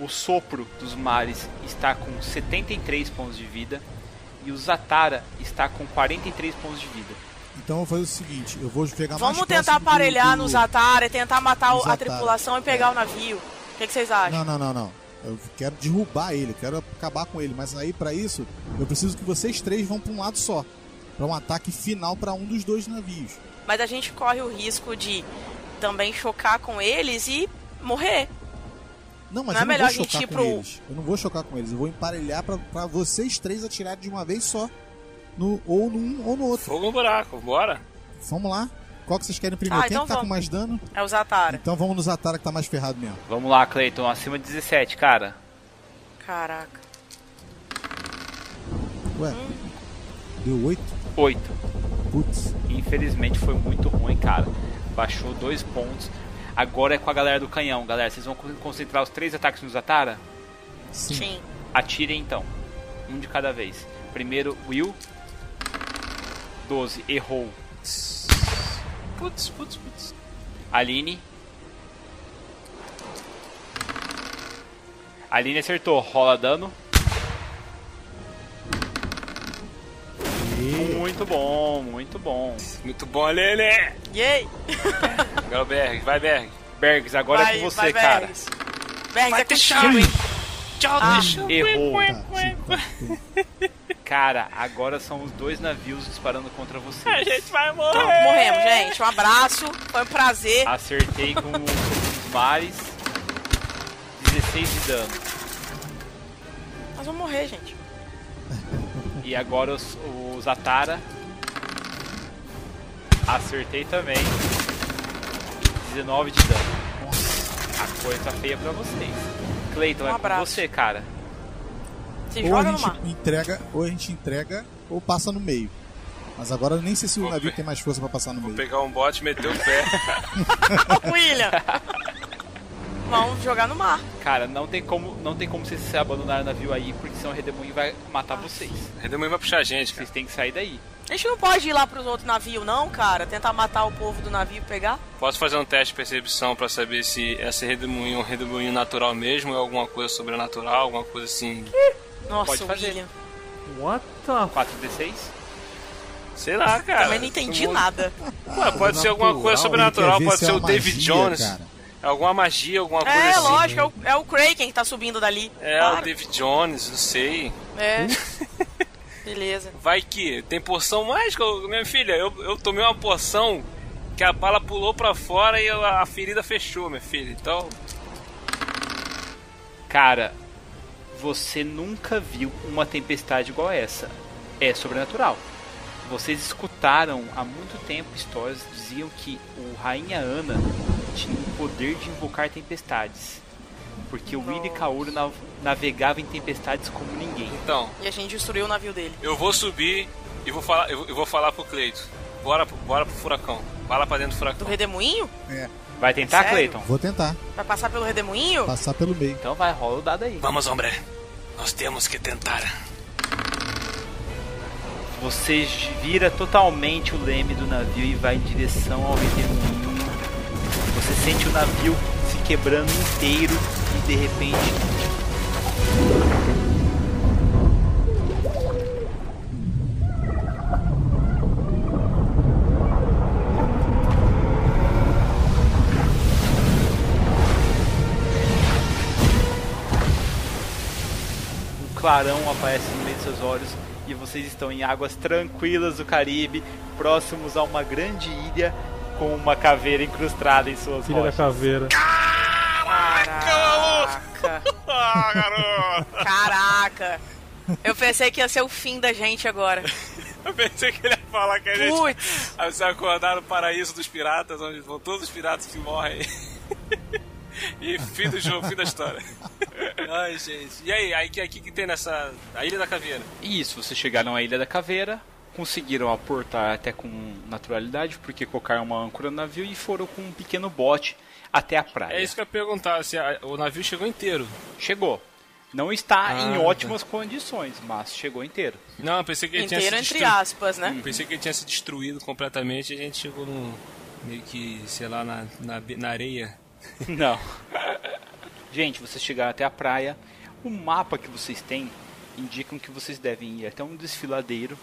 Speaker 3: O sopro dos mares está com 73 pontos de vida. E o Zatara está com 43 pontos de vida.
Speaker 6: Então eu vou fazer o seguinte, eu vou pegar mais
Speaker 7: Vamos tentar
Speaker 6: próximo do-
Speaker 7: aparelhar
Speaker 6: do-
Speaker 7: nos Atara e tentar matar o-
Speaker 6: Nos
Speaker 7: a
Speaker 6: Atara.
Speaker 7: tripulação e
Speaker 6: É.
Speaker 7: pegar o navio. O que, que vocês acham?
Speaker 6: Não, não, não, não. Eu quero derrubar ele, eu quero acabar com ele, mas aí pra isso eu preciso que vocês três vão pra um lado só, Pra um ataque final pra um dos dois navios.
Speaker 7: Mas a gente corre o risco de também chocar com eles e morrer.
Speaker 6: Não, mas
Speaker 7: Não é
Speaker 6: eu não
Speaker 7: melhor
Speaker 6: vou
Speaker 7: a gente
Speaker 6: chocar
Speaker 7: ir
Speaker 6: com
Speaker 7: pro-
Speaker 6: eles. Eu não vou chocar com eles. Eu vou emparelhar pra, pra vocês três atirarem de uma vez só. No, ou num ou no outro.
Speaker 4: Fogo no buraco, bora.
Speaker 6: Vamos lá. Qual que vocês querem primeiro?
Speaker 7: Ah,
Speaker 6: Quem
Speaker 7: então
Speaker 6: que tá
Speaker 7: vamos.
Speaker 6: com mais dano?
Speaker 7: É os Atara.
Speaker 6: Então vamos nos Atara que tá mais ferrado mesmo.
Speaker 3: Vamos lá, Clayton, acima de 17, cara.
Speaker 6: Então-
Speaker 7: Caraca.
Speaker 6: Ué. Deu oito?
Speaker 3: 8.
Speaker 6: Putz.
Speaker 3: Infelizmente foi muito ruim, cara. Baixou dois pontos. Agora é com a galera do canhão, galera. Vocês vão con- concentrar os três ataques no Zatara?
Speaker 6: Sim.
Speaker 7: Sim.
Speaker 3: Atirem então. Um de cada vez. Primeiro, Will. 12. Errou.
Speaker 4: Putz, putz, putz.
Speaker 3: Aline. Aline acertou. Rola dano. Muito bom, muito bom.
Speaker 4: Muito bom, Lele!
Speaker 7: Yay!
Speaker 4: Agora é o Berg, vai Berg.
Speaker 3: Bergs, agora é com você, cara.
Speaker 7: Bergs. Bergs, é
Speaker 4: chave.
Speaker 7: contigo, hein?
Speaker 4: Tchau,
Speaker 7: Ah.
Speaker 4: bicho.
Speaker 3: Errou.
Speaker 6: Tá, sim,
Speaker 3: Cara, agora são os dois navios disparando contra você.
Speaker 4: vai
Speaker 7: Pronto, Tá, morremos, gente. Um abraço. Foi um prazer.
Speaker 3: Acertei com os mares. 16 de dano.
Speaker 7: Nós vamos morrer, gente.
Speaker 3: E agora os, os Atara. Acertei também. 19 de dano. A coisa tá feia pra vocês. Cleiton,
Speaker 7: Um
Speaker 3: é com
Speaker 7: abraço.
Speaker 3: você, cara.
Speaker 7: Se
Speaker 6: ou
Speaker 7: joga
Speaker 6: a
Speaker 7: no mar.
Speaker 6: gente entrega, ou a gente entrega, ou passa no meio. Mas agora eu nem sei se o
Speaker 4: Vou
Speaker 6: navio
Speaker 4: pe-
Speaker 6: tem mais força pra passar no
Speaker 4: Vou
Speaker 6: meio.
Speaker 4: pegar um bote e meter o pé.
Speaker 7: Ô, William. vamos jogar no mar.
Speaker 3: Cara, não tem como, não tem como vocês se abandonar o navio aí, porque senão o redemoinho vai matar vocês.
Speaker 4: Redemoinho vai puxar a gente, cara.
Speaker 3: Vocês têm que sair daí.
Speaker 7: A gente não pode ir lá pros outros navios, não, cara. Tentar matar o povo do navio e pegar.
Speaker 4: Posso fazer um teste de percepção pra saber se esse redemoinho é um redemoinho natural mesmo ou é alguma coisa sobrenatural, alguma coisa assim.
Speaker 7: Nossa,
Speaker 3: Pode fazer.
Speaker 7: William.
Speaker 13: What the
Speaker 3: 4d6?
Speaker 4: Sei
Speaker 3: Ah,
Speaker 4: lá, cara. é
Speaker 3: é
Speaker 7: Também não entendi nada.
Speaker 4: Ué, pode ser alguma coisa sobrenatural,
Speaker 6: Ele quer ver
Speaker 4: pode
Speaker 6: se é
Speaker 4: ser o
Speaker 6: uma
Speaker 4: David
Speaker 6: magia,
Speaker 4: Jones.
Speaker 6: cara.
Speaker 4: É alguma magia, alguma coisa
Speaker 7: É,
Speaker 4: assim.
Speaker 7: lógico, é o,
Speaker 3: né?
Speaker 7: é o Kraken que tá subindo dali.
Speaker 4: É, o
Speaker 7: Claro.
Speaker 4: David Jones, não sei.
Speaker 6: Hum?
Speaker 7: É. Beleza.
Speaker 4: Vai que tem poção mágica, ô, minha filha. Eu, eu tomei uma poção que a bala pulou pra fora e ela- a ferida fechou, minha filha. Então,
Speaker 3: Cara, você nunca viu uma tempestade igual essa. É sobrenatural. Vocês escutaram há muito tempo histórias que diziam que o Rainha Ana tinha o poder de invocar tempestades. Porque o Willy Kaoru nav- navegava em tempestades como ninguém.
Speaker 4: Então,
Speaker 7: E a gente destruiu o navio dele.
Speaker 4: eu vou subir e vou falar, eu, eu vou falar pro Cleito. Bora, pro- bora pro furacão. Vai lá pra dentro do
Speaker 7: Do
Speaker 4: furacão.
Speaker 7: redemoinho?
Speaker 6: É.
Speaker 3: Vai
Speaker 7: tentar, Sério? Clayton?
Speaker 6: Vou tentar.
Speaker 7: Vai passar pelo redemoinho?
Speaker 6: Passar pelo meio.
Speaker 3: Então vai, rola o dado aí.
Speaker 4: Vamos, hombre. Nós temos que tentar.
Speaker 3: Você vira totalmente o leme do navio e vai em direção ao redemoinho. Você sente o navio se quebrando inteiro e de repente um clarão aparece no meio dos seus olhos e vocês estão em águas tranquilas do Caribe, próximos a uma grande ilha com uma caveira incrustada em suas
Speaker 13: Filha da
Speaker 3: rochas.
Speaker 13: caveira.
Speaker 7: Caraca!
Speaker 4: ah, garoto!
Speaker 7: Caraca! Eu pensei que ia ser o fim da gente agora.
Speaker 4: Eu pensei que ele ia falar que a gente.
Speaker 7: Putz!
Speaker 4: Aí vocês acordaram o paraíso dos piratas, onde vão todos os piratas que morrem. e fim do jogo, fim da história. Ai, gente. E aí, aí que, aí, que, que tem nessa. A Ilha da Caveira?
Speaker 3: E Isso, vocês chegaram à Ilha da Caveira, conseguiram aportar até com naturalidade, porque colocaram uma âncora no navio e foram com um pequeno bote até a praia.
Speaker 4: É isso que eu ia perguntar, se a- o navio chegou inteiro.
Speaker 3: Chegou. Não está
Speaker 4: Ah,
Speaker 3: em
Speaker 4: tá.
Speaker 3: ótimas condições, mas chegou inteiro.
Speaker 4: Não, eu pensei que ele
Speaker 7: Inteiro
Speaker 4: tinha se
Speaker 7: entre
Speaker 4: destru-
Speaker 7: aspas, né?
Speaker 4: Hum, Pensei que ele tinha se destruído completamente e a gente chegou num. meio que, sei lá, na, na, be- na areia.
Speaker 3: Não. Gente, vocês chegaram até a praia. O mapa que vocês têm indicam que vocês devem ir até um desfiladeiro,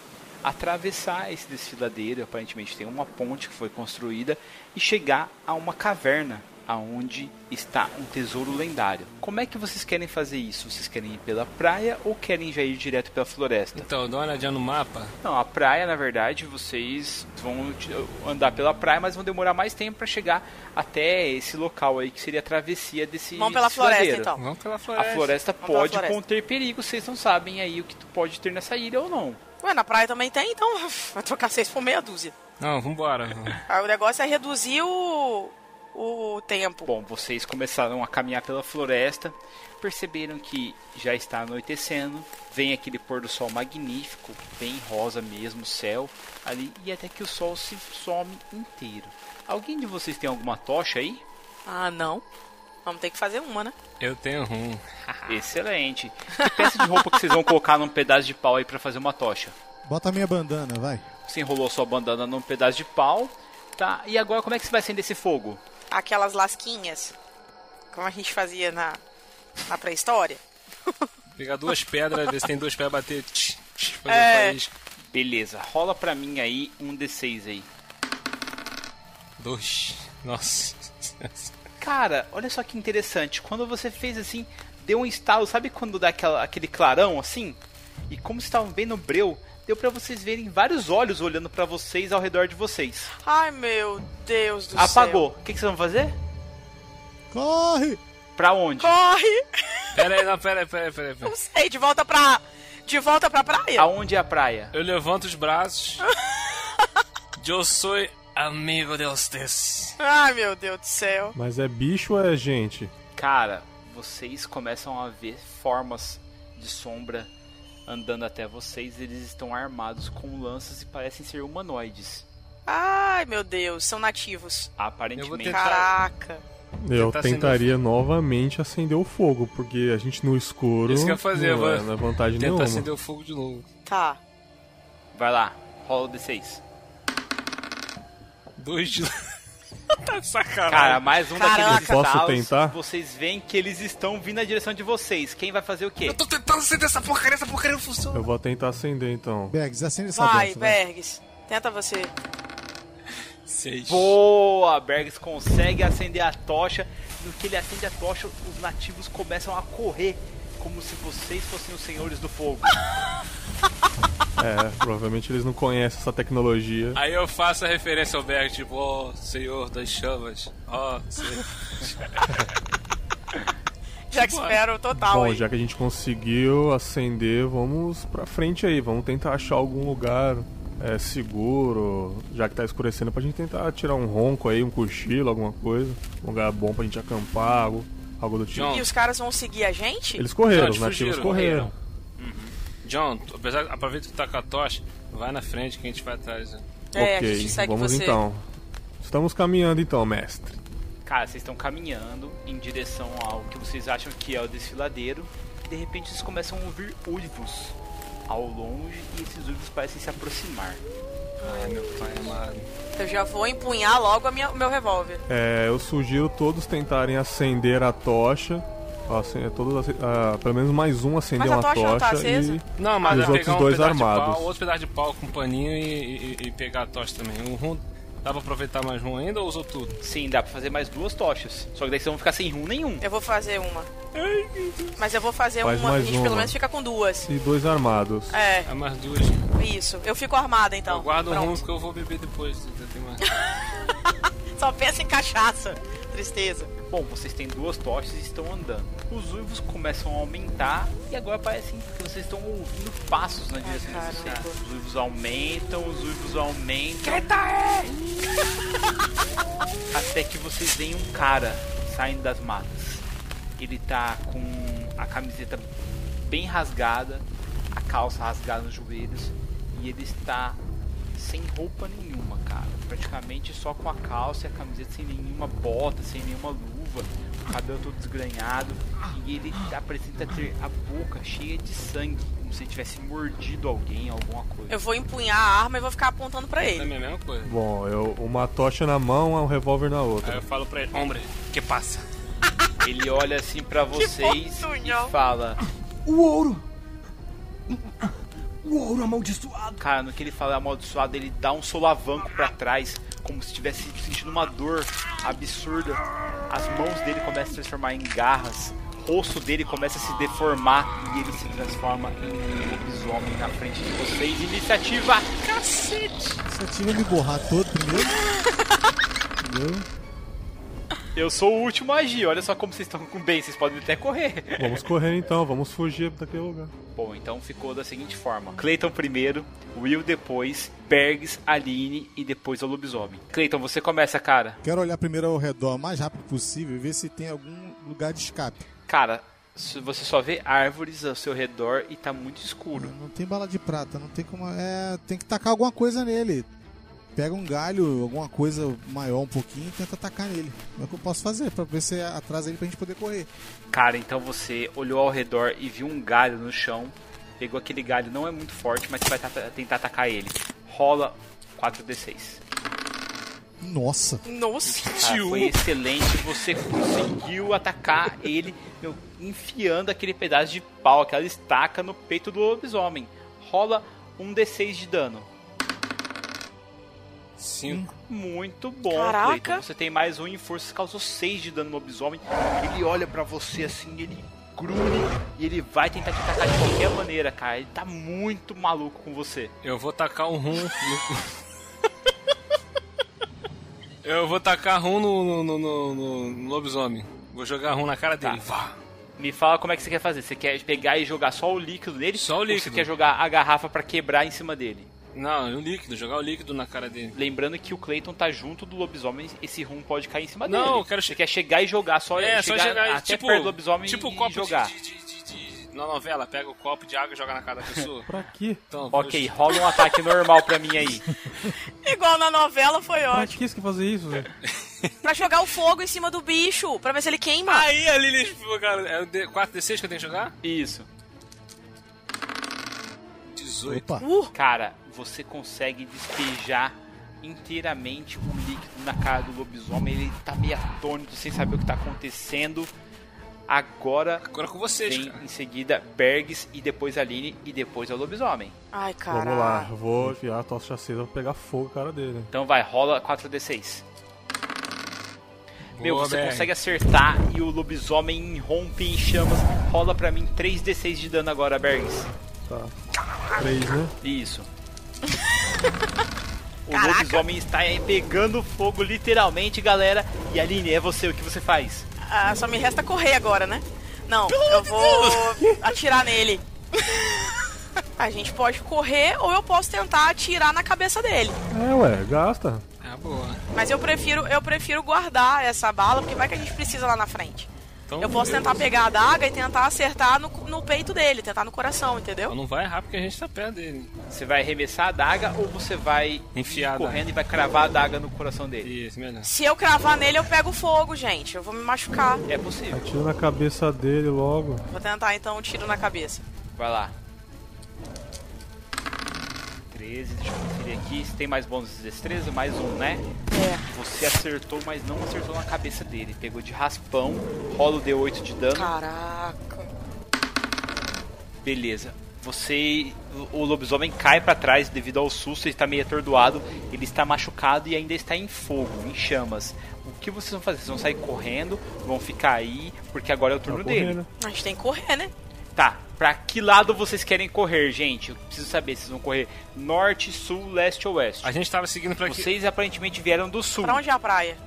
Speaker 3: atravessar esse desfiladeiro, aparentemente tem uma ponte que foi construída e chegar a uma caverna aonde está um tesouro lendário. Como é que vocês querem fazer isso? Vocês querem ir pela praia ou querem já ir direto pela floresta?
Speaker 4: Então, dá uma olhadinha no mapa.
Speaker 3: Não, a praia, na verdade, vocês vão t- andar pela praia, mas vão demorar mais tempo pra chegar até esse local aí, que seria a travessia desse
Speaker 7: Vamos pela floresta,
Speaker 3: desfiladeiro.
Speaker 7: então.
Speaker 4: Vamos pela
Speaker 3: A floresta
Speaker 7: Vamos pela
Speaker 3: pode
Speaker 7: floresta.
Speaker 3: conter é perigo, vocês não sabem aí o que tu pode ter nessa ilha ou não.
Speaker 7: Ué, na praia também tem, então vai trocar seis por meia dúzia.
Speaker 4: Não, vambora.
Speaker 7: Aí o negócio é reduzir o. o tempo.
Speaker 3: Bom, vocês começaram a caminhar pela floresta, perceberam que já está anoitecendo, vem aquele pôr do sol magnífico, bem rosa mesmo o céu ali, e até que o sol se some inteiro. Alguém de vocês tem alguma tocha aí?
Speaker 7: Ah, não. Vamos ter que fazer uma, né?
Speaker 4: Eu tenho um. rum.
Speaker 3: Excelente. Que peça de roupa que vocês vão colocar num pedaço de pau aí pra fazer uma tocha?
Speaker 6: Bota a minha bandana, vai.
Speaker 3: Você enrolou sua bandana num pedaço de pau, tá? E agora como é que você vai acender esse fogo?
Speaker 7: Aquelas lasquinhas. Como a gente fazia na, na pré-história.
Speaker 4: Pegar duas pedras, ver se tem duas pedras bater. tch, tch, fazer
Speaker 7: É.
Speaker 4: faísca.
Speaker 3: Beleza, rola pra mim aí um D6 aí.
Speaker 4: Dois. Nossa.
Speaker 3: Cara, olha só que interessante. Quando você fez assim, deu um estalo, sabe quando dá aquela- aquele clarão assim? E como vocês estavam bem no breu, deu pra vocês verem vários olhos olhando pra vocês ao redor de vocês.
Speaker 7: Ai, meu Deus do
Speaker 3: Apagou.
Speaker 7: céu.
Speaker 3: O que, que vocês vão fazer?
Speaker 6: Corre!
Speaker 3: Pra onde?
Speaker 7: Corre!
Speaker 4: Pera aí, não, pera aí, pera aí, pera aí. pera
Speaker 7: Não sei, de volta pra. De volta pra praia.
Speaker 3: Aonde é a praia?
Speaker 4: aí. Eu levanto os braços. Eu sou amigo de vocês.
Speaker 7: Ai, meu Deus do céu.
Speaker 13: Mas é bicho ou é gente?
Speaker 3: Cara, vocês começam a ver formas de sombra andando até vocês. Eles estão armados com lanças e parecem ser humanoides.
Speaker 7: Ai, meu Deus, são nativos.
Speaker 3: Aparentemente.
Speaker 7: Caraca.
Speaker 13: Eu
Speaker 4: tá
Speaker 3: Tentar
Speaker 13: tentaria novamente acender o fogo, porque a gente no escuro.
Speaker 4: Isso que eu ia fazer,
Speaker 13: não, é,
Speaker 4: mano.
Speaker 13: não é vantagem
Speaker 4: Tentar
Speaker 13: nenhuma.
Speaker 4: acender o fogo de novo.
Speaker 7: Tá.
Speaker 3: Vai lá, rola o D6.
Speaker 4: Dois de Tá de sacanagem.
Speaker 3: Cara, mais um daqueles
Speaker 13: Eu posso
Speaker 3: estalos.
Speaker 13: tentar?
Speaker 3: Vocês veem que eles estão vindo na direção de vocês. Quem vai fazer o quê?
Speaker 4: Tô tentando acender essa porcaria, essa porcaria não funciona.
Speaker 13: Eu vou tentar acender então.
Speaker 6: Bergs, acende essa
Speaker 7: Vai,
Speaker 6: bosta,
Speaker 7: Bergs. Tenta você.
Speaker 4: Seis.
Speaker 3: Boa! Bergs consegue acender a tocha. No que ele acende a tocha, os nativos começam a correr, como se vocês fossem os senhores do fogo.
Speaker 13: É, provavelmente eles não conhecem essa tecnologia.
Speaker 4: Aí eu faço a referência ao Berg, tipo, ó, senhor das chamas, ó, senhor.
Speaker 7: Já espero total
Speaker 13: Bom,
Speaker 7: aí.
Speaker 13: já que a gente conseguiu acender, vamos pra frente aí. Vamos tentar achar algum lugar é, seguro, já que tá escurecendo, pra gente tentar tirar um ronco aí, um cochilo, alguma coisa. Um lugar bom pra gente acampar, algo, algo do tipo.
Speaker 7: E os caras vão seguir a gente?
Speaker 13: Eles correram, né?
Speaker 4: Não,
Speaker 13: os nativos
Speaker 4: fugiram,
Speaker 13: correram.
Speaker 4: Uhum. John, tu- apesar, aproveita que tá com a tocha, vai na frente que a gente vai atrás. né?
Speaker 7: É, a
Speaker 13: ok,
Speaker 7: gente segue
Speaker 13: vamos
Speaker 7: você.
Speaker 13: então. Estamos caminhando então, mestre.
Speaker 3: Cara, vocês estão caminhando em direção ao que vocês acham que é o desfiladeiro. De repente vocês começam a ouvir uivos ao longe e esses uivos parecem se aproximar.
Speaker 4: Ai, meu pai amado.
Speaker 7: Eu já vou empunhar logo a minha- o meu revólver.
Speaker 13: É, eu sugiro todos tentarem acender a tocha. Ó, acen- todos, acen- ah, pelo menos mais um acendeu
Speaker 4: a
Speaker 13: uma
Speaker 4: tocha não tá acesa?
Speaker 13: e,
Speaker 4: Não, mas
Speaker 13: e os
Speaker 4: vai
Speaker 13: outros
Speaker 4: pegar um
Speaker 13: dois
Speaker 4: pedaço de
Speaker 13: armados.
Speaker 4: pau, outro pedaço de pau com paninho e, e- e pegar a tocha também. O rum, dá pra aproveitar mais rum ainda ou usou tudo?
Speaker 3: Sim, dá pra fazer mais duas tochas. Só que daí vocês vão ficar sem rum nenhum.
Speaker 4: É,
Speaker 7: Eu vou fazer uma. Mas eu vou fazer
Speaker 13: Faz
Speaker 7: uma, a
Speaker 13: mais
Speaker 7: gente
Speaker 13: uma.
Speaker 7: pelo menos fica com duas.
Speaker 13: e dois armados.
Speaker 7: É.
Speaker 4: É mais duas.
Speaker 7: Isso. Eu fico armada então. Eu
Speaker 4: Guarda o rum que eu vou beber depois. ainda Tem mais.
Speaker 7: Só pensa em cachaça. Tristeza.
Speaker 3: Bom, vocês têm duas tochas e estão andando. Os uivos começam a aumentar e agora parecem que vocês estão ouvindo passos na direção de vocês. Os uivos aumentam, os uivos aumentam. Até que vocês veem um cara saindo das matas. Ele tá com a camiseta bem rasgada, a calça rasgada nos joelhos e ele está sem roupa nenhuma, cara. Praticamente só com a calça e a camiseta sem nenhuma bota, sem nenhuma luva, o cabelo todo desgranhado e ele apresenta ter a boca cheia de sangue, como se ele tivesse mordido alguém, alguma coisa.
Speaker 7: Eu vou empunhar a arma e vou ficar apontando pra ele.
Speaker 4: É a mesma coisa.
Speaker 13: Bom, eu, uma tocha na mão, um revólver na outra.
Speaker 9: É.
Speaker 4: Aí eu falo pra ele, hombre, que passa?
Speaker 3: Ele olha assim pra vocês e fala:
Speaker 12: O ouro! O ouro amaldiçoado!
Speaker 3: Cara, no que ele fala é amaldiçoado, ele dá um solavanco pra trás, como se estivesse sentindo uma dor absurda. As mãos dele começam a se transformar em garras, o rosto dele começa a se deformar e ele se transforma em um lobisomem na frente de vocês. Iniciativa! Cacete!
Speaker 6: Você tinha me borrar todo primeiro? Entendeu?
Speaker 3: Eu sou o último a agir, olha só como vocês estão com bem, vocês podem até correr.
Speaker 13: Vamos correr então, vamos fugir daquele lugar.
Speaker 3: Bom, então ficou da seguinte forma: Clayton primeiro, Will depois, Bergs, Aline e depois o lobisomem. Clayton, você começa, cara.
Speaker 6: Quero olhar primeiro ao redor o mais rápido possível e ver se tem algum lugar de escape.
Speaker 3: Cara, se- você só vê árvores ao seu redor e tá muito escuro.
Speaker 6: Não tem bala de prata, não tem como. É, tem que tacar alguma coisa nele. Pega um galho, alguma coisa maior um pouquinho e tenta atacar nele. É o que eu posso fazer pra ver se atrasa ele pra gente poder correr.
Speaker 3: Cara, então você olhou ao redor e viu um galho no chão. Pegou aquele galho, não é muito forte, mas você vai tata- tentar atacar ele. Rola 4d6.
Speaker 6: Nossa!
Speaker 7: Nossa!
Speaker 3: Cara, Ah, foi excelente, você conseguiu atacar ele, meu, enfiando aquele pedaço de pau, aquela estaca no peito do lobisomem. Rola um D6 de dano.
Speaker 4: Cinco.
Speaker 3: Muito bom,
Speaker 7: Caraca.
Speaker 3: Clayton. então, Você tem mais um em força, você causou 6 de dano no lobisomem. Ele olha pra você assim, ele grude e ele vai tentar te atacar de qualquer maneira, cara. Ele tá muito maluco com você.
Speaker 4: Eu vou tacar um rum no... Eu vou tacar rum no, no, no, no- no- no lobisomem. Vou jogar rum na cara
Speaker 3: Tá.
Speaker 4: dele. Vá.
Speaker 3: Me fala como é que você quer fazer. Você quer pegar e jogar só o líquido nele? Só o Ou
Speaker 4: líquido.
Speaker 3: você quer jogar a garrafa pra quebrar em cima dele?
Speaker 4: Não, é o líquido, jogar o líquido na cara dele.
Speaker 3: Lembrando que o Clayton tá junto do lobisomem, esse rum pode cair em cima
Speaker 4: Não,
Speaker 3: dele.
Speaker 4: eu quero
Speaker 3: Você quer chegar e jogar, só,
Speaker 4: É, só
Speaker 3: chegar,
Speaker 4: chegar e,
Speaker 3: até
Speaker 4: tipo-
Speaker 3: perto do lobisomem
Speaker 4: tipo
Speaker 3: e
Speaker 4: copo de-
Speaker 3: jogar.
Speaker 4: Na novela, pega o copo de água e joga na cara da pessoa.
Speaker 13: pra quê?
Speaker 4: Então, vou-
Speaker 3: Ok, rola um ataque normal pra mim aí.
Speaker 7: Igual na novela foi
Speaker 13: Pra
Speaker 7: ótimo.
Speaker 13: que isso que fazer isso, velho?
Speaker 7: Pra jogar o fogo em cima do bicho, pra ver se ele queima.
Speaker 4: Aí a Lili, cara, é o D- 4D6 que eu tenho que jogar?
Speaker 3: Isso.
Speaker 4: 18.
Speaker 3: Cara, você consegue despejar inteiramente o líquido na cara do lobisomem. Ele tá meio atônito, sem saber o que tá acontecendo. Agora,
Speaker 4: Agora é com vocês,
Speaker 3: vem em seguida Bergs e depois Aline e depois é o lobisomem.
Speaker 7: Ai,
Speaker 13: Vamos lá, eu vou enfiar a tocha acesa pra pegar fogo na cara dele.
Speaker 3: Então vai, rola 4d6. Meu,
Speaker 9: Boa,
Speaker 3: você
Speaker 9: BR.
Speaker 3: consegue acertar e o lobisomem rompe em chamas. Rola pra mim 3d6 de dano agora, Bergs.
Speaker 13: Tá. 3, né?
Speaker 3: Isso. O lobisomem está aí pegando fogo, literalmente, galera. E Aline, é você, o que você faz?
Speaker 7: Ah, só me resta correr agora, né? Não, eu vou atirar nele. A gente pode correr ou eu posso tentar atirar na cabeça dele.
Speaker 13: É, ué, gasta.
Speaker 9: Ah, boa.
Speaker 7: Mas eu prefiro, eu prefiro guardar essa bala, porque vai que a gente precisa lá na frente.
Speaker 9: Então,
Speaker 7: eu posso
Speaker 9: beleza.
Speaker 7: tentar pegar a daga e tentar acertar no, cu- no peito dele, tentar no coração, entendeu?
Speaker 9: Então não vai errar porque a gente tá perto dele.
Speaker 3: Você vai arremessar a adaga ou você vai
Speaker 9: Enfiar a adaga.
Speaker 3: correndo e vai cravar a adaga no coração dele?
Speaker 9: Isso, melhor.
Speaker 7: Se eu cravar nele, eu pego fogo, gente. Eu vou me machucar.
Speaker 3: É possível.
Speaker 13: Tira na cabeça dele logo.
Speaker 7: Vou tentar então um tiro na cabeça.
Speaker 3: Vai lá. 13, deixa eu conferir aqui. Se tem mais bônus de destreza, mais um, né?
Speaker 7: É.
Speaker 3: Você acertou, mas não acertou na cabeça dele. Pegou de raspão, rola o D8 de dano.
Speaker 7: Caraca.
Speaker 3: Beleza. Você. O lobisomem cai pra trás devido ao susto, ele tá meio atordoado, ele está machucado e ainda está em fogo, em chamas. O que vocês vão fazer? Vocês vão sair correndo, vão ficar aí, porque agora é o
Speaker 7: Tá
Speaker 3: turno dele.
Speaker 7: A gente tem que correr, né?
Speaker 3: Tá, pra que lado vocês querem correr, gente? Eu preciso saber, vocês vão correr norte, sul, leste ou oeste?
Speaker 9: A gente tava seguindo pra aqui.
Speaker 3: Vocês aparentemente vieram do sul.
Speaker 7: Pra onde é a praia?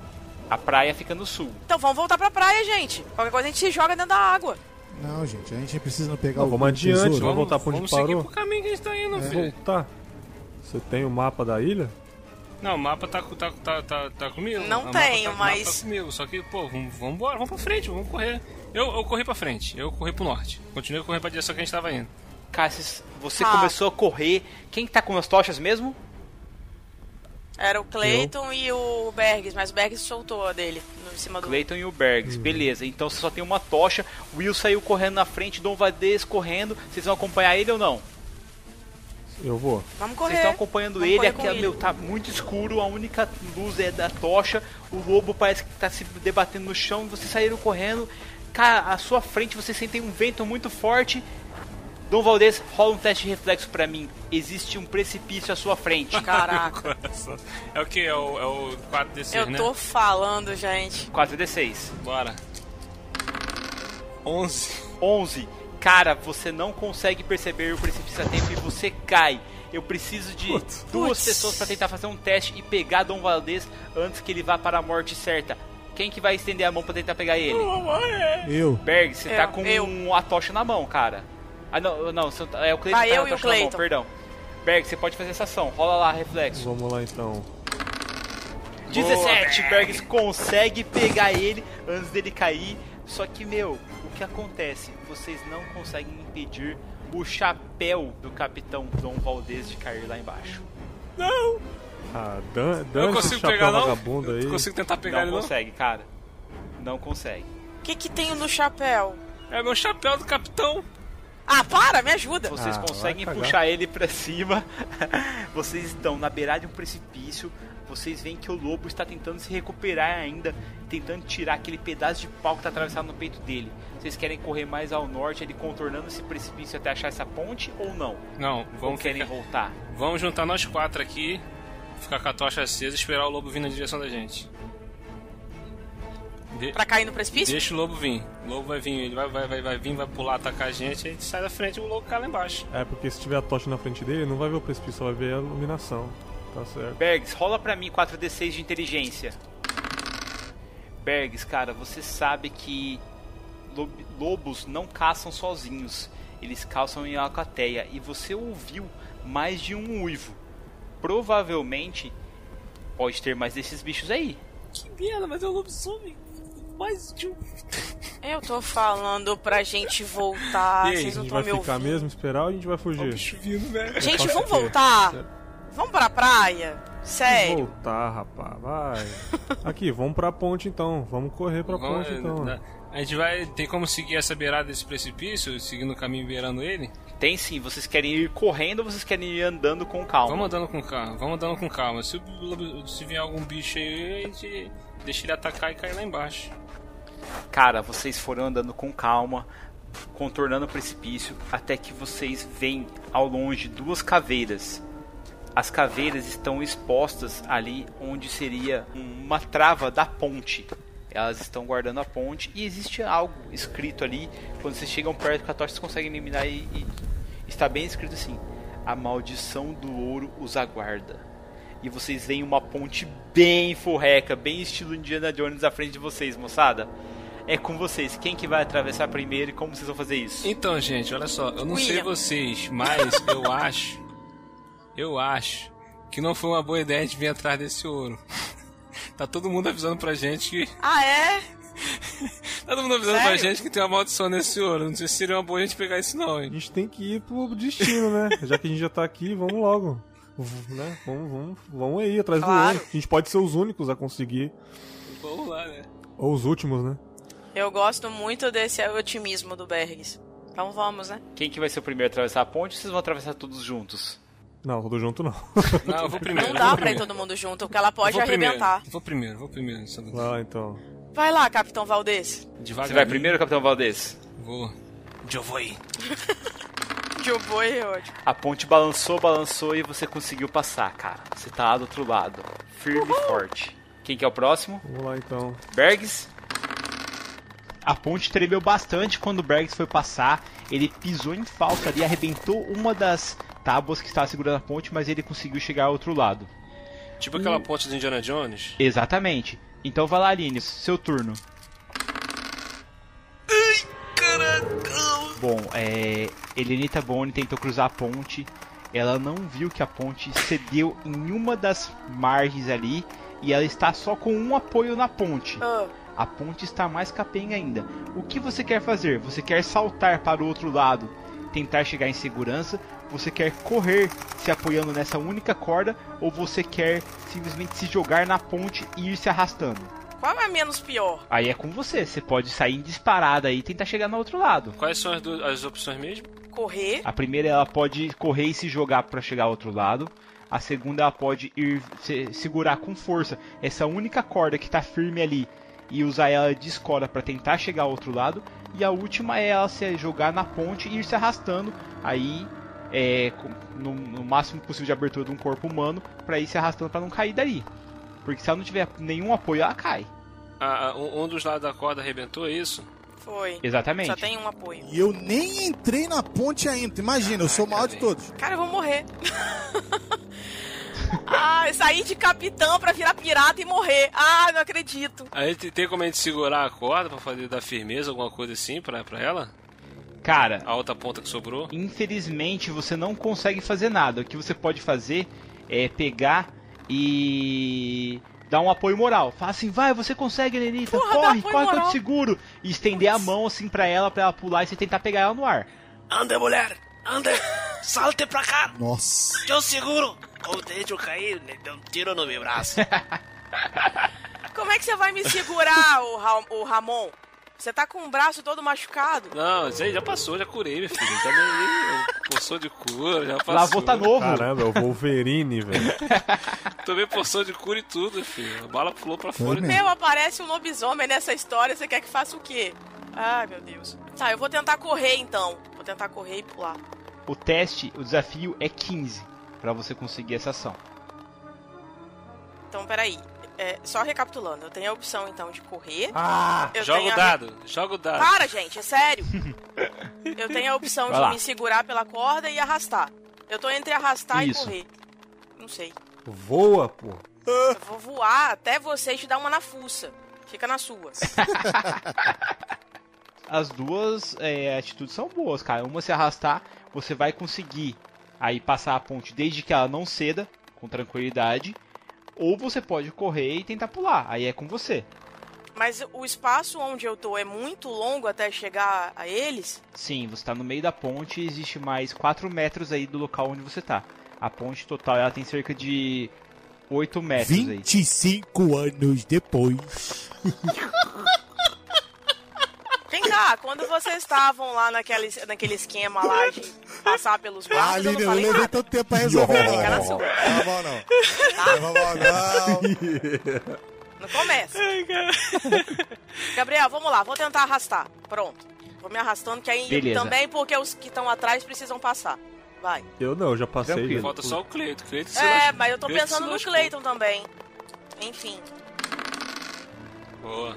Speaker 3: A praia fica no sul.
Speaker 7: Então vamos voltar pra praia, gente. Qualquer coisa a gente se joga dentro da água.
Speaker 6: Não, gente, a gente precisa não pegar
Speaker 13: Não,
Speaker 6: o.
Speaker 13: vamos
Speaker 6: o
Speaker 13: adiante,
Speaker 6: tesouro.
Speaker 13: vamos voltar pra onde
Speaker 9: Vamos seguir
Speaker 13: parou.
Speaker 9: pro caminho que a gente tá indo,
Speaker 13: É,
Speaker 9: filho.
Speaker 13: voltar. Você tem o mapa da ilha?
Speaker 9: Não, o mapa tá, co- tá, tá, tá, tá comigo?
Speaker 7: Não
Speaker 9: O mapa
Speaker 7: tenho,
Speaker 9: tá- o
Speaker 7: mas-
Speaker 9: mapa tá comigo, só que, pô, vamos vamos embora, vamos pra frente, vamos correr. Eu, eu corri pra frente, eu corri pro norte. Continuei correndo pra direção que a gente tava indo.
Speaker 3: Cassius, você
Speaker 7: Tá.
Speaker 3: começou a correr. Quem que tá com as tochas mesmo?
Speaker 7: Era o Clayton e o Bergs, mas o Bergs soltou a dele no- em cima do.
Speaker 3: Clayton e o
Speaker 9: Uhum.
Speaker 3: Bergs, beleza. Então você só tem uma tocha. O Will saiu correndo na frente, Dom Vades correndo. Vocês vão acompanhar ele ou não?
Speaker 13: Eu vou.
Speaker 7: Vamos
Speaker 3: Vocês
Speaker 7: correr.
Speaker 3: estão acompanhando
Speaker 7: Vamos
Speaker 3: ele,
Speaker 7: correr com
Speaker 3: aqui meu, tá muito escuro, a única luz é da tocha, o lobo parece que tá se debatendo no chão, vocês saíram correndo, cara, à sua frente vocês sentem um vento muito forte. Dom Valdez, rola um teste de reflexo pra mim. Existe um precipício à sua frente.
Speaker 7: Caraca.
Speaker 9: é o que? É o, é o
Speaker 3: assim,
Speaker 9: 4D6,
Speaker 7: Eu
Speaker 9: né?
Speaker 7: tô falando, gente.
Speaker 3: 4d6.
Speaker 9: Bora. 11.
Speaker 3: 11. Cara, você não consegue perceber o precipício a tempo e você cai. Eu preciso de duas
Speaker 7: Putz.
Speaker 3: pessoas pra tentar fazer um teste e pegar Dom Valdez antes que ele vá para a morte certa. Quem que vai estender a mão pra tentar pegar ele?
Speaker 6: Eu.
Speaker 3: Berg, você
Speaker 7: Eu,
Speaker 3: tá com
Speaker 7: eu.
Speaker 3: a tocha na mão, cara. Ah, não, não, você não tá- é o Cleiton
Speaker 7: Ah,
Speaker 3: que tá
Speaker 7: eu
Speaker 3: com
Speaker 7: e
Speaker 3: a
Speaker 7: o
Speaker 3: tocha na mão,
Speaker 7: Cleiton.
Speaker 3: perdão. Berg, você pode fazer essa ação. Rola lá, reflexo.
Speaker 13: Vamos lá então.
Speaker 3: 17, Bergs consegue pegar ele antes dele cair. Só que, meu, o que acontece? Vocês não conseguem impedir o chapéu do capitão Dom Valdez de cair lá embaixo.
Speaker 9: Não!
Speaker 13: Ah, dan
Speaker 9: Eu
Speaker 13: dane esse
Speaker 9: consigo
Speaker 13: chapéu
Speaker 9: pegar, não?
Speaker 13: vagabundo aí.
Speaker 9: Eu consigo tentar pegar
Speaker 3: não
Speaker 9: ele,
Speaker 3: consegue, cara. Não consegue.
Speaker 7: O que, que tem no chapéu?
Speaker 9: não? É meu chapéu do capitão.
Speaker 7: Ah, para, me ajuda.
Speaker 3: Vocês
Speaker 13: Ah, vai
Speaker 3: conseguem
Speaker 13: cagar.
Speaker 3: puxar ele pra cima. Vocês estão na beirada de um precipício. Vocês veem que o lobo está tentando se recuperar ainda, tentando tirar aquele pedaço de pau que está atravessado no peito dele. Vocês querem correr mais ao norte, ele contornando esse precipício até achar essa ponte ou não?
Speaker 9: Não,
Speaker 3: Ou
Speaker 9: vamos
Speaker 3: querem
Speaker 9: ficar-
Speaker 3: voltar?
Speaker 9: Vamos juntar nós quatro aqui, ficar com a tocha acesa e esperar o lobo vir na direção da gente. De-
Speaker 7: Pra cair no precipício?
Speaker 9: Deixa o lobo vir. O lobo vai vir, ele vai, vai, vai, vai vir, vai pular, atacar a gente, a gente sai da frente e o lobo cai lá embaixo.
Speaker 13: É, porque se tiver a tocha na frente dele, não vai ver o precipício, só vai ver a iluminação. Tá certo.
Speaker 3: Bergs, rola pra mim 4d6 de inteligência. Bergs, cara, você sabe que lo- lobos não caçam sozinhos. Eles caçam em alcateia. E você ouviu mais de um uivo. Provavelmente pode ter mais desses bichos aí.
Speaker 9: Que merda, mas é o lobisomem. Mais de um.
Speaker 7: Eu tô falando pra gente voltar.
Speaker 13: E aí, a
Speaker 7: Ah, Vocês não
Speaker 13: gente
Speaker 7: estão
Speaker 13: vai
Speaker 7: me
Speaker 13: ficar
Speaker 7: ouvindo. É
Speaker 13: mesmo, esperar ou a gente vai fugir?
Speaker 9: vindo, velho.
Speaker 7: Gente,
Speaker 13: Eu faço
Speaker 7: vamos
Speaker 13: o quê?
Speaker 7: voltar?
Speaker 13: Certo.
Speaker 7: Vamos pra praia?
Speaker 4: É.
Speaker 7: Sério?
Speaker 13: Voltar, rapaz, vai. Aqui, vamos pra ponte então. Vamos correr pra
Speaker 9: Vamos,
Speaker 13: ponte
Speaker 9: é,
Speaker 13: então.
Speaker 4: né,
Speaker 9: dá- a gente vai. Tem como seguir essa beirada desse precipício, seguindo o caminho beirando ele?
Speaker 3: Tem sim, vocês querem ir correndo ou vocês querem ir andando com calma?
Speaker 9: Vamos andando com calma, vamos andando com calma. Se, o lobo- se vier algum bicho aí, a gente deixa ele atacar e cair lá embaixo.
Speaker 3: Cara, vocês foram andando com calma, contornando o precipício, até que vocês veem ao longe duas caveiras. As caveiras estão expostas ali onde seria uma trava da ponte.
Speaker 15: Elas estão guardando a ponte e existe algo escrito ali. Quando vocês chegam perto com a tocha, vocês conseguem eliminar e, e está bem escrito assim: A maldição do ouro os aguarda. E vocês veem uma ponte bem forreca, bem estilo Indiana Jones à frente de vocês, moçada. É com vocês. Quem que vai atravessar primeiro e como vocês vão fazer isso?
Speaker 4: Então, gente, olha só, eu não sei vocês, mas eu acho. Eu acho que não foi uma boa ideia a gente vir atrás desse ouro. tá todo mundo avisando pra gente que. tá
Speaker 7: Ah, é?
Speaker 4: Todo mundo avisando
Speaker 7: Sério?
Speaker 4: pra gente que tem uma maldição nesse ouro. Não sei se seria uma boa a gente pegar isso, não, hein?
Speaker 13: A gente tem que ir pro destino, né? Já que a gente já tá aqui, vamos logo. V- Né? Vamos, vamos, vamos aí atrás
Speaker 7: Claro.
Speaker 13: do ouro. A gente pode ser os únicos a conseguir.
Speaker 4: Vamos lá, né?
Speaker 13: Ou os últimos, né?
Speaker 7: Eu gosto muito desse otimismo do Bergs. Então vamos, né?
Speaker 15: Quem que vai ser o primeiro a atravessar a ponte? ou Vocês vão atravessar todos juntos.
Speaker 13: Não, todo junto não.
Speaker 4: Não, eu vou primeiro.
Speaker 7: Não
Speaker 4: eu
Speaker 7: dá
Speaker 4: vou
Speaker 7: pra ir
Speaker 4: primeiro.
Speaker 7: todo mundo junto, porque ela pode
Speaker 4: Eu vou primeiro,
Speaker 7: arrebentar.
Speaker 4: eu Vou primeiro, vou primeiro. sabe?
Speaker 13: Vai lá então.
Speaker 7: Vai lá, Capitão Valdez.
Speaker 4: Devagarinho.
Speaker 15: Você vai primeiro, Capitão Valdez?
Speaker 4: Vou.
Speaker 9: Eu vou aí.
Speaker 7: Eu vou e eu é ótimo.
Speaker 15: A ponte balançou, balançou e você conseguiu passar, cara. Você tá lá do outro lado. Firme e forte. Quem que é o próximo?
Speaker 13: Vamos lá então.
Speaker 15: Bergs?
Speaker 3: A ponte tremeu bastante quando o Bergs foi passar. Ele pisou em falta ali, arrebentou uma das tábuas que estava segurando a ponte, mas ele conseguiu chegar ao outro lado.
Speaker 4: Tipo aquela
Speaker 3: Hum.
Speaker 4: ponte do Indiana Jones.
Speaker 3: Exatamente. Então vai lá, Aline, seu turno. Bom, é, Helenita Boni tentou cruzar a ponte. Ela não viu que a ponte cedeu em uma das margens ali e ela está só com um apoio na ponte. A ponte está mais capenga ainda. O que você quer fazer? Você quer saltar para o outro lado, tentar chegar em segurança? Você quer correr se apoiando nessa única corda? Ou você quer simplesmente se jogar na ponte e ir se arrastando?
Speaker 7: Qual é menos pior?
Speaker 3: Aí é com você. Você pode sair disparada e tentar chegar no outro lado.
Speaker 4: Quais são as, du- as opções mesmo?
Speaker 7: Correr?
Speaker 3: A primeira ela pode correr e se jogar para chegar ao outro lado. A segunda ela pode ir se- segurar com força essa única corda que tá firme ali e usar ela de escola para tentar chegar ao outro lado. E a última é ela se jogar na ponte e ir se arrastando aí é, com- no, no máximo possível de abertura de um corpo humano para ir se arrastando para não cair dali. Porque se ela não tiver nenhum apoio, ela cai.
Speaker 4: Ah, ah, um, um dos lados da corda arrebentou é isso?
Speaker 7: Foi.
Speaker 3: Exatamente. Só
Speaker 7: tem um apoio.
Speaker 6: E eu nem entrei na ponte ainda. Imagina, eu sou o maior de todos.
Speaker 7: Cara, eu vou morrer. ah, sair de capitão pra virar pirata e morrer. Ah, não acredito.
Speaker 4: Aí te- tem como a gente segurar a corda pra fazer dar firmeza, alguma coisa assim pra, pra ela?
Speaker 3: Cara.
Speaker 4: A outra ponta que sobrou?
Speaker 3: Infelizmente você não consegue fazer nada. O que você pode fazer é pegar e dar um apoio moral. Fala assim, vai, você consegue, Lenita,
Speaker 7: Porra, dá
Speaker 3: corre,
Speaker 7: apoio
Speaker 3: corre que eu
Speaker 7: moral.
Speaker 3: te seguro. E estender a mão assim pra ela, pra ela pular e você tentar pegar ela no ar.
Speaker 9: Anda, mulher! Anda! Salte pra cá!
Speaker 6: Nossa.
Speaker 9: Eu seguro! Oh, Ou deixa eu cair, né? deu um tiro no meu braço.
Speaker 7: Como é que você vai me segurar, o, Ra- o Ramon? Você tá com o braço todo machucado.
Speaker 4: Não, já, já passou, já curei, meu filho. Tá nem poção de cura, já passou.
Speaker 3: tá
Speaker 13: Caramba, é o Wolverine, velho.
Speaker 4: Tomei poção de cura e tudo, filho. A bala pulou pra fora.
Speaker 7: Meu, aparece um lobisomem nessa história, você quer que faça o quê? Ai, meu Deus. Tá, eu vou tentar correr então. Vou tentar correr e pular.
Speaker 3: O teste, o desafio é 15 pra você conseguir essa ação.
Speaker 7: Então, peraí. É, só recapitulando, eu tenho a opção então de correr.
Speaker 13: Ah.
Speaker 7: Eu
Speaker 4: joga
Speaker 7: tenho
Speaker 4: o
Speaker 7: a-
Speaker 4: dado, joga o dado.
Speaker 7: Para, gente, é sério. Eu tenho a opção
Speaker 4: Vai
Speaker 7: de
Speaker 4: lá.
Speaker 7: me segurar pela corda e arrastar. Eu tô entre arrastar
Speaker 13: Isso.
Speaker 7: e correr. Não sei.
Speaker 13: Voa, pô.
Speaker 4: Ah.
Speaker 7: Eu vou voar até vocês te dar uma na fuça. Fica na sua.
Speaker 3: As duas é, atitudes são boas, cara. Uma se arrastar, você vai conseguir aí passar a ponte desde que ela não ceda, com tranquilidade. Ou você pode correr e tentar pular. Aí é com você.
Speaker 7: Mas o espaço onde eu tô é muito longo até chegar a eles?
Speaker 3: Sim, você tá no meio da ponte e existe mais 4 metros aí do local onde você tá. A ponte total ela tem cerca de 8 metros é, aí.
Speaker 6: 25 anos depois.
Speaker 7: Vem cá, quando vocês estavam lá naquele, naquele esquema lá de passar pelos
Speaker 6: Ah,
Speaker 7: barcos, eu
Speaker 6: Aline,
Speaker 7: não
Speaker 6: eu
Speaker 7: falei
Speaker 6: levei
Speaker 7: nada.
Speaker 6: tanto tempo pra resolver. Não,
Speaker 7: Fica na
Speaker 6: não, não.
Speaker 7: sua.
Speaker 6: Não é bom, não. Não é bom, não.
Speaker 7: Não começa. Gabriel, vamos lá, vou tentar arrastar. Pronto. Vou me arrastando, que aí
Speaker 13: Beleza.
Speaker 7: também porque os que estão atrás precisam passar. Vai.
Speaker 13: Eu não, eu já passei.
Speaker 4: Tranquilo.
Speaker 13: já.
Speaker 4: Falta só o Cleito. Cleito se
Speaker 7: É,
Speaker 4: lascou.
Speaker 7: mas eu tô
Speaker 4: Cleito se
Speaker 7: pensando no
Speaker 4: lascou.
Speaker 7: Cleiton também. Enfim.
Speaker 4: Boa.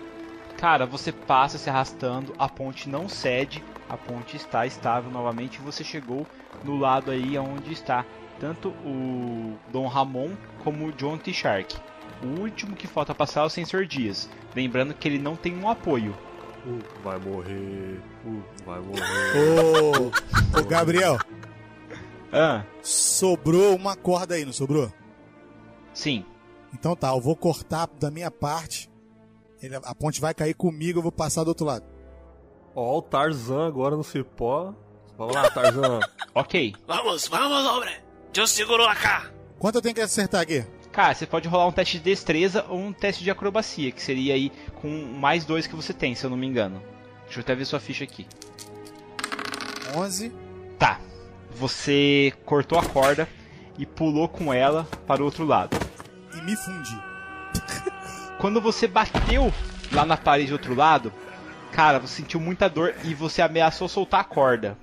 Speaker 3: Cara, você passa se arrastando, a ponte não cede, a ponte está estável novamente e você chegou no lado aí onde está tanto o Dom Ramon como o John T. Shark. O último que falta passar é o Sensor Dias, lembrando que ele não tem um apoio.
Speaker 13: Uh, vai morrer, uh, vai
Speaker 6: morrer. Ô, ô Gabriel.
Speaker 3: Ah.
Speaker 6: Sobrou uma corda aí, não sobrou?
Speaker 3: Sim.
Speaker 6: Então tá, eu vou cortar da minha parte. Ele- a ponte vai cair comigo, eu vou passar do outro lado.
Speaker 13: Ó, o Tarzan agora no cipó. Vamos lá, Tarzan.
Speaker 3: ok.
Speaker 9: Vamos, vamos, homem. Eu seguro a cá.
Speaker 6: Quanto eu tenho que acertar aqui?
Speaker 3: Cara, você pode rolar um teste de destreza ou um teste de acrobacia, que seria aí com mais dois que você tem, se eu não me engano. Deixa eu até ver sua ficha aqui.
Speaker 6: 11.
Speaker 3: Tá. Você cortou a corda e pulou com ela para o outro lado.
Speaker 6: E me fundi.
Speaker 3: Quando você bateu lá na parede do outro lado, cara, você sentiu muita dor e você ameaçou soltar a corda.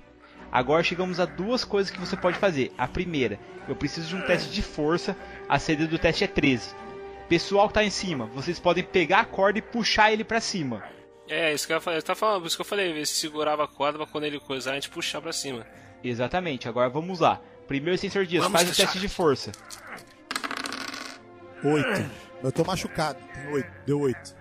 Speaker 3: Agora chegamos a duas coisas que você pode fazer. A primeira, eu preciso de um teste de força. A CD do teste é 13. Pessoal que tá em cima, vocês podem pegar a corda e puxar ele pra cima.
Speaker 4: É, isso que eu falei. Tá falando, isso que eu falei, ele segurava a corda pra quando ele coisar a gente puxar pra cima.
Speaker 3: Exatamente, agora vamos lá. Primeiro sensor Dias,
Speaker 4: Vamos
Speaker 3: faz o
Speaker 4: fechar.
Speaker 3: teste de força.
Speaker 6: 8. Eu tô machucado. Tem oito. Deu 8.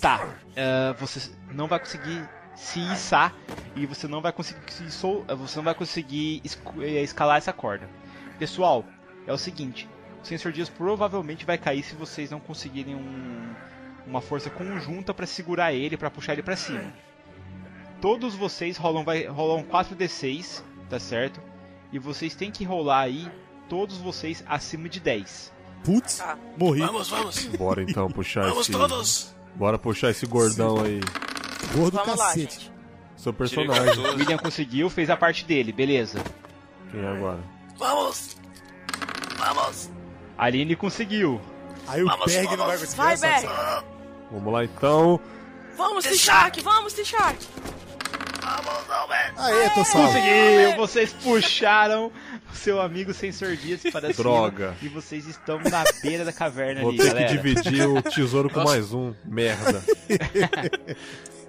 Speaker 3: Tá, ah, você não vai conseguir se içar e você não vai conseguir se sol- você não vai conseguir esco- eh, escalar essa corda. Pessoal, é o seguinte, o Sensor Dias provavelmente vai cair se vocês não conseguirem um- uma força conjunta pra segurar ele, pra puxar ele pra cima. Todos vocês rolam, vai, rolam 4d6, tá certo? E vocês têm que rolar aí, todos vocês acima de 10.
Speaker 6: Putz, morri.
Speaker 9: Vamos, vamos.
Speaker 13: Bora então puxar
Speaker 9: Vamos
Speaker 13: esse.
Speaker 9: todos.
Speaker 13: Bora puxar esse gordão aí.
Speaker 6: Gordo
Speaker 9: Vamos lá,
Speaker 6: cacete.
Speaker 13: Seu
Speaker 3: Personagem.
Speaker 13: personagem.
Speaker 3: William conseguiu, fez a parte dele, beleza.
Speaker 13: Quem agora?
Speaker 9: Vamos. Vamos.
Speaker 3: Aline conseguiu.
Speaker 6: Aí o
Speaker 3: Vamos,
Speaker 6: Berg não vai
Speaker 3: vamos.
Speaker 6: conseguir.
Speaker 7: Vai,
Speaker 6: essa-
Speaker 7: Berg.
Speaker 13: Vamos lá então.
Speaker 7: Vamos, T-Shark, vamos, T-Shark.
Speaker 6: Aê, tô salvo.
Speaker 3: Conseguiu! Vocês puxaram o seu amigo Sensor Dias para cima.
Speaker 13: Droga.
Speaker 3: E vocês estão na beira da caverna
Speaker 13: Vou
Speaker 3: ali,
Speaker 13: ter
Speaker 3: galera.
Speaker 13: que dividir o tesouro com mais um. Merda.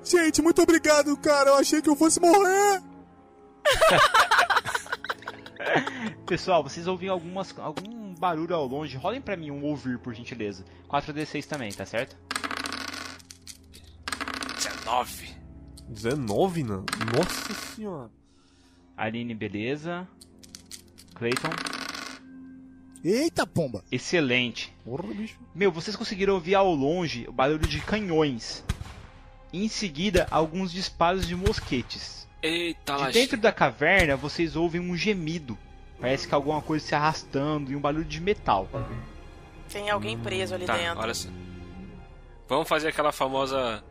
Speaker 6: Gente, muito obrigado, cara. Eu achei que eu fosse morrer.
Speaker 3: Pessoal, vocês ouviram algumas, algum barulho ao longe? Rolem pra mim um ouvir, por gentileza. 4D6 também, tá certo?
Speaker 9: 19.
Speaker 13: 19, não? Nossa senhora.
Speaker 3: Aline, beleza. Clayton.
Speaker 6: Eita pomba.
Speaker 3: Excelente.
Speaker 13: Porra, bicho.
Speaker 3: Meu, vocês conseguiram ouvir ao longe o barulho de canhões. Em seguida, alguns disparos de mosquetes.
Speaker 4: Eita,
Speaker 3: De
Speaker 4: Tá lá.
Speaker 3: dentro da caverna, vocês ouvem um gemido. Parece que alguma coisa se arrastando e um barulho de metal.
Speaker 7: Tem alguém preso ali
Speaker 4: Tá,
Speaker 7: dentro.
Speaker 4: olha só. Vamos fazer aquela famosa.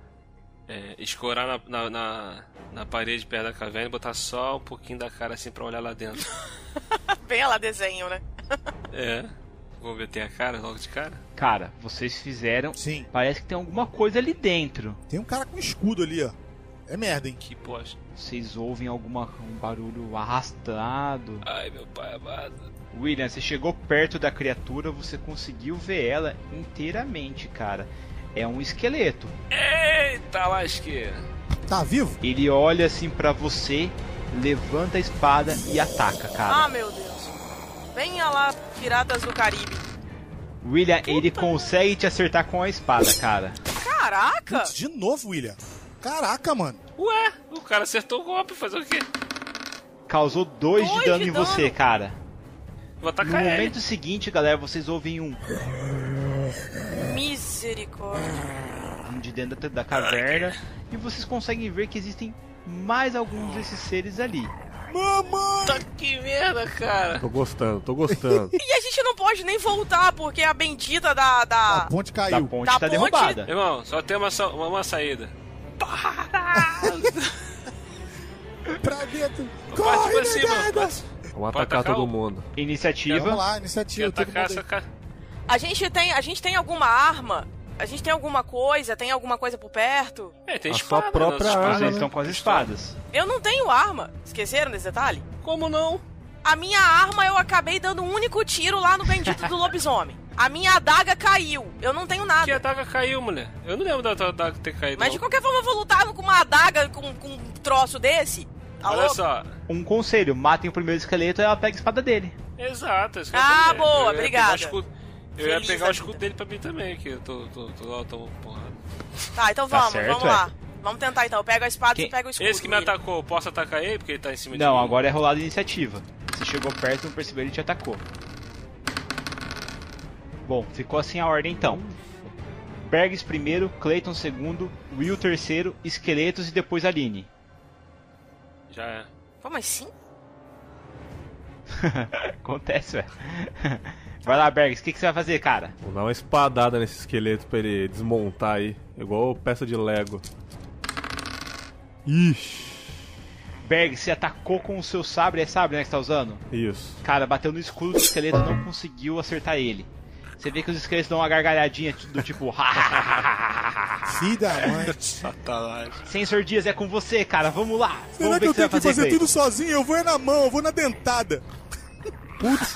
Speaker 4: É, escorar na, na, na, na parede perto da caverna e botar só um pouquinho da cara assim pra olhar lá dentro.
Speaker 7: Bem lá desenho, né?
Speaker 4: é. Vamos ver, tem a cara logo de cara?
Speaker 3: Cara, vocês fizeram.
Speaker 6: Sim.
Speaker 3: Parece que tem alguma coisa ali dentro.
Speaker 6: Tem um cara com escudo ali, ó. É merda, hein?
Speaker 4: Que bosta.
Speaker 3: Vocês ouvem alguma um barulho arrastado.
Speaker 4: Ai, meu pai amado.
Speaker 3: William, você chegou perto da criatura, você conseguiu ver ela inteiramente, cara. É um esqueleto.
Speaker 4: Eita, lasqueira.
Speaker 6: Tá vivo?
Speaker 3: Ele olha assim pra você, levanta a espada e ataca, cara.
Speaker 7: Ah, meu Deus. Venha lá, Piratas do Caribe.
Speaker 4: Ah,
Speaker 3: William, ele consegue te acertar com a espada, cara.
Speaker 7: Caraca!
Speaker 6: Putz, de novo, William. Caraca, mano.
Speaker 4: Ué, o cara acertou o golpe, fazer o quê?
Speaker 3: Causou dois,
Speaker 4: Dois
Speaker 3: de dano
Speaker 4: de
Speaker 3: em você,
Speaker 4: dano.
Speaker 3: cara.
Speaker 4: Vou
Speaker 3: No
Speaker 4: atacar ele.
Speaker 3: momento seguinte, galera, vocês ouvem um
Speaker 7: Misericórdia.
Speaker 3: um de dentro da, da caverna e vocês conseguem ver que existem mais alguns desses seres ali.
Speaker 6: Mamãe!
Speaker 7: Tá que merda, cara.
Speaker 13: Tô gostando, tô gostando.
Speaker 7: E a gente não pode nem voltar, porque a bendita da. da...
Speaker 6: ponte
Speaker 13: caiu.
Speaker 3: Da ponte
Speaker 7: Da
Speaker 3: tá
Speaker 7: ponte-
Speaker 3: derrubada.
Speaker 4: Irmão, só tem uma, sa- uma, uma saída.
Speaker 6: Então, Pra dentro.
Speaker 4: Parte
Speaker 6: Corre,
Speaker 4: pra cima.
Speaker 6: negada.
Speaker 13: Vamos
Speaker 4: Pode
Speaker 13: atacar
Speaker 4: atacar
Speaker 13: todo
Speaker 4: o-
Speaker 13: mundo.
Speaker 3: Iniciativa.
Speaker 6: Então, Vamos lá, iniciativa.
Speaker 4: Quer
Speaker 6: todo
Speaker 4: atacar
Speaker 6: mundo
Speaker 4: tá essa
Speaker 6: aí.
Speaker 4: cara?
Speaker 7: A gente tem. A gente tem alguma arma? A gente tem alguma coisa? Tem alguma coisa por perto?
Speaker 4: É, tem
Speaker 13: A
Speaker 4: espada.
Speaker 13: sua própria
Speaker 4: nossa
Speaker 13: arma,
Speaker 4: espada.
Speaker 13: né?
Speaker 3: Vocês estão com as espadas.
Speaker 7: Eu não tenho arma. Esqueceram desse detalhe?
Speaker 4: Como não?
Speaker 7: A minha arma eu acabei dando um único tiro lá no bendito do lobisomem. A minha adaga caiu. Eu não tenho nada.
Speaker 4: Que adaga caiu, mulher? Eu não lembro da tua adaga ter caído.
Speaker 7: Mas
Speaker 4: não.
Speaker 7: de qualquer forma, eu vou lutar com uma adaga, com, com um troço desse. Tá
Speaker 4: Olha
Speaker 7: louco?
Speaker 4: só.
Speaker 3: Um conselho: matem o primeiro esqueleto e ela pega a espada dele.
Speaker 4: Exato. isso que
Speaker 7: Ah,
Speaker 4: eu falei.
Speaker 7: boa,
Speaker 4: Eu ia pegar
Speaker 7: obrigada.
Speaker 4: o escudo- Eu ia
Speaker 7: Feliz
Speaker 4: pegar
Speaker 7: da
Speaker 4: o escudo dele pra mim também, que eu tô, tô, tô, ó, tô porrada.
Speaker 7: Tá, então
Speaker 4: Tá
Speaker 7: vamos,
Speaker 4: certo,
Speaker 7: vamos
Speaker 4: é.
Speaker 7: lá. Vamos tentar então. Eu pego a espada e pego o escudo.
Speaker 4: Esse que me atacou, posso atacar ele? Porque ele tá em cima de mim.
Speaker 3: Não, agora é rolada a iniciativa. Você chegou perto, não percebeu, ele te atacou. Bom, ficou assim a ordem então. Bergs primeiro, Clayton segundo, Will terceiro, Esqueletos e depois Aline.
Speaker 4: Já é.
Speaker 7: Pô, mas sim?
Speaker 3: Acontece, velho. Vai lá, Bergs, o que, que você vai fazer, cara?
Speaker 13: Vou dar uma espadada nesse esqueleto pra ele desmontar aí, igual peça de Lego. Ixi,
Speaker 3: Bergs, você atacou com o seu sabre, é sabre né, que você tá usando?
Speaker 13: isso.
Speaker 3: Cara, bateu no escudo do esqueleto não conseguiu acertar ele. Você vê que os esqueletos dão uma gargalhadinha do tipo.
Speaker 6: Filha da mãe.
Speaker 3: Satanás. Sensor Dias é com você, cara. Vamos lá.
Speaker 6: Será
Speaker 3: Vamos
Speaker 6: que
Speaker 3: ver o
Speaker 6: eu
Speaker 3: que você
Speaker 6: tenho que
Speaker 3: vai fazer,
Speaker 6: fazer
Speaker 3: Clayton.
Speaker 6: tudo sozinho? Eu vou é na mão, eu vou na dentada. Putz.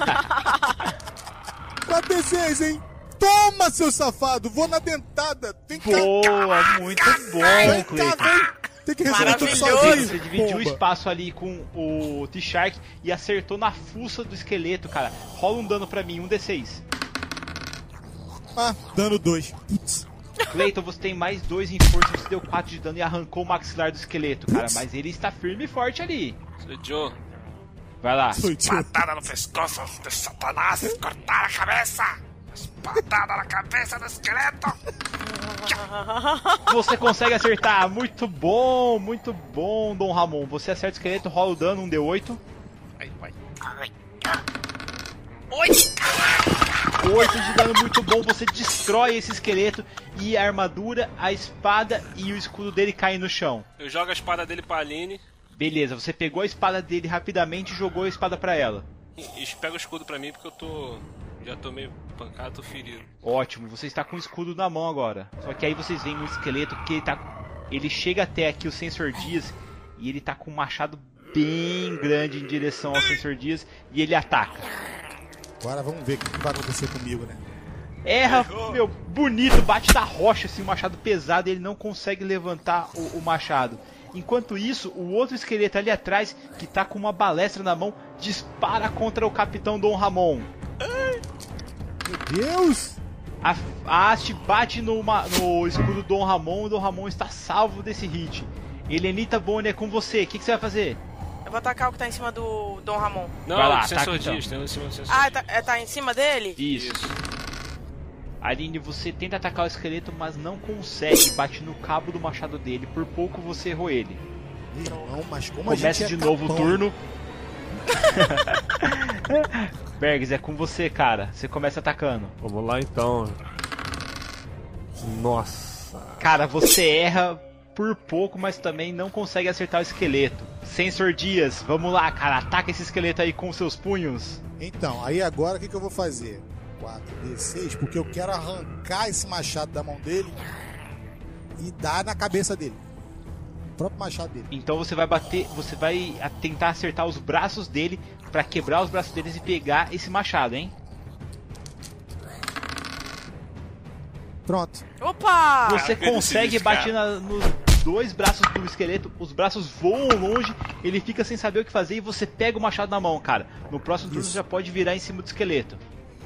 Speaker 6: 4D6, hein? Toma, seu safado! Vou na dentada! Tem que...
Speaker 3: Boa, muito bom,
Speaker 6: Vem cá,
Speaker 3: Cleiton.
Speaker 6: vem! tá Tem que resolver tudo sozinho!
Speaker 3: Você dividiu o
Speaker 6: pomba.
Speaker 3: espaço ali com o T-Shark e acertou na fuça do esqueleto, cara. Rola um dano pra mim, um D6.
Speaker 6: Ah, dano 2. Putz.
Speaker 3: Cleiton, você tem mais dois em força, você deu 4 de dano e arrancou o maxilar do esqueleto, cara. Mas ele está firme e forte ali.
Speaker 4: Sou Joe.
Speaker 3: Vai lá.
Speaker 9: Patada no pescoço do Satanás, cortar a cabeça! Patada na cabeça do esqueleto!
Speaker 3: Você consegue acertar. Muito bom, muito bom, Dom Ramon. Você acerta o esqueleto, rola o dano, um D8.
Speaker 9: Aí, vai.
Speaker 3: 8 de dano muito bom, você destrói esse esqueleto e a armadura, a espada e o escudo dele caem no chão.
Speaker 4: Eu jogo a espada dele pra Aline
Speaker 3: Beleza, você pegou a espada dele rapidamente e jogou a espada pra ela.
Speaker 4: e e pega o escudo pra mim porque eu tô. Já tomei pancada, tô ferido.
Speaker 3: Ótimo, você está com o escudo na mão agora. Só que aí vocês veem um esqueleto que ele tá. Ele chega até aqui o Sensor Dias e ele tá com um machado bem grande em direção ao Sensor Dias e ele ataca.
Speaker 6: Agora vamos ver o que vai acontecer comigo, né?
Speaker 3: Erra, É, meu, bonito, bate na rocha, assim, o machado pesado, ele não consegue levantar o, o machado. Enquanto isso, o outro esqueleto ali atrás, que tá com uma balestra na mão, dispara contra o capitão Dom Ramon.
Speaker 6: Meu Deus!
Speaker 3: A, a haste bate no, ma- no escudo Dom Ramon, e Dom Ramon está salvo desse hit. Helenita Boni é com você, o que, que você vai fazer?
Speaker 7: Eu vou atacar o que tá em cima do Dom Ramon.
Speaker 4: Não,
Speaker 3: Vai lá,
Speaker 4: do sensor
Speaker 3: ataca, então.
Speaker 4: dias, tem um em cima do sensor.
Speaker 7: Ah, tá, é, tá em cima dele?
Speaker 3: Isso. Aline, você tenta atacar o esqueleto, mas não consegue, bate no cabo do machado dele, por pouco você errou ele.
Speaker 6: Irmão, mas como a
Speaker 3: Começa
Speaker 6: gente
Speaker 3: de
Speaker 6: é
Speaker 3: novo o
Speaker 6: capão.
Speaker 3: turno. Bergs, é com você, cara. Você começa atacando.
Speaker 13: Vamos lá então. Nossa.
Speaker 3: Cara, você erra por pouco, mas também não consegue acertar o esqueleto. Sensor Dias, vamos lá, cara. Ataca esse esqueleto aí com seus punhos.
Speaker 6: Então, aí agora o que, que eu vou fazer? 4D6, porque eu quero arrancar esse machado da mão dele e dar na cabeça dele. O próprio machado dele.
Speaker 3: Então você vai bater, você vai a- tentar acertar os braços dele pra quebrar os braços deles e pegar esse machado, hein?
Speaker 6: Pronto.
Speaker 7: Opa!
Speaker 3: Você consegue bater na- nos dois braços do esqueleto, os braços voam longe, ele fica sem saber o que fazer e você pega o machado na mão, cara. No próximo turno você já pode virar em cima do esqueleto.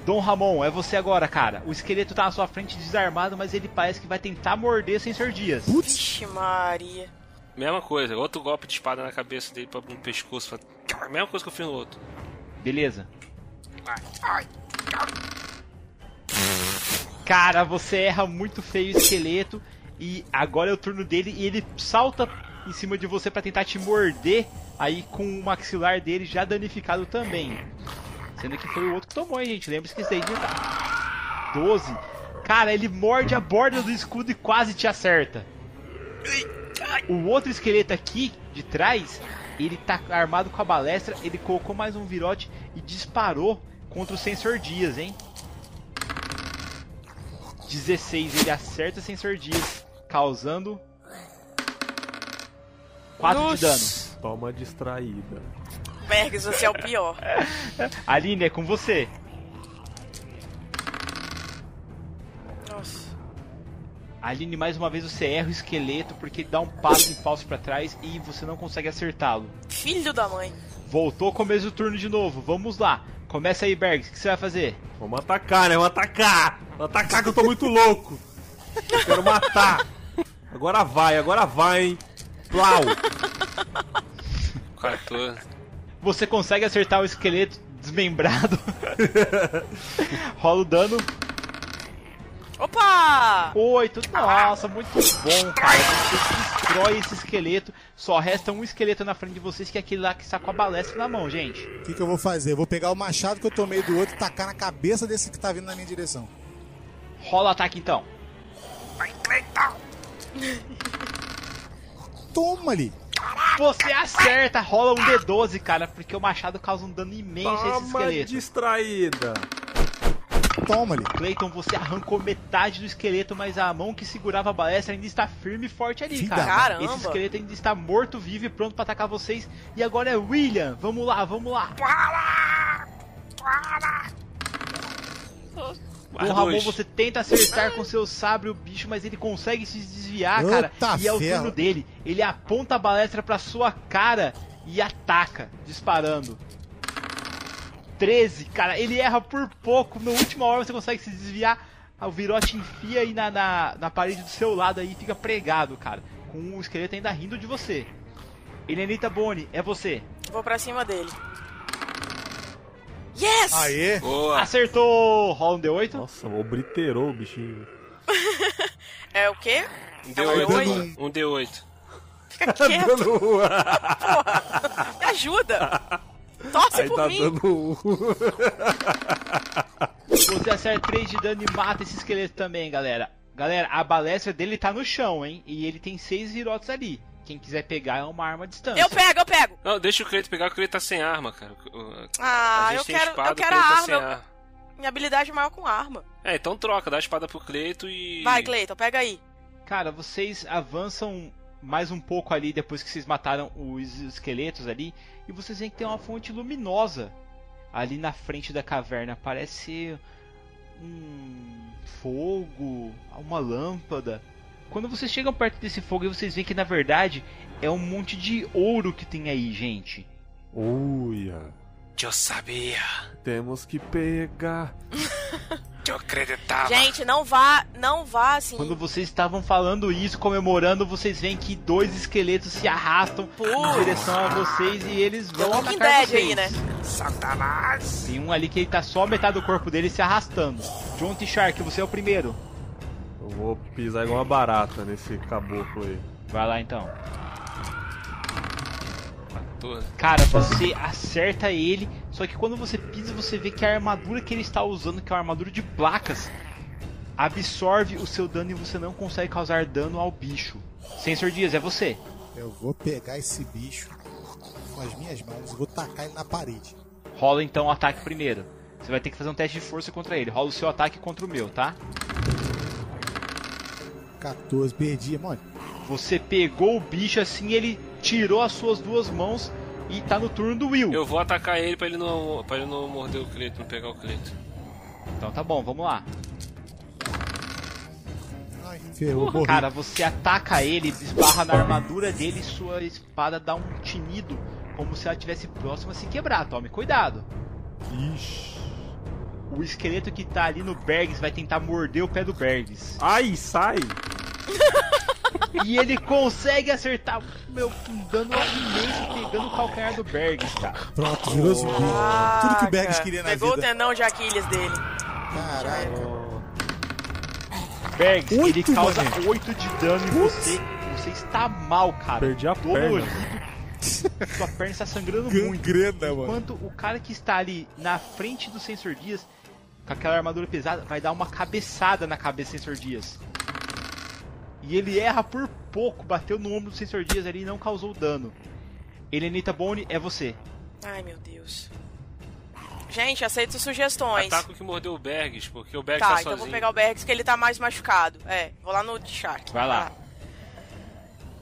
Speaker 3: Dom Ramon, é você agora, cara. O esqueleto tá na sua frente desarmado, mas ele parece que vai tentar morder sem ser dias.
Speaker 7: Vixe Maria.
Speaker 4: Mesma coisa, outro golpe de espada na cabeça dele pra no pescoço. Pra... Mesma coisa que eu fiz no outro.
Speaker 3: Beleza. Cara, você erra muito feio o esqueleto e agora é o turno dele e ele salta em cima de você pra tentar te morder aí com o maxilar dele já danificado também. Sendo que foi o outro que tomou, hein, gente? Lembra-se que esse daí já 12. Cara, ele morde a borda do escudo e quase te acerta. O outro esqueleto aqui de trás, ele tá armado com a balestra, ele colocou mais um virote e disparou contra o Sensor Dias, hein? 16, ele acerta o Sensor Dias, causando 4 de dano.
Speaker 13: Toma distraída.
Speaker 7: assim Bergs, você é o pior.
Speaker 3: Aline, é com você. Aline, mais uma vez você erra o esqueleto porque dá um passo em falso pra trás e você não consegue acertá-lo.
Speaker 7: Filho da mãe.
Speaker 3: Voltou com o mesmo turno de novo, vamos lá. Começa aí, Bergs, o que você vai fazer?
Speaker 16: Vamos atacar, né? Vamos atacar! Vamos atacar que eu tô muito louco! Eu quero matar! Agora vai, agora vai, hein? Plau!
Speaker 4: 14.
Speaker 3: Você consegue acertar o esqueleto desmembrado. Rola o dano.
Speaker 7: Opa!
Speaker 3: Oito, nossa, muito bom, cara. Você destrói esse esqueleto. Só resta um esqueleto na frente de vocês, que é aquele lá que está com a balestra na mão, gente.
Speaker 6: O que, que eu vou fazer? Eu vou pegar o machado que eu tomei do outro e tacar na cabeça desse que tá vindo na minha direção.
Speaker 3: Rola o ataque então.
Speaker 17: Vai, Cleiton!
Speaker 6: Toma-lhe!
Speaker 3: Você acerta, rola um D12, cara, porque o machado causa um dano imenso a esse
Speaker 16: Toma
Speaker 3: esqueleto.
Speaker 16: distraída!
Speaker 6: Toma-lhe!
Speaker 3: Clayton, você arrancou metade do esqueleto, mas a mão que segurava a balestra ainda está firme e forte ali,
Speaker 6: Filha
Speaker 3: cara.
Speaker 6: da-
Speaker 7: Caramba.
Speaker 3: Esse esqueleto ainda está morto, vivo e pronto pra atacar vocês. E agora é William. Vamos lá, vamos lá.
Speaker 4: Mais
Speaker 3: o Ramon,
Speaker 4: dois.
Speaker 3: você tenta acertar com seu sabre o bicho, mas ele consegue se desviar,
Speaker 6: Eita
Speaker 3: cara. E é o
Speaker 6: ferro.
Speaker 3: turno dele. Ele aponta a balestra pra sua cara e ataca, disparando. 13, cara, ele erra por pouco. Na última hora você consegue se desviar. Ah, O virote enfia aí na, na, na parede do seu lado aí e fica pregado, cara. Com o esqueleto ainda rindo de você. Elenita Boni, é você.
Speaker 7: Vou pra cima dele. Yes!
Speaker 6: Aê!
Speaker 4: Boa!
Speaker 3: Acertou! Rola um D8.
Speaker 13: Nossa, obliterou o bichinho.
Speaker 7: É o quê?
Speaker 4: Um
Speaker 7: É um
Speaker 4: D8.
Speaker 7: D8?
Speaker 4: Um D8.
Speaker 7: Fica quieto, me ajuda! Torce
Speaker 16: Aí
Speaker 7: é por
Speaker 16: tá
Speaker 7: mim!
Speaker 16: dando um.
Speaker 3: Você acerta 3 de dano e mata esse esqueleto também, galera. Galera, a balestra dele tá no chão, hein? E ele tem seis virotes ali. Quem quiser pegar é uma arma à distância.
Speaker 7: Eu pego, eu pego!
Speaker 4: Não, deixa o Cleito pegar, porque ele tá sem arma, cara. O-
Speaker 7: Ah,
Speaker 4: a gente
Speaker 7: eu
Speaker 4: tem
Speaker 7: quero-
Speaker 4: espada,
Speaker 7: eu quero
Speaker 4: o Cleiton
Speaker 7: a
Speaker 4: tá sem
Speaker 7: arma, eu-
Speaker 4: arma.
Speaker 7: Minha habilidade é maior com arma.
Speaker 4: É, então troca, dá a espada pro Cleito e.
Speaker 7: Vai, Cleiton, pega aí.
Speaker 3: Cara, vocês avançam mais um pouco ali depois que vocês mataram os esqueletos ali. E vocês veem que tem uma fonte luminosa ali na frente da caverna. Parece um fogo, uma lâmpada. Quando vocês chegam perto desse fogo, vocês veem que na verdade é um monte de ouro que tem aí, gente.
Speaker 13: Uia.
Speaker 9: Eu sabia.
Speaker 13: Temos que pegar.
Speaker 9: Eu
Speaker 4: Ah,
Speaker 9: acreditava.
Speaker 7: Gente, não vá, não vá assim.
Speaker 3: Quando vocês estavam falando isso, comemorando, vocês veem que dois esqueletos se arrastam em direção a vocês e eles
Speaker 7: Tem
Speaker 3: vão
Speaker 7: um Walking
Speaker 3: atacar
Speaker 7: Dead
Speaker 3: vocês.
Speaker 7: aí, né?
Speaker 9: Satanás!
Speaker 3: Tem um ali que ele tá só metade do corpo dele se arrastando. John T. Shark, você é o primeiro.
Speaker 13: Eu vou pisar igual uma barata nesse caboclo aí.
Speaker 3: Vai lá então.
Speaker 4: 14.
Speaker 3: Cara, você acerta ele, só que quando você pisa, você vê que a armadura que ele está usando, que é uma armadura de placas, absorve o seu dano e você não consegue causar dano ao bicho. Sensor Dias, é você.
Speaker 6: Eu vou pegar esse bicho com as minhas mãos e vou tacar ele na parede.
Speaker 3: Rola então o ataque primeiro. Você vai ter que fazer um teste de força contra ele. Rola o seu ataque contra o meu, tá?
Speaker 6: 14, perdi, mano.
Speaker 3: Você pegou o bicho assim, ele tirou as suas duas mãos e tá no turno do Will.
Speaker 4: Eu vou atacar ele pra ele não, pra ele não morder o Cleito, não pegar o Cleito.
Speaker 3: Então tá bom, vamos lá.
Speaker 6: Ai, ferrou, morri.
Speaker 3: Uh, Cara, você ataca ele, esbarra na armadura dele e sua espada dá um tinido, como se ela estivesse próxima a se quebrar. Tome cuidado.
Speaker 13: Ixi.
Speaker 3: O esqueleto que tá ali no Bergs vai tentar morder o pé do Bergs.
Speaker 13: Ai, sai!
Speaker 3: E ele consegue acertar, meu, um dano imenso pegando o calcanhar do Bergs, cara.
Speaker 6: Pronto, virou zumbi. Tudo que o Bergs
Speaker 7: Caraca.
Speaker 6: queria na
Speaker 7: Pegou o
Speaker 6: vida.
Speaker 7: tendão de Aquiles dele.
Speaker 6: Caraca.
Speaker 3: Bergs, ele
Speaker 6: Oito,
Speaker 3: causa
Speaker 6: mané.
Speaker 3: 8 de dano em você. Você está mal, cara.
Speaker 13: Perdi a
Speaker 3: Dolorido.
Speaker 13: perna.
Speaker 3: Sua perna está sangrando muito.
Speaker 6: Gangrena, mano.
Speaker 3: Enquanto o cara que está ali na frente do Sensor Dias, com aquela armadura pesada, vai dar uma cabeçada na cabeça do Sensor Dias. E ele erra por pouco, bateu no ombro do Sensor Dias ali e não causou dano. Elenita Boni, é você.
Speaker 7: Ai, meu Deus. Gente, aceito sugestões.
Speaker 4: Ataca o que mordeu o Bergs, porque o Bergs
Speaker 7: tá,
Speaker 4: tá,
Speaker 7: então
Speaker 4: sozinho.
Speaker 7: eu vou pegar o Bergs que ele tá mais machucado. É, vou lá no de Shark.
Speaker 3: Vai lá.
Speaker 4: Ah,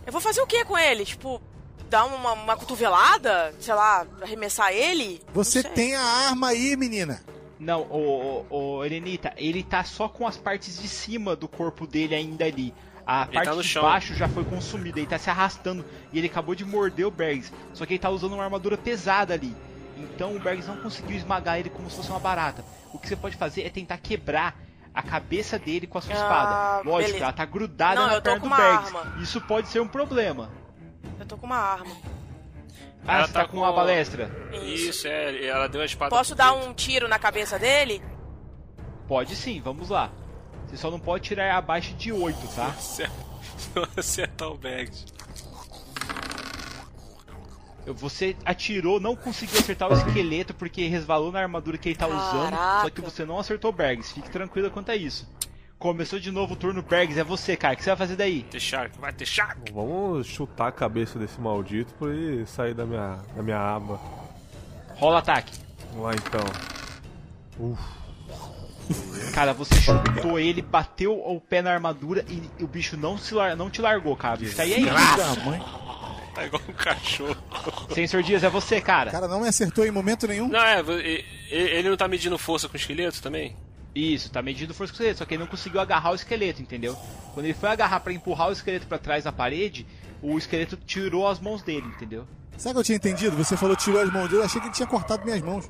Speaker 7: Eu vou fazer o que com ele? Tipo, dar uma, uma cotovelada? Sei lá, arremessar ele?
Speaker 6: Você
Speaker 7: Não sei.
Speaker 6: tem a arma aí, menina.
Speaker 3: Não, o, o, o Elenita, ele tá só com as partes de cima do corpo dele ainda ali. A
Speaker 4: Ele
Speaker 3: parte
Speaker 4: tá no
Speaker 3: de
Speaker 4: chão.
Speaker 3: baixo já foi consumida, ele tá se arrastando e ele acabou de morder o Bergs. Só que ele tá usando uma armadura pesada ali. Então o Bergs não conseguiu esmagar ele como se fosse uma barata. O que você pode fazer é tentar quebrar a cabeça dele com a sua
Speaker 7: Ah,
Speaker 3: espada. Lógico,
Speaker 7: beleza.
Speaker 3: ela tá grudada
Speaker 7: Não,
Speaker 3: na
Speaker 7: eu tô
Speaker 3: perna
Speaker 7: com
Speaker 3: do
Speaker 7: uma
Speaker 3: Bergs.
Speaker 7: arma.
Speaker 3: Isso pode ser um problema.
Speaker 7: Eu tô com uma arma.
Speaker 3: Ah, você tá, com uma balestra?
Speaker 4: Isso, é, ela deu a espada.
Speaker 7: Posso dar um tiro na cabeça dele?
Speaker 3: Pode sim, vamos lá. Você só não pode tirar abaixo de 8, tá?
Speaker 4: acertar o Bags.
Speaker 3: Você atirou, não conseguiu acertar o esqueleto porque resvalou na armadura que ele tá usando. Só que você não acertou o Bergs. Fique tranquilo quanto a isso. Começou de novo o turno, Bergs. É você, cara. O que você vai fazer daí?
Speaker 4: Deixar, vai deixar.
Speaker 13: Vamos chutar a cabeça desse maldito pra ele sair da minha, da minha aba.
Speaker 3: Rola ataque.
Speaker 13: Vamos lá então. Uf.
Speaker 3: Cara, você chutou ele, bateu o pé na armadura e o bicho não, se lar- não te largou, cara. Isso aí é isso.
Speaker 4: Tá igual um cachorro.
Speaker 3: Sensor Dias, é você, cara.
Speaker 6: Cara, não me acertou em momento nenhum.
Speaker 4: Não, é, vo- e- e- ele não tá medindo força com o esqueleto também?
Speaker 3: Isso, tá medindo força com o esqueleto, só que ele não conseguiu agarrar o esqueleto, entendeu? Quando ele foi agarrar pra empurrar o esqueleto pra trás da parede, o esqueleto tirou as mãos dele, entendeu?
Speaker 6: Sabe o que eu tinha entendido? Você falou tirou as mãos dele, eu achei que ele tinha cortado minhas mãos.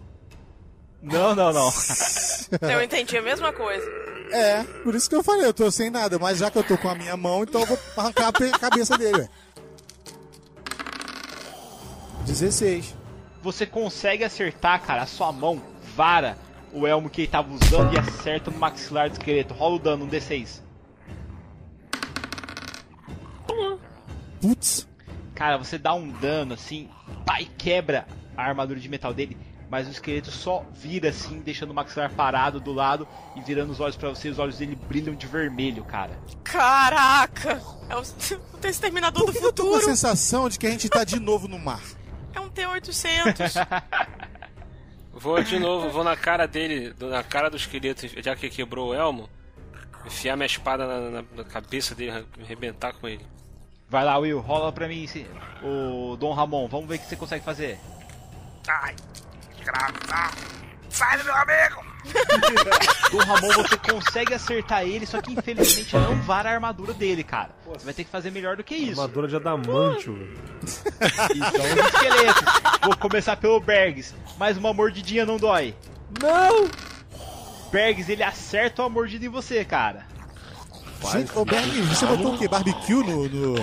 Speaker 3: Não, não, não.
Speaker 7: Eu entendi a mesma coisa.
Speaker 6: É, por isso que eu falei, eu tô sem nada, mas já que eu tô com a minha mão, então eu vou arrancar a pe- cabeça dele, ué. 16.
Speaker 3: Você consegue acertar, cara, a sua mão vara o elmo que ele tava usando e acerta no maxilar do esqueleto. Rola o dano, um D6.
Speaker 6: Putz.
Speaker 3: Cara, você dá um dano assim, pá, e quebra a armadura de metal dele, mas o esqueleto só vira assim, deixando o maxilar parado do lado e virando os olhos pra você. Os olhos dele brilham de vermelho, cara.
Speaker 7: Caraca! É o, o Exterminador do
Speaker 6: Eu tô com a
Speaker 7: Futuro!
Speaker 6: sensação de que a gente tá de novo no mar.
Speaker 7: É um T-800.
Speaker 4: Vou de novo, vou na cara dele, do- na cara do esqueleto, já que quebrou o elmo, enfiar minha espada na, na- na cabeça dele, arrebentar com ele.
Speaker 3: Vai lá, Will, rola pra mim esse- o Dom Ramon. Vamos ver o que você consegue fazer.
Speaker 4: Ai, desgraça! Sai do meu amigo!
Speaker 3: Dom Ramon, você consegue acertar ele, só que infelizmente não vara a armadura dele, cara. Você vai ter que fazer melhor do que isso.
Speaker 13: Armadura de adamantio, velho.
Speaker 3: Então, os esqueletos. Vou começar pelo Bergs. Mais uma mordidinha não dói.
Speaker 13: Não!
Speaker 3: Bergs, ele acerta uma mordida em você, cara.
Speaker 6: Gente, ô Berg, você botou o quê? Barbecue no, no,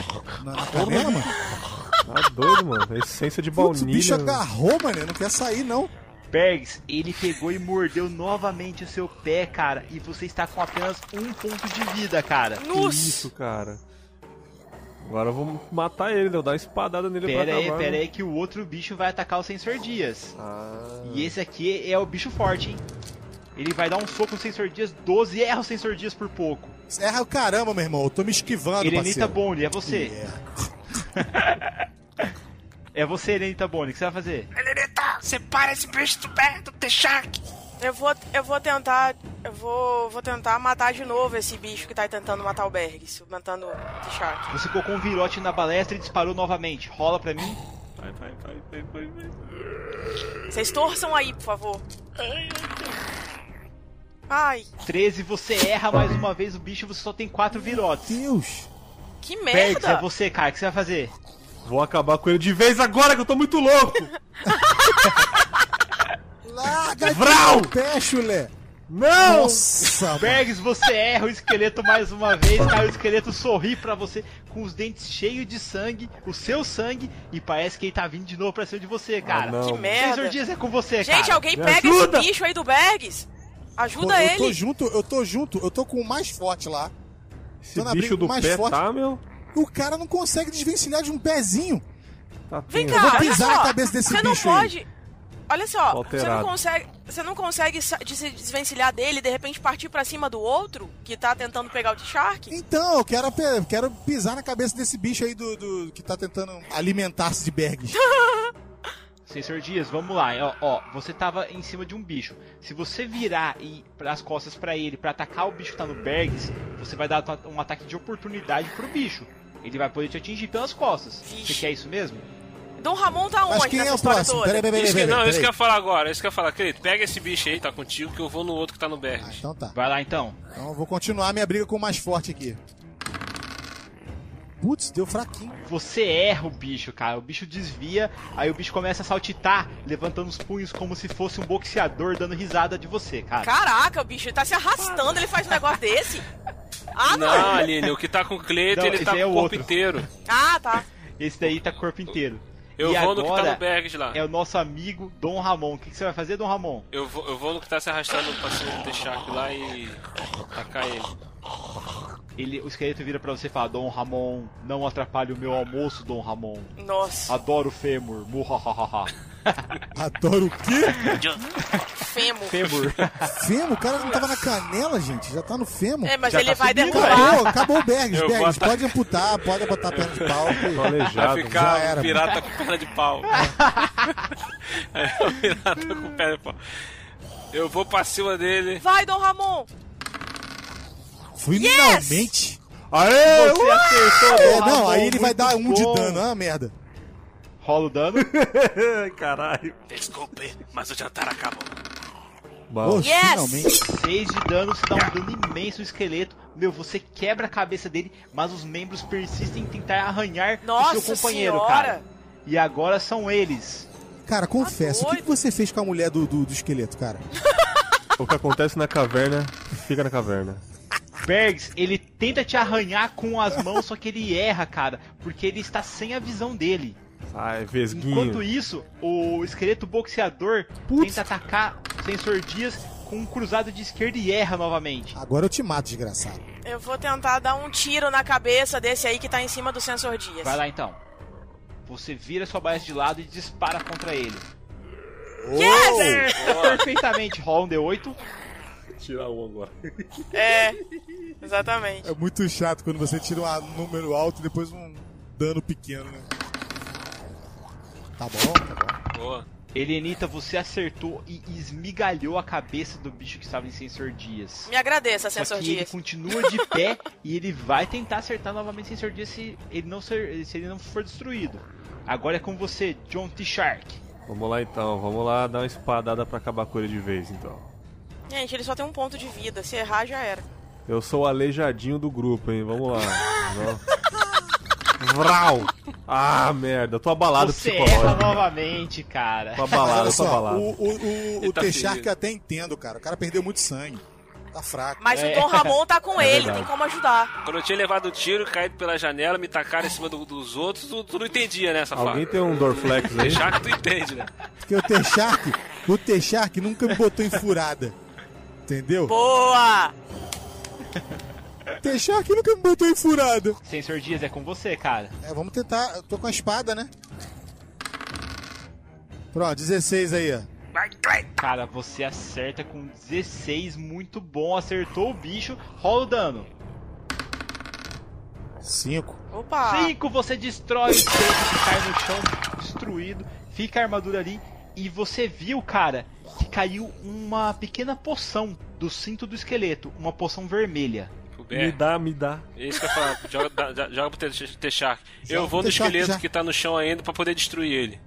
Speaker 6: na, na canela, mano?
Speaker 13: Tá doido, mano. A essência de
Speaker 6: Putz, o
Speaker 13: baunilha.
Speaker 6: bicho agarrou, mano, não quer sair, não.
Speaker 3: Bergs, ele pegou e mordeu novamente o seu pé, cara. E você está com apenas um ponto de vida, cara.
Speaker 13: Que isso, cara. Agora eu vou matar ele, né? eu dar uma espadada nele
Speaker 6: tá
Speaker 3: Pera
Speaker 13: pra
Speaker 3: aí,
Speaker 13: acabar.
Speaker 3: pera
Speaker 13: né?
Speaker 3: aí que o outro bicho vai atacar o Sensor Dias. E esse aqui é o bicho forte, hein? Ele vai dar um soco no Sensor Dias, 12, erra o Sensor Dias por pouco.
Speaker 6: Erra o caramba, meu irmão, eu tô me esquivando,
Speaker 3: Elenita
Speaker 6: parceiro.
Speaker 3: Boni, é você. é você, Elenita Boni, o que você vai fazer?
Speaker 7: Elenita, tá. separa esse bicho do pé do T-Shark! Eu vou, eu vou tentar. Eu vou, vou tentar matar de novo esse bicho que tá tentando matar o Bergs, matando o T-Shark.
Speaker 3: Você colocou um virote na balestra e disparou novamente. Rola pra mim.
Speaker 13: Vai, vai, vai, vai, vai,
Speaker 7: Vocês torçam aí, por favor. Ai,
Speaker 3: 13, você erra mais uma vez o bicho, você só tem 4 virotes.
Speaker 6: Deus!
Speaker 7: que
Speaker 3: Bergs, é
Speaker 7: merda!
Speaker 3: você, cara, o que você vai fazer?
Speaker 13: Vou acabar com ele de vez agora que eu tô muito louco!
Speaker 6: Larga
Speaker 13: Vrau!
Speaker 6: de pé, chulé!
Speaker 13: Não!
Speaker 6: Nossa,
Speaker 3: Bergs, você erra o esqueleto mais uma vez, cara. O esqueleto sorri pra você com os dentes cheios de sangue, o seu sangue, e parece que ele tá vindo de novo pra cima de
Speaker 6: Ah,
Speaker 3: você, cara.
Speaker 13: não.
Speaker 7: Que merda.
Speaker 3: Sensor Dias é com você, cara.
Speaker 7: Gente, alguém
Speaker 3: Me
Speaker 7: pega
Speaker 3: ajuda!
Speaker 7: esse bicho aí do Bergs! Ajuda
Speaker 6: Pô, Eu tô
Speaker 7: ele!
Speaker 6: junto, eu tô junto, eu tô com o mais forte lá.
Speaker 13: Esse bicho do pé tá, meu?
Speaker 6: O cara não consegue desvencilhar de um pezinho.
Speaker 13: Tá
Speaker 7: Vem
Speaker 13: tenso.
Speaker 7: cá,
Speaker 6: vou
Speaker 7: olha
Speaker 6: pisar
Speaker 7: só,
Speaker 6: na cabeça desse
Speaker 7: você
Speaker 6: bicho
Speaker 7: não
Speaker 6: aí.
Speaker 7: pode. Olha só, você não
Speaker 13: Alterado.
Speaker 7: consegue, você não consegue sa- de- se desvencilhar dele, e de repente partir pra cima do outro que tá tentando pegar o T-Shark?
Speaker 6: Então, eu quero, pe- quero pisar na cabeça desse bicho aí do, do- que tá tentando alimentar-se de bergs.
Speaker 3: Sensor Dias, vamos lá. Ó, ó, você tava em cima de um bicho. Se você virar e as costas pra ele pra atacar o bicho que tá no Bergs, você vai dar ta- um ataque de oportunidade pro bicho. Ele vai poder te atingir pelas costas. Você quer isso mesmo?
Speaker 7: Dom Ramon tá onde?
Speaker 6: Mas quem
Speaker 7: nessa
Speaker 6: é o
Speaker 7: história
Speaker 6: próximo?
Speaker 7: toda?
Speaker 6: Peraí, peraí,
Speaker 4: Isso
Speaker 6: peraí.
Speaker 4: que,
Speaker 6: peraí,
Speaker 4: não, isso que eu
Speaker 6: peraí.
Speaker 4: ia falar agora, isso que eu ia falar. Querido, pega esse bicho aí, tá contigo, que eu vou no outro que tá no Berg.
Speaker 6: Então tá.
Speaker 3: Vai lá então.
Speaker 6: Então eu vou continuar minha briga com o mais forte aqui. Putz, deu fraquinho.
Speaker 3: Você erra o bicho, cara. O bicho desvia, aí o bicho começa a saltitar, levantando os punhos como se fosse um boxeador dando risada de você, cara.
Speaker 7: Caraca, o bicho ele tá se arrastando, ele faz um negócio desse. Ah, não.
Speaker 4: Não, Aline, o que tá com o Cleiton,
Speaker 3: Não,
Speaker 4: ele
Speaker 3: esse
Speaker 4: tá
Speaker 3: aí
Speaker 4: com
Speaker 3: é
Speaker 4: o
Speaker 3: o
Speaker 4: corpo
Speaker 3: outro.
Speaker 4: inteiro.
Speaker 7: Ah, tá.
Speaker 3: Esse daí tá corpo inteiro.
Speaker 4: Eu
Speaker 3: e
Speaker 4: vou no que tá
Speaker 3: agora
Speaker 4: no Berg lá.
Speaker 3: é o nosso amigo Dom Ramon. O que, que você vai fazer, Dom Ramon?
Speaker 4: Eu vou, eu vou no que tá se arrastando pra cima do Shark lá e tacar ele.
Speaker 3: Ele, o esqueleto vira pra você e fala: Dom Ramon, não atrapalhe o meu almoço, Dom Ramon.
Speaker 7: Nossa.
Speaker 3: Adoro fêmur. Muhahaha.
Speaker 6: Adoro o quê?
Speaker 7: Fêmur.
Speaker 3: Fêmur.
Speaker 6: Fêmur? O cara não tava na canela, gente. Já tá no fêmur.
Speaker 7: É, mas Já ele tá vai subindo. derrubar.
Speaker 6: Acabou, acabou o Bergs.
Speaker 4: Eu vou
Speaker 6: Bergs,
Speaker 4: atacar.
Speaker 6: pode amputar, pode botar a perna de pau. que
Speaker 4: Vai ficar
Speaker 6: já
Speaker 4: um
Speaker 6: era.
Speaker 4: pirata com perna de pau. é um pirata com perna de pau. Eu vou pra cima dele.
Speaker 7: Vai, Dom Ramon.
Speaker 6: Finalmente.
Speaker 3: Aê! Você acertou,
Speaker 6: É,
Speaker 3: Dom
Speaker 6: não,
Speaker 3: Ramon,
Speaker 6: aí ele vai
Speaker 3: muito
Speaker 6: dar um de
Speaker 3: bom.
Speaker 6: dano. Ah, merda.
Speaker 3: Rola o dano.
Speaker 8: Caralho.
Speaker 9: Desculpe, mas o jantar acabou.
Speaker 6: Bom.
Speaker 9: Yes!
Speaker 6: finalmente.
Speaker 3: 6 de dano, você dá um dano imenso no esqueleto. Meu, você quebra a cabeça dele, mas os membros persistem em tentar arranhar
Speaker 7: Nossa
Speaker 3: o seu companheiro,
Speaker 7: senhora!
Speaker 3: cara. E agora são eles.
Speaker 6: Cara, confessa, o que, que você fez com a mulher do, do, do esqueleto, cara?
Speaker 13: O que acontece na caverna, fica na caverna.
Speaker 3: Bergs, ele tenta te arranhar com as mãos, só que ele erra, cara, porque ele está sem a visão dele.
Speaker 13: Ai, vesguinho.
Speaker 3: Enquanto isso, o esqueleto boxeador tenta atacar o Sensor Dias com um cruzado de esquerda e erra novamente.
Speaker 6: Agora eu te mato, desgraçado.
Speaker 7: Eu vou tentar dar um tiro na cabeça desse aí que tá em cima do sensor Dias.
Speaker 3: Vai lá então. Você vira sua base de lado e dispara contra ele.
Speaker 7: Yes!
Speaker 3: Acerta Perfeitamente, rola um D8.
Speaker 4: Tirar um agora.
Speaker 7: É, exatamente.
Speaker 6: É muito chato quando você tira um número alto e depois um dano pequeno, né? Tá bom, tá
Speaker 4: Boa.
Speaker 3: Helenita, você acertou e esmigalhou a cabeça do bicho que estava em Sensor Dias.
Speaker 7: Me agradeça,
Speaker 3: Só
Speaker 7: sensor
Speaker 3: que ele
Speaker 7: Dias.
Speaker 3: continua de pé e ele vai tentar acertar novamente Sensor Dias se ele não, ser- se ele não for destruído. Agora é com você, John T. Shark.
Speaker 13: Vamos lá então, vamos lá dar uma espadada pra acabar com ele de vez então.
Speaker 7: Gente, ele só tem um ponto de vida. Se errar, já era.
Speaker 13: Eu sou o aleijadinho do grupo, hein? Vamos lá. Vamos. Vral! Ah, merda, eu tô abalado
Speaker 3: você é. erra
Speaker 13: psicológico.
Speaker 3: novamente, cara.
Speaker 13: Tô
Speaker 6: bom. Mas
Speaker 13: abalado,
Speaker 6: olha
Speaker 13: tô
Speaker 6: só,
Speaker 13: abalado.
Speaker 6: o, o, o,
Speaker 3: Ele
Speaker 6: o
Speaker 3: tá
Speaker 6: Texark
Speaker 3: ferido.
Speaker 6: eu até entendo, cara. O cara perdeu muito sangue. Tá fraco.
Speaker 7: Mas o Dom Ramon tá com
Speaker 4: É
Speaker 7: ele,
Speaker 4: verdade.
Speaker 7: tem como ajudar.
Speaker 4: Quando eu tinha levado o tiro, caído pela janela, me tacaram em cima do- dos outros, tu, tu não entendia, né, safado?
Speaker 13: Alguém tem um Dorflex aí?
Speaker 4: Deixar que tu entende, né?
Speaker 6: Porque o Texark, o Texark nunca me botou em furada. Entendeu?
Speaker 7: Boa!
Speaker 6: O Texark nunca me botou em furada.
Speaker 3: Sensor Dias é com você, cara.
Speaker 6: É, vamos tentar. Eu tô com a espada, né? Pronto, 16 aí, ó.
Speaker 3: Cara, você acerta com 16, muito bom. Acertou o bicho, rola o dano.
Speaker 6: 5.
Speaker 7: Opa!
Speaker 3: 5, você destrói o centro que cai no chão, destruído. Fica a armadura ali. E você viu, cara, que caiu uma pequena poção do cinto do esqueleto. Uma poção vermelha.
Speaker 4: Me
Speaker 13: dá, me dá.
Speaker 4: É Isso que eu ia falar, joga, dá- dá- joga pro T- T-Shark. Eu
Speaker 3: Joga
Speaker 4: vou
Speaker 3: pro
Speaker 4: no
Speaker 3: T-Shark
Speaker 4: esqueleto
Speaker 3: já.
Speaker 4: que tá no chão ainda pra poder destruir ele.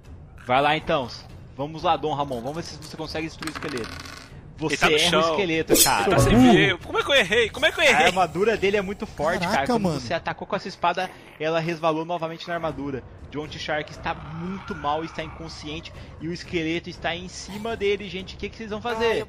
Speaker 3: Vai lá então. Vamos lá, Dom Ramon. Vamos ver se você consegue destruir o esqueleto. Você
Speaker 4: ele tá no
Speaker 3: erra
Speaker 4: chão.
Speaker 3: o esqueleto, cara.
Speaker 4: Ele tá sem ver. Como é que eu errei? Como é que eu
Speaker 3: A
Speaker 4: errei?
Speaker 3: armadura dele é muito forte,
Speaker 4: Caraca,
Speaker 3: cara. Quando
Speaker 4: mano.
Speaker 3: você atacou com essa espada, ela resvalou novamente na armadura. John T. Shark está muito mal, está inconsciente e o esqueleto está em cima dele, gente. O que, que vocês vão fazer?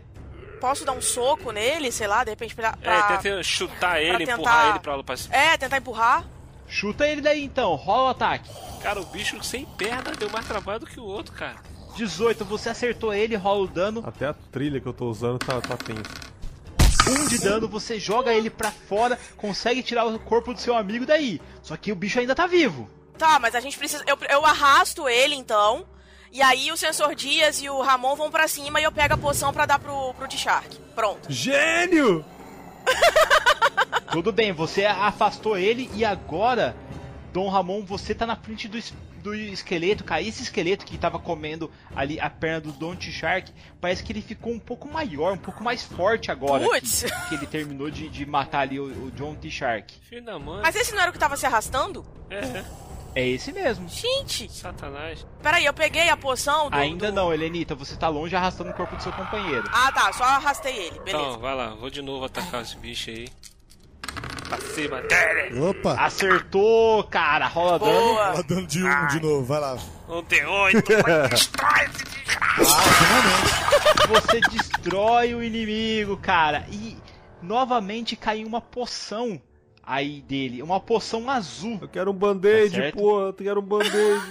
Speaker 7: Posso dar um soco nele, sei lá, de repente pra.
Speaker 4: É,
Speaker 7: pra...
Speaker 4: tenta chutar ele,
Speaker 7: tentar-
Speaker 4: empurrar ele pra lá pra cima.
Speaker 7: É, tentar empurrar.
Speaker 3: Chuta ele daí então, rola o ataque.
Speaker 4: Cara, o bicho sem perna deu mais trabalho do que o outro, cara.
Speaker 3: 18, você acertou ele, rola o dano.
Speaker 13: Até a trilha que eu tô usando tá, tá tensa.
Speaker 3: Um de dano, você joga ele pra fora, consegue tirar o corpo do seu amigo daí. Só que o bicho ainda tá vivo.
Speaker 7: Tá, mas a gente precisa. Eu, eu arrasto ele então. E aí o sensor Dias e o Ramon vão pra cima e eu pego a poção pra dar pro, pro D-Shark. Pronto.
Speaker 13: Gênio!
Speaker 3: Tudo bem, você afastou ele e agora, Dom Ramon, você tá na frente do, es- do esqueleto, cara. Esse esqueleto que tava comendo ali a perna do Don T. Shark, parece que ele ficou um pouco maior, um pouco mais forte agora.
Speaker 7: Puts!
Speaker 3: Que, que ele terminou de, de matar ali o, o John T. Shark.
Speaker 4: Filho da mãe.
Speaker 7: Mas esse não era o que tava se arrastando?
Speaker 4: É.
Speaker 3: É esse mesmo.
Speaker 7: Gente!
Speaker 4: Satanás.
Speaker 7: Peraí, eu peguei a poção do.
Speaker 3: Ainda não, Helenita, você tá longe arrastando o corpo do seu companheiro.
Speaker 7: Ah, tá, só arrastei ele, beleza.
Speaker 4: Então, vai lá, vou de novo atacar esse bicho aí. Pra cima
Speaker 6: Opa!
Speaker 3: Acertou, cara! Rola
Speaker 7: Boa.
Speaker 6: Rola dano de
Speaker 3: Ah.
Speaker 6: um de novo, vai lá.
Speaker 9: Um T8, vai destrói esse
Speaker 3: Você destrói o inimigo, cara. E novamente cai uma poção aí dele. Uma poção azul.
Speaker 13: Eu quero um band-aid,
Speaker 3: Tá certo.
Speaker 13: porra. Eu quero um band-aid.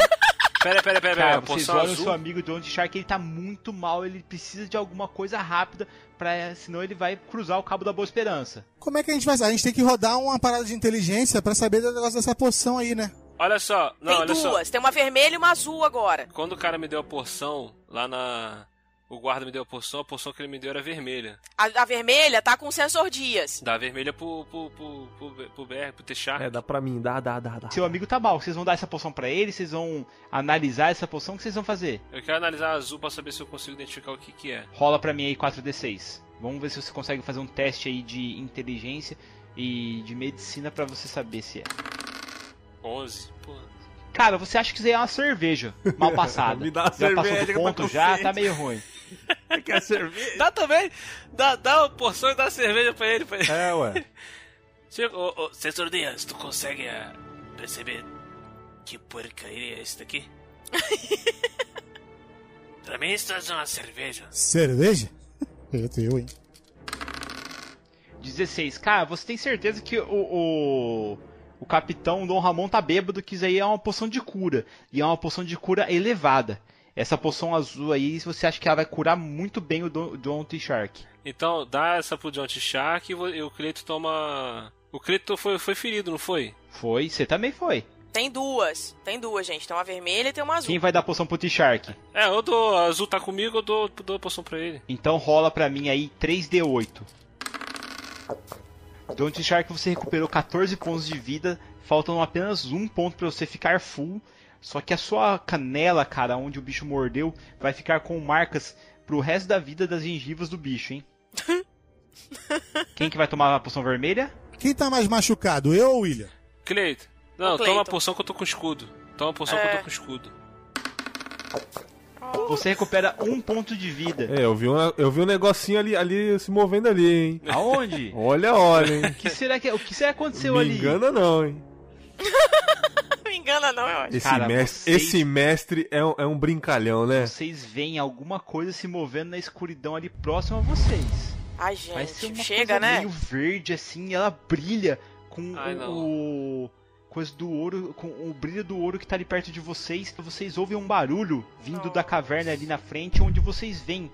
Speaker 4: Pera, pera, pera,
Speaker 3: Cara,
Speaker 4: pera.
Speaker 3: vocês
Speaker 4: Poção
Speaker 3: olham o
Speaker 4: azul.
Speaker 3: seu amigo John de Shark, ele tá muito mal, ele precisa de alguma coisa rápida, pra, senão ele vai cruzar o cabo da Boa Esperança.
Speaker 6: Como é que a gente faz? A gente tem que rodar uma parada de inteligência pra saber do negócio dessa poção aí, né?
Speaker 4: Olha só, não,
Speaker 7: tem
Speaker 4: olha
Speaker 7: duas,
Speaker 4: só.
Speaker 7: tem uma vermelha e uma azul agora.
Speaker 4: Quando o cara me deu a porção, lá na. O guarda me deu a porção, a porção que ele me deu era vermelha.
Speaker 7: A, a vermelha tá com sensor dias.
Speaker 4: Dá a vermelha pro. pro. pro. pro, pro BR, pro T-Shark.
Speaker 13: É, dá pra mim, dá, dá, dá, dá.
Speaker 3: Seu amigo tá mal, vocês vão dar essa poção pra ele, vocês vão analisar essa poção, o que vocês vão fazer?
Speaker 4: Eu quero analisar a azul pra saber se eu consigo identificar o que que é.
Speaker 3: Rola pra mim aí 4d6. Vamos ver se você consegue fazer um teste aí de inteligência e de medicina pra você saber se é.
Speaker 4: 11. Porra.
Speaker 3: Cara, você acha que isso aí é uma cerveja mal passada.
Speaker 4: Me dá
Speaker 3: já
Speaker 4: uma cerveja
Speaker 3: passou
Speaker 4: que
Speaker 3: do
Speaker 4: eu tô
Speaker 3: ponto
Speaker 4: com
Speaker 3: já,
Speaker 4: sede.
Speaker 3: tá meio ruim.
Speaker 4: Quer cerveja? Dá também. Dá, dá uma porção e dá cerveja pra ele. Pra ele.
Speaker 13: É, ué.
Speaker 4: Chega, ô, ô,
Speaker 9: Sensor Dias, tu consegue ah, perceber que porcaria é isso daqui? pra mim isso é uma cerveja.
Speaker 6: Cerveja? Eu tô eu, hein?
Speaker 3: 16. Cara, você tem certeza que o, o, o capitão Dom Ramon tá bêbado, que isso aí é uma poção de cura. E é uma poção de cura elevada. Essa poção azul aí, você acha que ela vai curar muito bem o Don, Don T-Shark.
Speaker 4: Então, dá essa pro John T-Shark e vo- e o Cleito toma. O Cleito foi, foi ferido, não foi?
Speaker 3: Foi, você também foi.
Speaker 7: Tem duas. Tem duas, gente. Tem uma vermelha e tem uma azul.
Speaker 3: Quem vai dar poção pro T-Shark?
Speaker 4: É, eu dou. A azul tá comigo, eu dou, dou a poção pra ele.
Speaker 3: Então rola pra mim aí 3D8. Don't Shark, você recuperou 14 pontos de vida, faltando apenas um ponto pra você ficar full. Só que a sua canela, cara, onde o bicho mordeu, vai ficar com marcas pro resto da vida das gengivas do bicho, hein? Quem que vai tomar a poção vermelha?
Speaker 6: Quem tá mais machucado, eu ou o William?
Speaker 4: Cleito. Não,
Speaker 6: O Cleito.
Speaker 4: toma a poção que eu tô com escudo. Toma a poção que eu tô com escudo.
Speaker 3: Você recupera um ponto de vida.
Speaker 13: É, eu vi um, eu vi um negocinho ali, ali se movendo ali, hein?
Speaker 3: Aonde?
Speaker 13: Olha, olha, hein?
Speaker 3: Que será que, é- o que será que aconteceu
Speaker 13: Me
Speaker 3: ali?
Speaker 13: engana não, hein?
Speaker 7: Me engana, não, eu acho.
Speaker 13: Esse,
Speaker 3: Cara,
Speaker 13: mestre,
Speaker 3: vocês-
Speaker 13: esse mestre é um, é um brincalhão, né?
Speaker 3: Vocês veem alguma coisa se movendo na escuridão ali próximo a vocês.
Speaker 7: Ai,
Speaker 3: Vai ser
Speaker 7: gente,
Speaker 3: uma
Speaker 7: chega,
Speaker 3: coisa
Speaker 7: né?
Speaker 3: meio verde assim, e ela brilha com
Speaker 4: Ai,
Speaker 3: o-
Speaker 4: não.
Speaker 3: o, coisa do ouro, com o brilho do ouro que tá ali perto de vocês. Vocês ouvem um barulho vindo da caverna ali na frente, onde vocês veem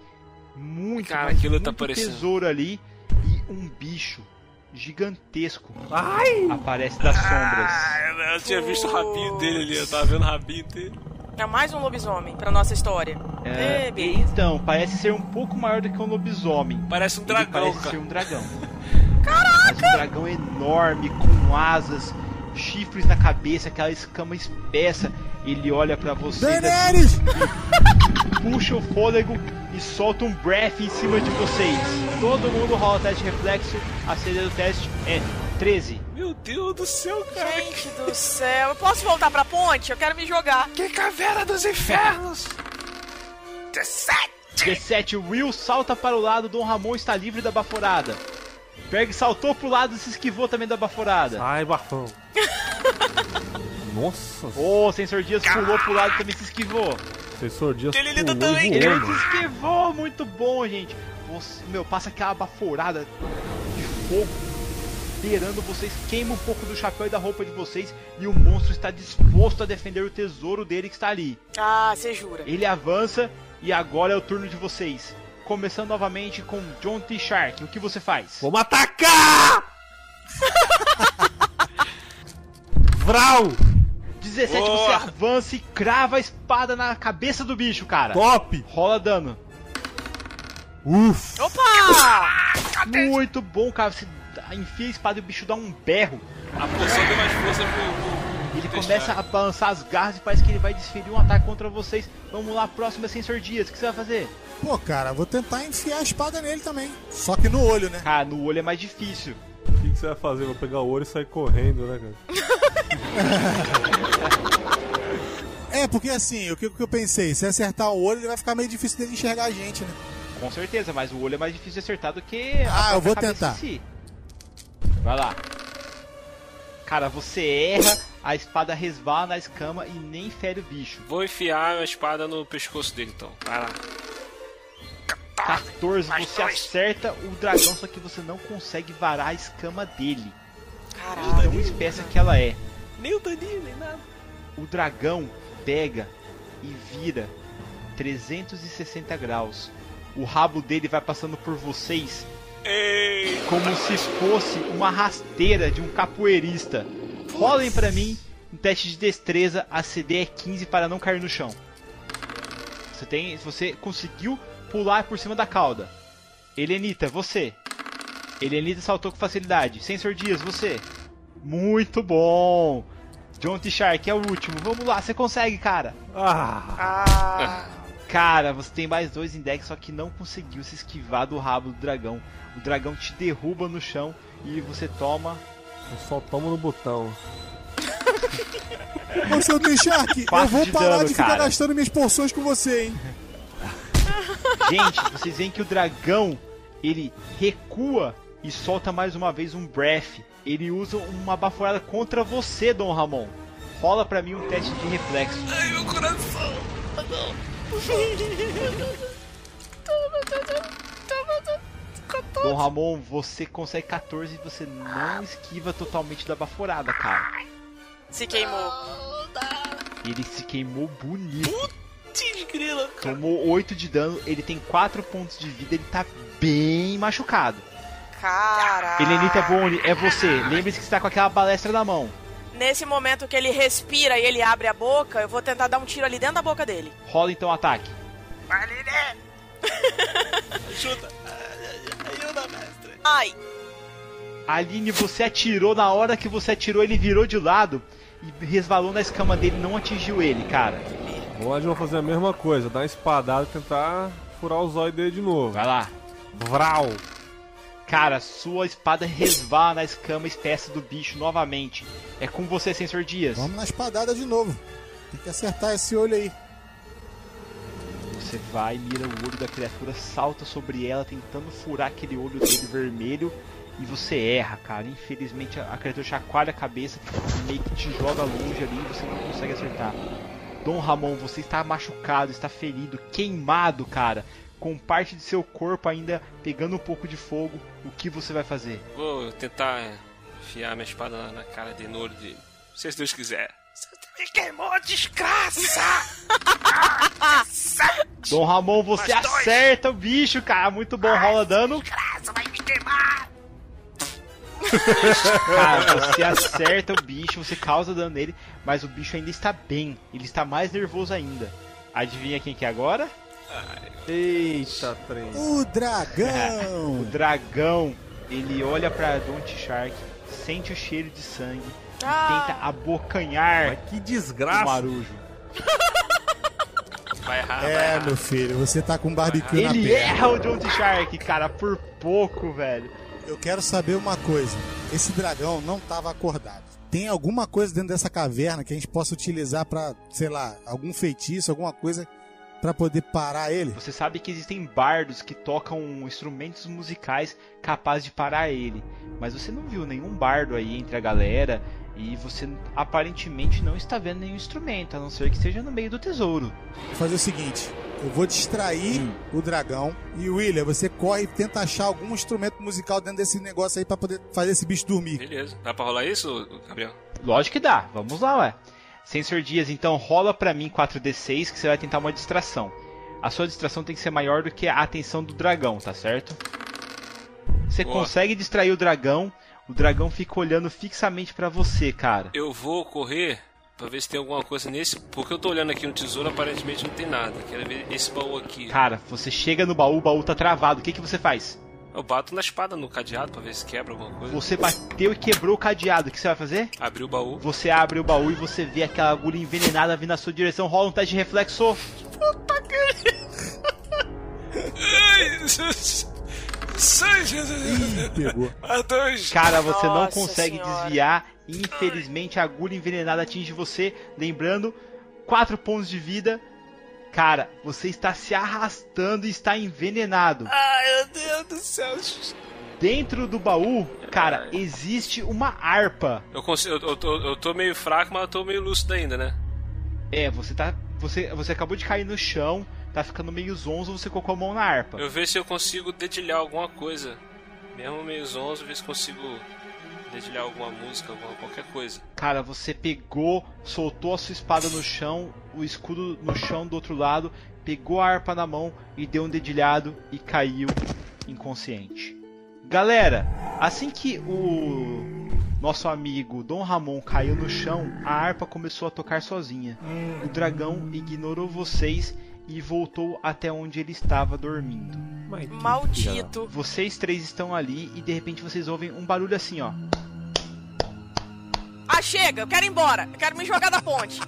Speaker 3: muito,
Speaker 4: Cara,
Speaker 3: mas
Speaker 4: aquilo
Speaker 3: muito
Speaker 4: tá parecendo-
Speaker 3: tesouro ali e um bicho gigantesco aparece das sombras.
Speaker 4: Ah, eu tinha visto o rabinho dele ali, eu tava vendo o rabinho dele.
Speaker 7: É mais um lobisomem pra nossa história.
Speaker 3: É,
Speaker 7: É, beleza.
Speaker 3: então, parece ser um pouco maior do que um lobisomem.
Speaker 4: Parece um
Speaker 3: dragão, parece
Speaker 4: cara.
Speaker 3: ser um dragão. Caraca! Mas um dragão enorme, com asas, chifres na cabeça, aquela escama espessa. Ele olha pra você,
Speaker 6: Daenerys!
Speaker 3: puxa o fôlego e solta um breath em cima de vocês. Todo mundo rola o teste de reflexo, a CD do teste é 13.
Speaker 4: Meu Deus do céu,
Speaker 7: cara. Gente do céu. Eu posso voltar pra ponte? Eu quero me jogar.
Speaker 9: Que caveira dos infernos! 17!
Speaker 3: 17, Will salta para o lado, Dom Ramon está livre da baforada. Berg saltou pro lado e se esquivou também da baforada.
Speaker 13: Ai, bafão. Nossa.
Speaker 3: Ô, Sensor Dias pulou pro lado e também se esquivou.
Speaker 13: Sensor Dias pulou e
Speaker 3: Ele é
Speaker 13: voou,
Speaker 3: se
Speaker 13: mano.
Speaker 3: esquivou, muito bom, gente. Você- meu, passa aquela baforada de fogo beirando vocês, queima um pouco do chapéu e da roupa de vocês e o monstro está disposto a defender o tesouro dele que está ali.
Speaker 7: Ah, você jura.
Speaker 3: Ele avança e agora é o turno de vocês. Começando novamente com John T. Shark. O que você faz?
Speaker 13: Vamos atacar! Vral!
Speaker 3: 17,
Speaker 13: Boa!
Speaker 3: você avança e crava a espada na cabeça do bicho, cara.
Speaker 13: Top!
Speaker 3: Rola dano.
Speaker 13: Uf!
Speaker 3: Opa! Muito bom, cara. Você dá- enfia a espada e o bicho dá um berro.
Speaker 4: A poção deu mais força pro. pro
Speaker 3: Ele
Speaker 4: pro
Speaker 3: começa
Speaker 4: T-Shark.
Speaker 3: a balançar as garras e parece que ele vai desferir um ataque contra vocês. Vamos lá, próximo é Sensor Dias. O que você vai fazer?
Speaker 6: Pô, cara, vou tentar enfiar a espada nele também. Só que no olho, né?
Speaker 3: Ah, no olho é mais difícil.
Speaker 13: O que, que você vai fazer? Vou pegar o ouro e sair correndo, né, cara?
Speaker 6: É, porque assim, o que, o que eu pensei, se acertar o olho, ele vai ficar meio difícil dele enxergar a gente, né?
Speaker 3: Com certeza, mas o olho é mais difícil de acertar do que.
Speaker 6: Ah,
Speaker 3: a
Speaker 6: eu
Speaker 3: própria
Speaker 6: vou
Speaker 3: cabeça
Speaker 6: tentar.
Speaker 3: em si. Vai lá. Cara, você erra, a espada resvala na escama e nem fere o bicho.
Speaker 4: Vou enfiar a espada no pescoço dele então. Vai lá.
Speaker 3: 14, você acerta o dragão, só que você não consegue varar a escama dele. De tão espessa que ela é.
Speaker 4: Nem o daninho, nem nada.
Speaker 3: O dragão pega e vira 360 graus. O rabo dele vai passando por vocês como se fosse uma rasteira de um capoeirista. Rolem pra mim um teste de destreza, a CD é 15 para não cair no chão. Você tem, você conseguiu pular por cima da cauda. Helenita, você. Helenita saltou com facilidade. Sensor Dias, você. Muito bom. John T. Shark é o último. Vamos lá, você consegue, cara.
Speaker 6: Ah.
Speaker 3: Cara, você tem mais dois em deck, só que não conseguiu se esquivar do rabo do dragão. O dragão te derruba no chão e você toma.
Speaker 13: Eu só tomo no botão.
Speaker 6: Ô, seu Teixark, eu
Speaker 3: Quatro
Speaker 6: vou
Speaker 3: de
Speaker 6: parar
Speaker 3: dano,
Speaker 6: de ficar
Speaker 3: cara.
Speaker 6: gastando minhas porções com você, hein?
Speaker 3: Gente, vocês veem que o dragão ele recua e solta mais uma vez um breath. Ele usa uma baforada contra você, Dom Ramon. Rola pra mim um teste de reflexo.
Speaker 17: Ai, meu coração. Ah, não.
Speaker 7: Toma, toma, toma, toma.
Speaker 3: Dom Ramon, você consegue 14 e você não esquiva totalmente da baforada, cara.
Speaker 7: Se queimou.
Speaker 3: Ele se queimou bonito.
Speaker 7: Sim, grila.
Speaker 3: Tomou 8 de dano, ele tem 4 pontos de vida, ele tá bem machucado.
Speaker 7: Cara.
Speaker 3: Helenita Boni, é você. Lembre-se que você tá com aquela balestra na mão.
Speaker 7: Nesse momento que ele respira e ele abre a boca, eu vou tentar dar um tiro ali dentro da boca dele.
Speaker 3: Rola então o ataque.
Speaker 7: Ajuda. Ajuda, mestre. Ai.
Speaker 3: Aline, você atirou, na hora que você atirou, ele virou de lado e resvalou na escama dele, não atingiu ele, cara.
Speaker 13: Vou lá de novo fazer a mesma coisa, dar uma espadada e tentar furar o zóio dele de novo.
Speaker 3: Vai lá.
Speaker 13: Vral.
Speaker 3: Cara, sua espada resvala na escama espessa do bicho novamente. É com você, Sensor Dias.
Speaker 6: Vamos na espadada de novo. Tem que acertar esse olho aí.
Speaker 3: Você vai, mira o olho da criatura, salta sobre ela, tentando furar aquele olho dele vermelho. E você erra, cara. Infelizmente a a criatura chacoalha a cabeça e meio que te joga longe ali e você não consegue acertar. Dom Ramon, você está machucado, está ferido, queimado, cara. Com parte de seu corpo ainda pegando um pouco de fogo. O que você vai fazer?
Speaker 4: Vou tentar enfiar minha espada na- na cara dele, no olho dele. Se Deus quiser.
Speaker 17: Me queimou, desgraça.
Speaker 3: Dom Ramon, você
Speaker 17: Mais dois.
Speaker 3: acerta o bicho, cara. Muito bom, rola dano.
Speaker 17: Desgraça, vai me queimar.
Speaker 3: Cara, você acerta o bicho, você causa dano nele, mas o bicho ainda está bem. Ele está mais nervoso ainda. Adivinha quem que é agora?
Speaker 13: Eita, trem.
Speaker 6: O dragão!
Speaker 3: o dragão, ele olha pra Don Shark, sente o cheiro de sangue
Speaker 7: Ah.
Speaker 3: e tenta abocanhar.
Speaker 13: que desgraça!
Speaker 3: O marujo.
Speaker 4: Vai errar, vai
Speaker 6: É,
Speaker 4: errar.
Speaker 6: meu filho, você tá com um barbecue na
Speaker 3: Ele
Speaker 6: perna.
Speaker 3: erra o Don Shark, cara, por pouco, velho.
Speaker 6: Eu quero saber uma coisa. Esse dragão não tava acordado. Tem alguma coisa dentro dessa caverna que a gente possa utilizar pra, sei lá, algum feitiço, alguma coisa pra poder parar ele?
Speaker 3: Você sabe que existem bardos que tocam instrumentos musicais capazes de parar ele, mas você não viu nenhum bardo aí entre a galera e você aparentemente não está vendo nenhum instrumento, a não ser que seja no meio do tesouro.
Speaker 6: Vou fazer o seguinte. Eu vou distrair o dragão e William, você corre e tenta achar algum instrumento musical dentro desse negócio aí pra poder fazer esse bicho dormir.
Speaker 4: Beleza. Dá pra rolar isso, Gabriel?
Speaker 3: Lógico que dá, vamos lá, ué. Sensor Dias, então rola pra mim 4d6 que você vai tentar uma distração. A sua distração tem que ser maior do que a atenção do dragão, tá certo? Você
Speaker 4: Boa.
Speaker 3: consegue distrair o dragão, o dragão fica olhando fixamente pra você, cara.
Speaker 4: Eu vou correr pra ver se tem alguma coisa nesse. Porque eu tô olhando aqui no tesouro, aparentemente não tem nada. Quero ver esse baú aqui.
Speaker 3: Cara, você chega no baú, o baú tá travado. O que, que você faz?
Speaker 4: Eu bato na espada no cadeado pra ver se quebra alguma coisa.
Speaker 3: Você bateu e quebrou o cadeado. O que você vai fazer?
Speaker 4: Abri o baú.
Speaker 3: Você abre o baú e você vê aquela agulha envenenada vindo na sua direção. Rola um teste de reflexo.
Speaker 17: Puta que... Sai, Jesus.
Speaker 6: Pegou.
Speaker 17: A dois.
Speaker 3: Cara, você não consegue desviar. Infelizmente, a agulha envenenada atinge você. Lembrando, 4 pontos de vida. Cara, você está se arrastando e está envenenado.
Speaker 18: Ai, meu Deus do céu.
Speaker 3: Dentro do baú, cara, existe uma harpa.
Speaker 4: Eu, consigo, eu, eu tô, eu tô meio fraco, mas eu tô meio lúcido ainda, né?
Speaker 3: É, você tá. Você, você acabou de cair no chão, tá ficando meio zonzo, você colocou a mão na harpa.
Speaker 4: Eu vejo se eu consigo dedilhar alguma coisa. Mesmo meio zonzo, eu vejo se consigo dedilhar alguma música, alguma, qualquer coisa.
Speaker 3: Cara, você pegou, soltou a sua espada no chão, o escudo no chão do outro lado, pegou a harpa na mão e deu um dedilhado e caiu inconsciente. Galera, assim que o nosso amigo Dom Ramon caiu no chão, a harpa começou a tocar sozinha. O dragão ignorou vocês e voltou até onde ele estava dormindo.
Speaker 7: Maldito.
Speaker 3: Vocês três estão ali e de repente vocês ouvem um barulho assim, ó.
Speaker 7: Ah, chega, eu quero ir embora, eu quero me jogar da ponte.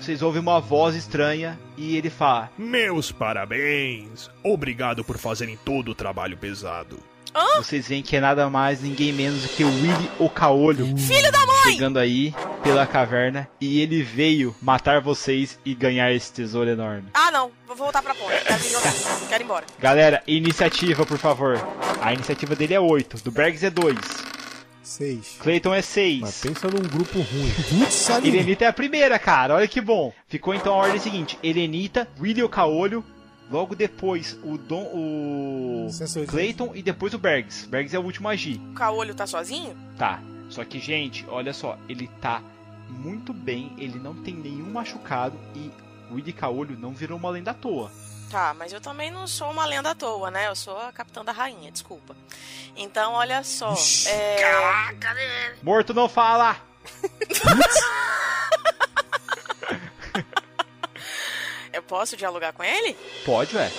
Speaker 3: Vocês ouvem uma voz estranha e ele fala:
Speaker 13: Meus parabéns! Obrigado por fazerem todo o trabalho pesado.
Speaker 3: Vocês veem que é nada mais, ninguém menos do que o Willy o Caolho.
Speaker 7: Hum. Filho da mãe!
Speaker 3: Chegando aí pela caverna e ele veio matar vocês e ganhar esse tesouro enorme.
Speaker 7: Ah, não, vou voltar pra ponte, Tá quero me jogar, quero ir embora.
Speaker 3: Galera, iniciativa, por favor. A iniciativa dele é 8, do Bergs é 2.
Speaker 6: 6.
Speaker 3: Clayton é 6.
Speaker 19: Mas pensa num grupo ruim.
Speaker 3: Helenita é a primeira, cara, olha que bom. Ficou então a ordem seguinte: Helenita, Willy o Caolho, Logo depois o Dom. o. Clayton e depois o Bergs. Bergs é o último a agir.
Speaker 7: O Caolho tá sozinho?
Speaker 3: Tá. Só que, gente, olha só, ele tá muito bem, ele não tem nenhum machucado e o Willy Caolho não virou uma lenda à toa.
Speaker 7: Tá, mas eu também não sou uma lenda à toa, né? Eu sou a capitã da rainha, desculpa. Então, olha só. é...
Speaker 18: Caraca,
Speaker 3: Morto não fala!
Speaker 7: Eu posso dialogar com ele?
Speaker 3: Pode, ué.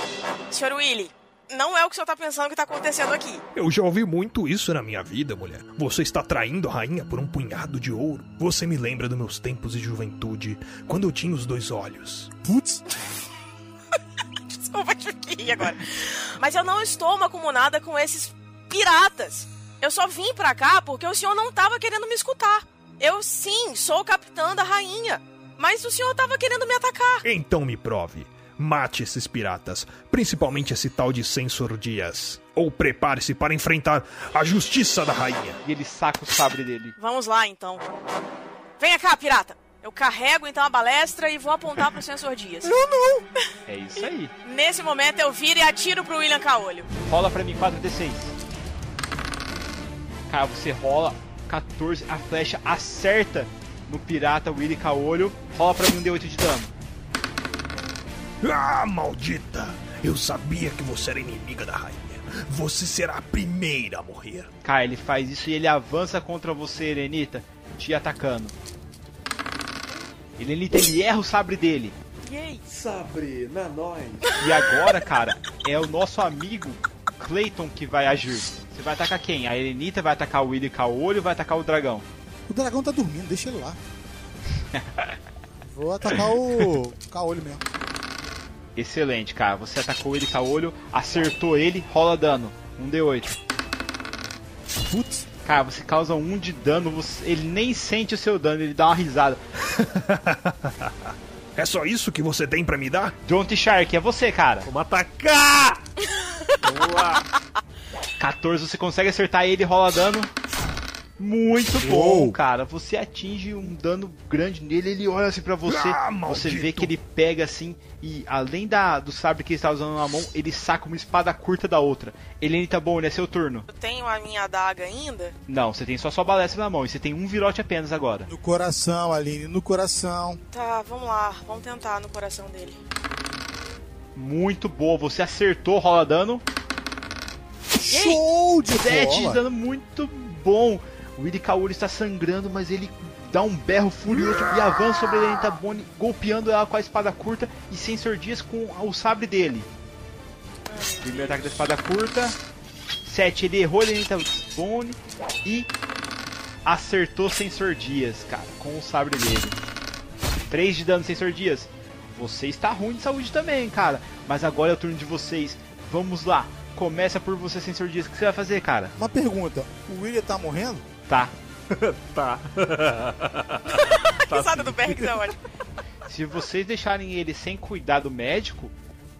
Speaker 7: Senhor Willy, não é o que o senhor tá pensando que tá acontecendo aqui.
Speaker 13: Eu já ouvi muito isso na minha vida, mulher. Você está traindo a rainha por um punhado de ouro. Você me lembra dos meus tempos de juventude, quando eu tinha os dois olhos.
Speaker 6: Putz!
Speaker 7: Desculpa, Chucky, agora. Mas eu não estou macumunada com esses piratas. Eu só vim pra cá porque o senhor não tava querendo me escutar. Eu sim, sou capitã da rainha. Mas o senhor tava querendo me atacar.
Speaker 13: Então me prove. Mate esses piratas, principalmente esse tal de Censor Dias. Ou prepare-se para enfrentar a justiça da rainha.
Speaker 3: E ele saca o sabre dele.
Speaker 7: Vamos lá, então. Venha cá, pirata. Eu carrego então a balestra e vou apontar pro Censor Dias.
Speaker 6: Eu não!
Speaker 3: É isso aí.
Speaker 7: Nesse momento eu viro e atiro pro William Caolho.
Speaker 3: Rola pra mim 4d6. Cara, você rola 14, a flecha acerta no pirata Willy Caolho. Rola pra mim um D8 de dano.
Speaker 13: Ah, maldita! Eu sabia que você era inimiga da rainha. Você será a primeira a morrer.
Speaker 3: Cara, ele faz isso e ele avança contra você, Elenita, te atacando. Elenita, ele erra o sabre dele.
Speaker 7: Yay.
Speaker 20: Sabre, na nós.
Speaker 3: E agora, cara, é o nosso amigo Clayton que vai agir. Você vai atacar quem? A Elenita vai atacar o Willy Caolho vai atacar o dragão?
Speaker 6: O dragão tá dormindo, deixa ele lá. Vou atacar o caolho mesmo.
Speaker 3: Excelente, cara. Você atacou ele caolho, acertou ele, rola dano. Um D8.
Speaker 6: Putz.
Speaker 3: Cara, você causa um de dano, você... ele nem sente o seu dano, ele dá uma risada.
Speaker 13: é só isso que você tem para me dar?
Speaker 3: John T. Shark, é você, cara.
Speaker 19: Vamos atacar!
Speaker 3: Boa! 14, você consegue acertar ele, rola dano. Muito bom,
Speaker 13: Uou.
Speaker 3: cara. Você atinge um dano grande nele, ele olha assim pra você,
Speaker 13: Ah,
Speaker 3: você
Speaker 13: maldito.
Speaker 3: vê que ele pega assim e além da do sabre que ele está usando na mão, ele saca uma espada curta da outra. Ele tá bom, é seu turno.
Speaker 7: Eu tenho a minha adaga ainda?
Speaker 3: Não, você tem só sua balestra na mão e você tem um virote apenas agora.
Speaker 6: No coração, Aline, no coração.
Speaker 7: Tá, vamos lá. Vamos tentar no coração dele.
Speaker 3: Muito boa, você acertou, rola dano.
Speaker 6: Show de
Speaker 3: 7
Speaker 6: bola.
Speaker 3: dano muito bom. O Willy Kaori está sangrando, mas ele dá um berro furioso e avança sobre a Lenita Bonnie, golpeando ela com a espada curta e sem sordias com o sabre dele. Primeiro ataque da espada curta. 7, ele errou a Lenita Bonnie e acertou sem sordias, cara, com o sabre dele. 3 de dano sem sordias. Você está ruim de saúde também, cara. Mas agora é o turno de vocês. Vamos lá. Começa por você, Sensor Dias. O que você vai fazer, cara?
Speaker 6: Uma pergunta, o William tá morrendo?
Speaker 3: Tá.
Speaker 19: tá.
Speaker 7: Risada do Bergs é ótimo.
Speaker 3: Se vocês deixarem ele sem cuidado médico,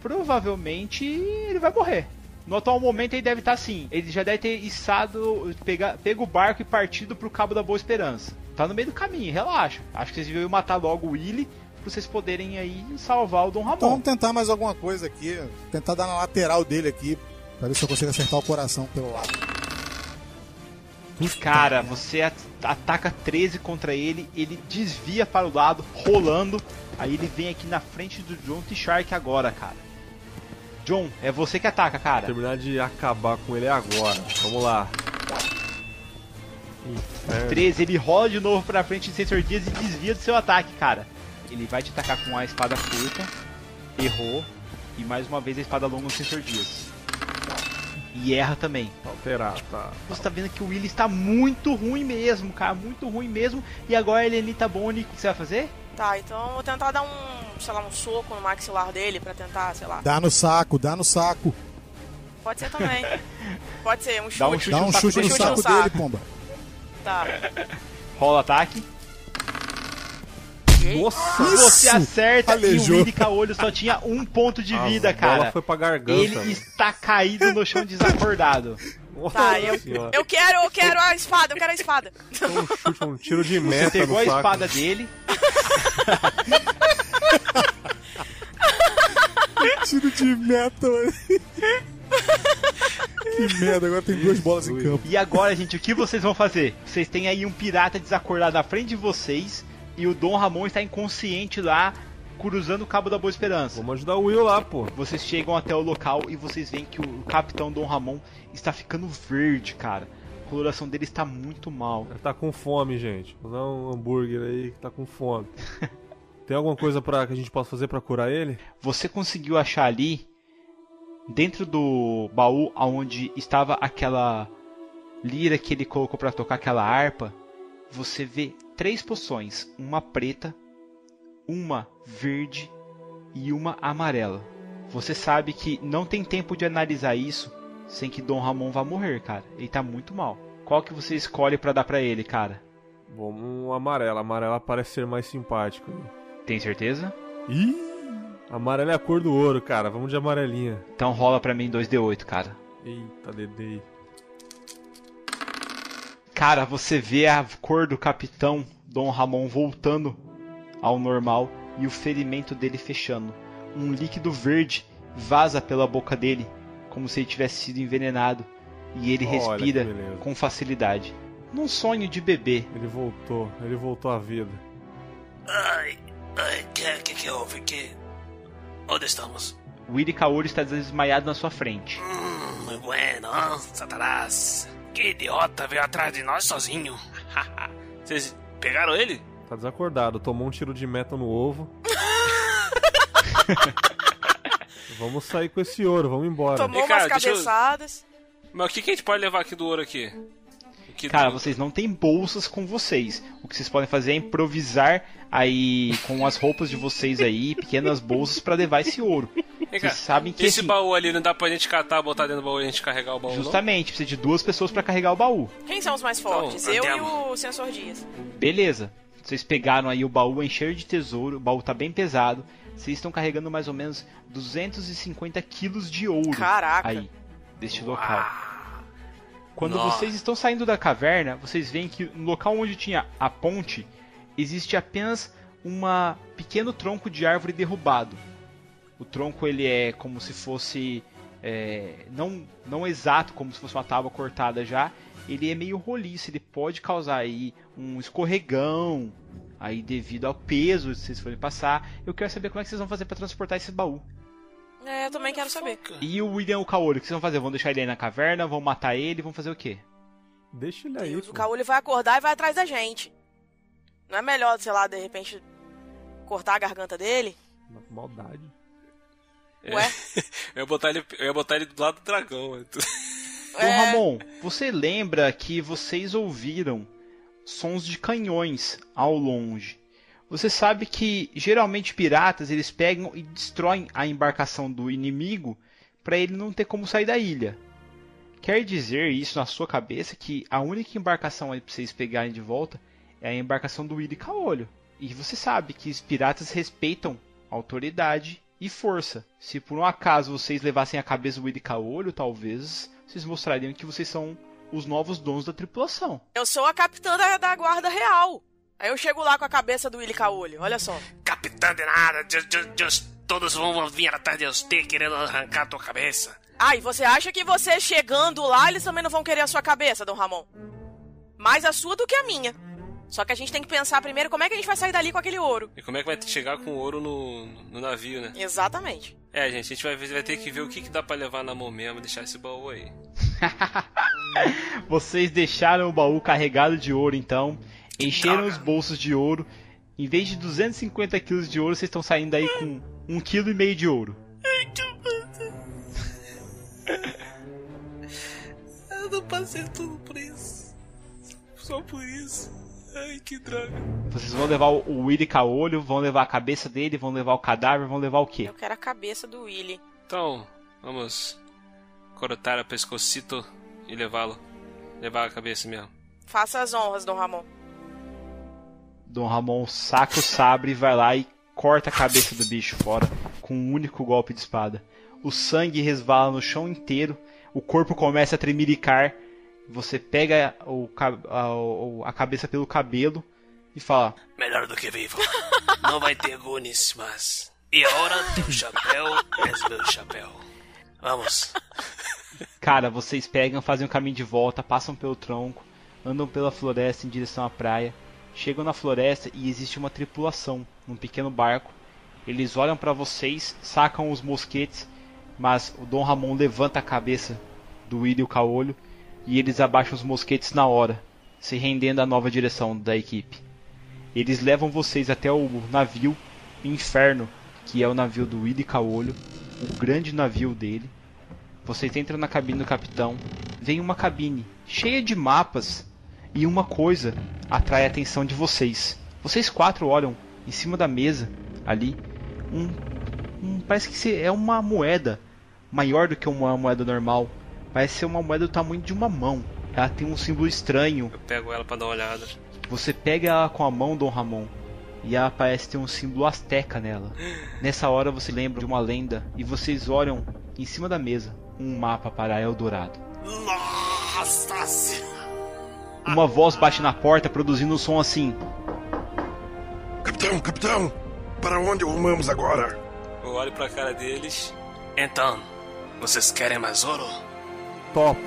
Speaker 3: provavelmente ele vai morrer. No atual momento ele deve estar assim. Ele já deve ter içado, pega, pego o barco e partido pro Cabo da Boa Esperança. Tá no meio do caminho, relaxa. Acho que vocês deviam matar logo o Willy pra vocês poderem aí salvar o Dom Ramon.
Speaker 6: Então vamos tentar mais alguma coisa aqui. Tentar dar na lateral dele aqui. Pra ver se eu consigo acertar o coração pelo lado.
Speaker 3: Cara, você at- ataca 13 contra ele, ele desvia para o lado, rolando. Aí ele vem aqui na frente do John T. Shark agora, cara. John, é você que ataca, cara.
Speaker 13: Terminar de acabar com ele agora. Vamos lá.
Speaker 3: 13, ele rola de novo pra frente de Sensor Dias e desvia do seu ataque, cara. Ele vai te atacar com a espada curta, errou, e mais uma vez a espada longa no Sensor Dias. E erra também.
Speaker 21: Alterar, tá.
Speaker 3: Você tá vendo que o Willy está muito ruim mesmo, cara, muito ruim mesmo. E agora ele ali tá bom, o que você vai fazer?
Speaker 7: Tá, então eu vou tentar dar um, sei lá, um soco no maxilar dele pra tentar, sei lá.
Speaker 6: Dá no saco, dá no saco.
Speaker 7: Pode ser também. Pode ser, um chute.
Speaker 6: Dá um chute,
Speaker 7: saco-
Speaker 6: no, saco dele, pomba.
Speaker 7: Tá.
Speaker 3: Rola ataque. Nossa, você acerta e o
Speaker 13: Aleijou.
Speaker 3: Willy Caolho só tinha um ponto de
Speaker 13: A
Speaker 3: vida,
Speaker 13: bola
Speaker 3: cara.
Speaker 13: foi pra garganta,
Speaker 3: Ele
Speaker 13: mano.
Speaker 3: está caído no chão desacordado.
Speaker 7: Tá, eu, eu quero, eu quero a espada, eu quero a espada.
Speaker 13: Um tiro de meta
Speaker 3: Você pegou
Speaker 13: no
Speaker 3: a
Speaker 13: saco.
Speaker 3: espada dele.
Speaker 6: Tiro de meta, mano. Que merda, agora tem duas bolas em campo.
Speaker 3: E agora, gente, o que vocês vão fazer? Vocês têm aí um pirata desacordado na frente de vocês e o Dom Ramon está inconsciente lá, cruzando o Cabo da Boa Esperança. Vamos
Speaker 13: ajudar o Will lá, pô.
Speaker 3: Vocês chegam até o local e vocês veem que o capitão Dom Ramon está ficando verde, cara. A coloração dele está muito mal.
Speaker 13: Ele tá com fome, gente. Vou dar um hambúrguer aí que tá com fome. Tem alguma coisa pra, que a gente possa fazer pra curar ele?
Speaker 3: Você conseguiu achar ali, dentro do baú aonde estava aquela lira que ele colocou para tocar aquela harpa, você vê três poções, uma preta, uma verde e uma amarela. Você sabe que não tem tempo de analisar isso sem que Dom Ramon vá morrer, cara. Ele tá muito mal. Qual que você escolhe para dar para ele, cara?
Speaker 13: Vamos um amarelo. Amarela parece ser mais simpático. né?
Speaker 3: Tem certeza?
Speaker 13: Ih! Amarelo é a cor do ouro, cara. Vamos de amarelinha.
Speaker 3: Então rola para mim 2d8, cara.
Speaker 13: Eita, Dedei.
Speaker 3: Cara, você vê a cor do capitão Dom Ramon voltando ao normal e o ferimento dele fechando. Um líquido verde vaza pela boca dele, como se ele tivesse sido envenenado, e ele
Speaker 13: Olha que
Speaker 3: respira
Speaker 13: beleza.
Speaker 3: com facilidade. Num sonho de bebê.
Speaker 13: Ele voltou, ele voltou à vida.
Speaker 9: Ai, ai, que, que que houve? Que... Onde estamos?
Speaker 3: Willy Kaori está desmaiado na sua frente.
Speaker 9: Hum, bueno, ah, Satanás. Que idiota veio atrás de nós sozinho. Vocês pegaram ele?
Speaker 13: Tá desacordado, tomou um tiro de meta no ovo. vamos sair com esse ouro, vamos embora.
Speaker 7: Tomou
Speaker 9: E, cara,
Speaker 7: umas
Speaker 9: deixa eu-
Speaker 7: cabeçadas.
Speaker 9: Mas o que, que a gente pode levar aqui do ouro aqui?
Speaker 3: Cara, vocês não têm bolsas com vocês. O que vocês podem fazer é improvisar aí com as roupas de vocês aí, pequenas bolsas para levar esse ouro.
Speaker 9: Vem cá,
Speaker 3: Vocês sabem que
Speaker 9: esse
Speaker 3: assim,
Speaker 9: baú ali não dá pra gente catar, botar dentro do baú e a gente carregar o baú, não?
Speaker 3: Justamente, precisa de duas pessoas pra carregar o baú.
Speaker 7: Quem são os mais fortes? eu e o Sensor Dias.
Speaker 3: Beleza. Vocês pegaram aí o baú, encheram de tesouro, o baú tá bem pesado. Vocês estão carregando mais ou menos 250 quilos de ouro.
Speaker 7: Caraca.
Speaker 3: Aí, deste local. Quando
Speaker 4: Nossa.
Speaker 3: vocês estão saindo da caverna, vocês veem que no local onde tinha a ponte, existe apenas um pequeno tronco de árvore derrubado. O tronco ele é como se fosse é, não não exato como se fosse uma tábua cortada já. Ele é meio roliço, ele pode causar aí um escorregão aí devido ao peso se vocês forem passar. Eu quero saber como é que vocês vão fazer para transportar esse baú.
Speaker 7: É, eu também quero saber.
Speaker 3: E o William o Kaori, o que vocês vão fazer? Vão deixar ele aí na caverna? Vão matar ele? Vão fazer o quê?
Speaker 13: Deixa ele aí.
Speaker 7: O Caolho vai acordar e vai atrás da gente. Não é melhor, sei lá, de repente cortar a garganta dele?
Speaker 13: Maldade.
Speaker 4: É.
Speaker 7: Ué?
Speaker 9: eu, ia botar ele, eu ia botar ele do lado do dragão. mano.
Speaker 3: Ô
Speaker 4: É.
Speaker 3: Ramon, você lembra que vocês ouviram sons de canhões ao longe? Você sabe que geralmente piratas eles pegam e destroem a embarcação do inimigo para ele não ter como sair da ilha. Quer dizer isso na sua cabeça que a única embarcação aí para vocês pegarem de volta é a embarcação do Willy Caolho. E você sabe que os piratas respeitam autoridade e força. Se por um acaso vocês levassem a cabeça do Willy Caolho, talvez vocês mostrariam que vocês são os novos donos da tripulação.
Speaker 7: Eu sou a capitã da, da guarda real. Aí eu chego lá com a cabeça do Willy Caolho, olha só.
Speaker 9: Capitã de nada, just, just, just, todos vão vir atrás de você querendo arrancar a tua cabeça.
Speaker 7: Ah, e você acha que você chegando lá, eles também não vão querer a sua cabeça, Dom Ramon? Mais a sua do que a minha. Só que a gente tem que pensar primeiro como é que a gente vai sair dali com aquele ouro.
Speaker 4: E como é que vai chegar com o ouro no, no navio, né?
Speaker 7: Exatamente.
Speaker 4: É, gente, a gente vai, vai ter que ver o que, que dá pra levar na mão mesmo e deixar esse baú aí.
Speaker 3: Vocês deixaram o baú carregado de ouro, então. Encheram os bolsos de ouro. Em vez de 250 quilos de ouro, vocês estão saindo aí com 1,5 kg de ouro.
Speaker 9: Eu não passei tudo por isso. Só por isso. Ai, que droga.
Speaker 3: Vocês vão levar o Willy Caolho, vão levar a cabeça dele, vão levar o cadáver, vão levar o quê?
Speaker 7: Eu quero a cabeça do Willy.
Speaker 4: Então, vamos corotar o pescocito e levá-lo. Levar a cabeça mesmo.
Speaker 7: Faça as honras, Dom Ramon.
Speaker 3: Dom Ramon saca o sabre, vai lá e corta a cabeça do bicho fora com um único golpe de espada. O sangue resvala no chão inteiro, o corpo começa a tremiricar. Você pega o, a, a cabeça pelo cabelo e fala:
Speaker 9: Melhor do que vivo. Não vai ter gunis, mas. E agora teu chapéu é meu chapéu. Vamos.
Speaker 3: Cara, vocês pegam, fazem o um caminho de volta, passam pelo tronco, andam pela floresta em direção à praia. Chegam na floresta e existe uma tripulação num pequeno barco. Eles olham para vocês, sacam os mosquetes, mas o Dom Ramon levanta a cabeça do Willy e o Caolho e eles abaixam os mosquetes na hora, se rendendo à nova direção da equipe. Eles levam vocês até o navio Inferno, que é o navio do Willy Caolho, o grande navio dele. Vocês entram na cabine do capitão, vem uma cabine cheia de mapas e uma coisa atrai a atenção de vocês. Vocês quatro olham em cima da mesa ali um, um, parece que é uma moeda maior do que uma moeda normal. Parece ser uma moeda do tamanho de uma mão. Ela tem um símbolo estranho.
Speaker 4: Eu pego ela para dar uma olhada.
Speaker 3: Você pega ela com a mão, Dom Ramon, e ela parece ter um símbolo asteca nela. Nessa hora você lembra de uma lenda e vocês olham em cima da mesa um mapa para Eldorado.
Speaker 9: Nossa senhora!
Speaker 3: Uma voz bate na porta, produzindo um som assim:
Speaker 10: Capitão, capitão, para onde rumamos agora?
Speaker 4: Eu olho pra cara deles.
Speaker 9: Então, vocês querem mais ouro?
Speaker 17: Top!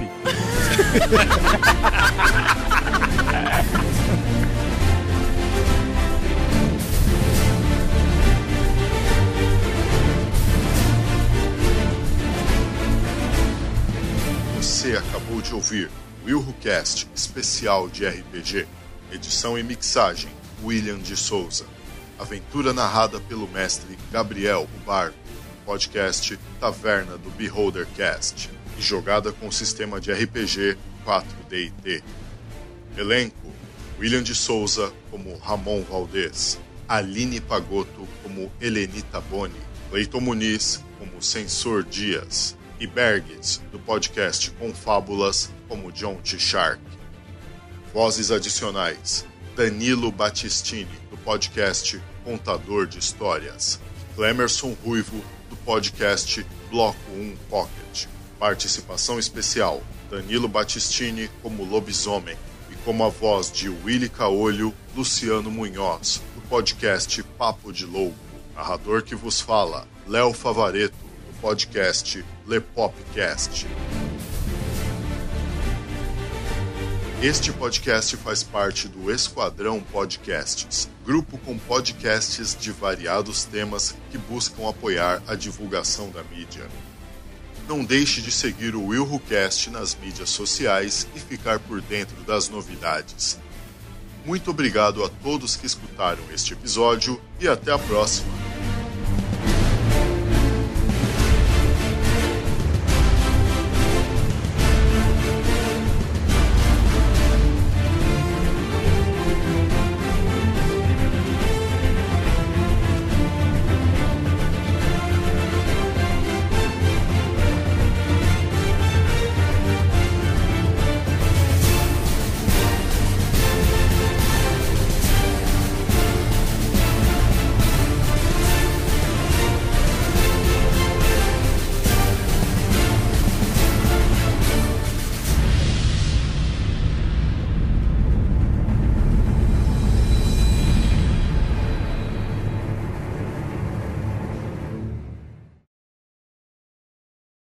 Speaker 10: Você acabou de ouvir WilhoCast especial de RPG. Edição e mixagem: William de Souza. Aventura narrada pelo mestre Gabriel o Barco. um Podcast Taverna do Beholder Cast. E jogada com o sistema de RPG 4DT. Elenco: William de Souza como Ramon Valdez. Aline Pagotto como Helenita Boni. Leiton Muniz como Censor Dias. E Berges, do podcast Confábulas, como John T. Shark. Vozes adicionais: Danilo Battistini, do podcast Contador de Histórias. Clemerson Ruivo, do podcast Bloco 1 Pocket. Participação especial: Danilo Battistini como lobisomem e como a voz de Willy Caolho, Luciano Munhoz, do podcast Papo de Louco. Narrador que vos fala: Léo Favareto, do podcast Lepopcast. Este podcast faz parte do Esquadrão Podcasts, grupo com podcasts de variados temas que buscam apoiar a divulgação da mídia. Não deixe de seguir o WilhoCast nas mídias sociais e ficar por dentro das novidades. Muito obrigado a todos que escutaram este episódio e até a próxima!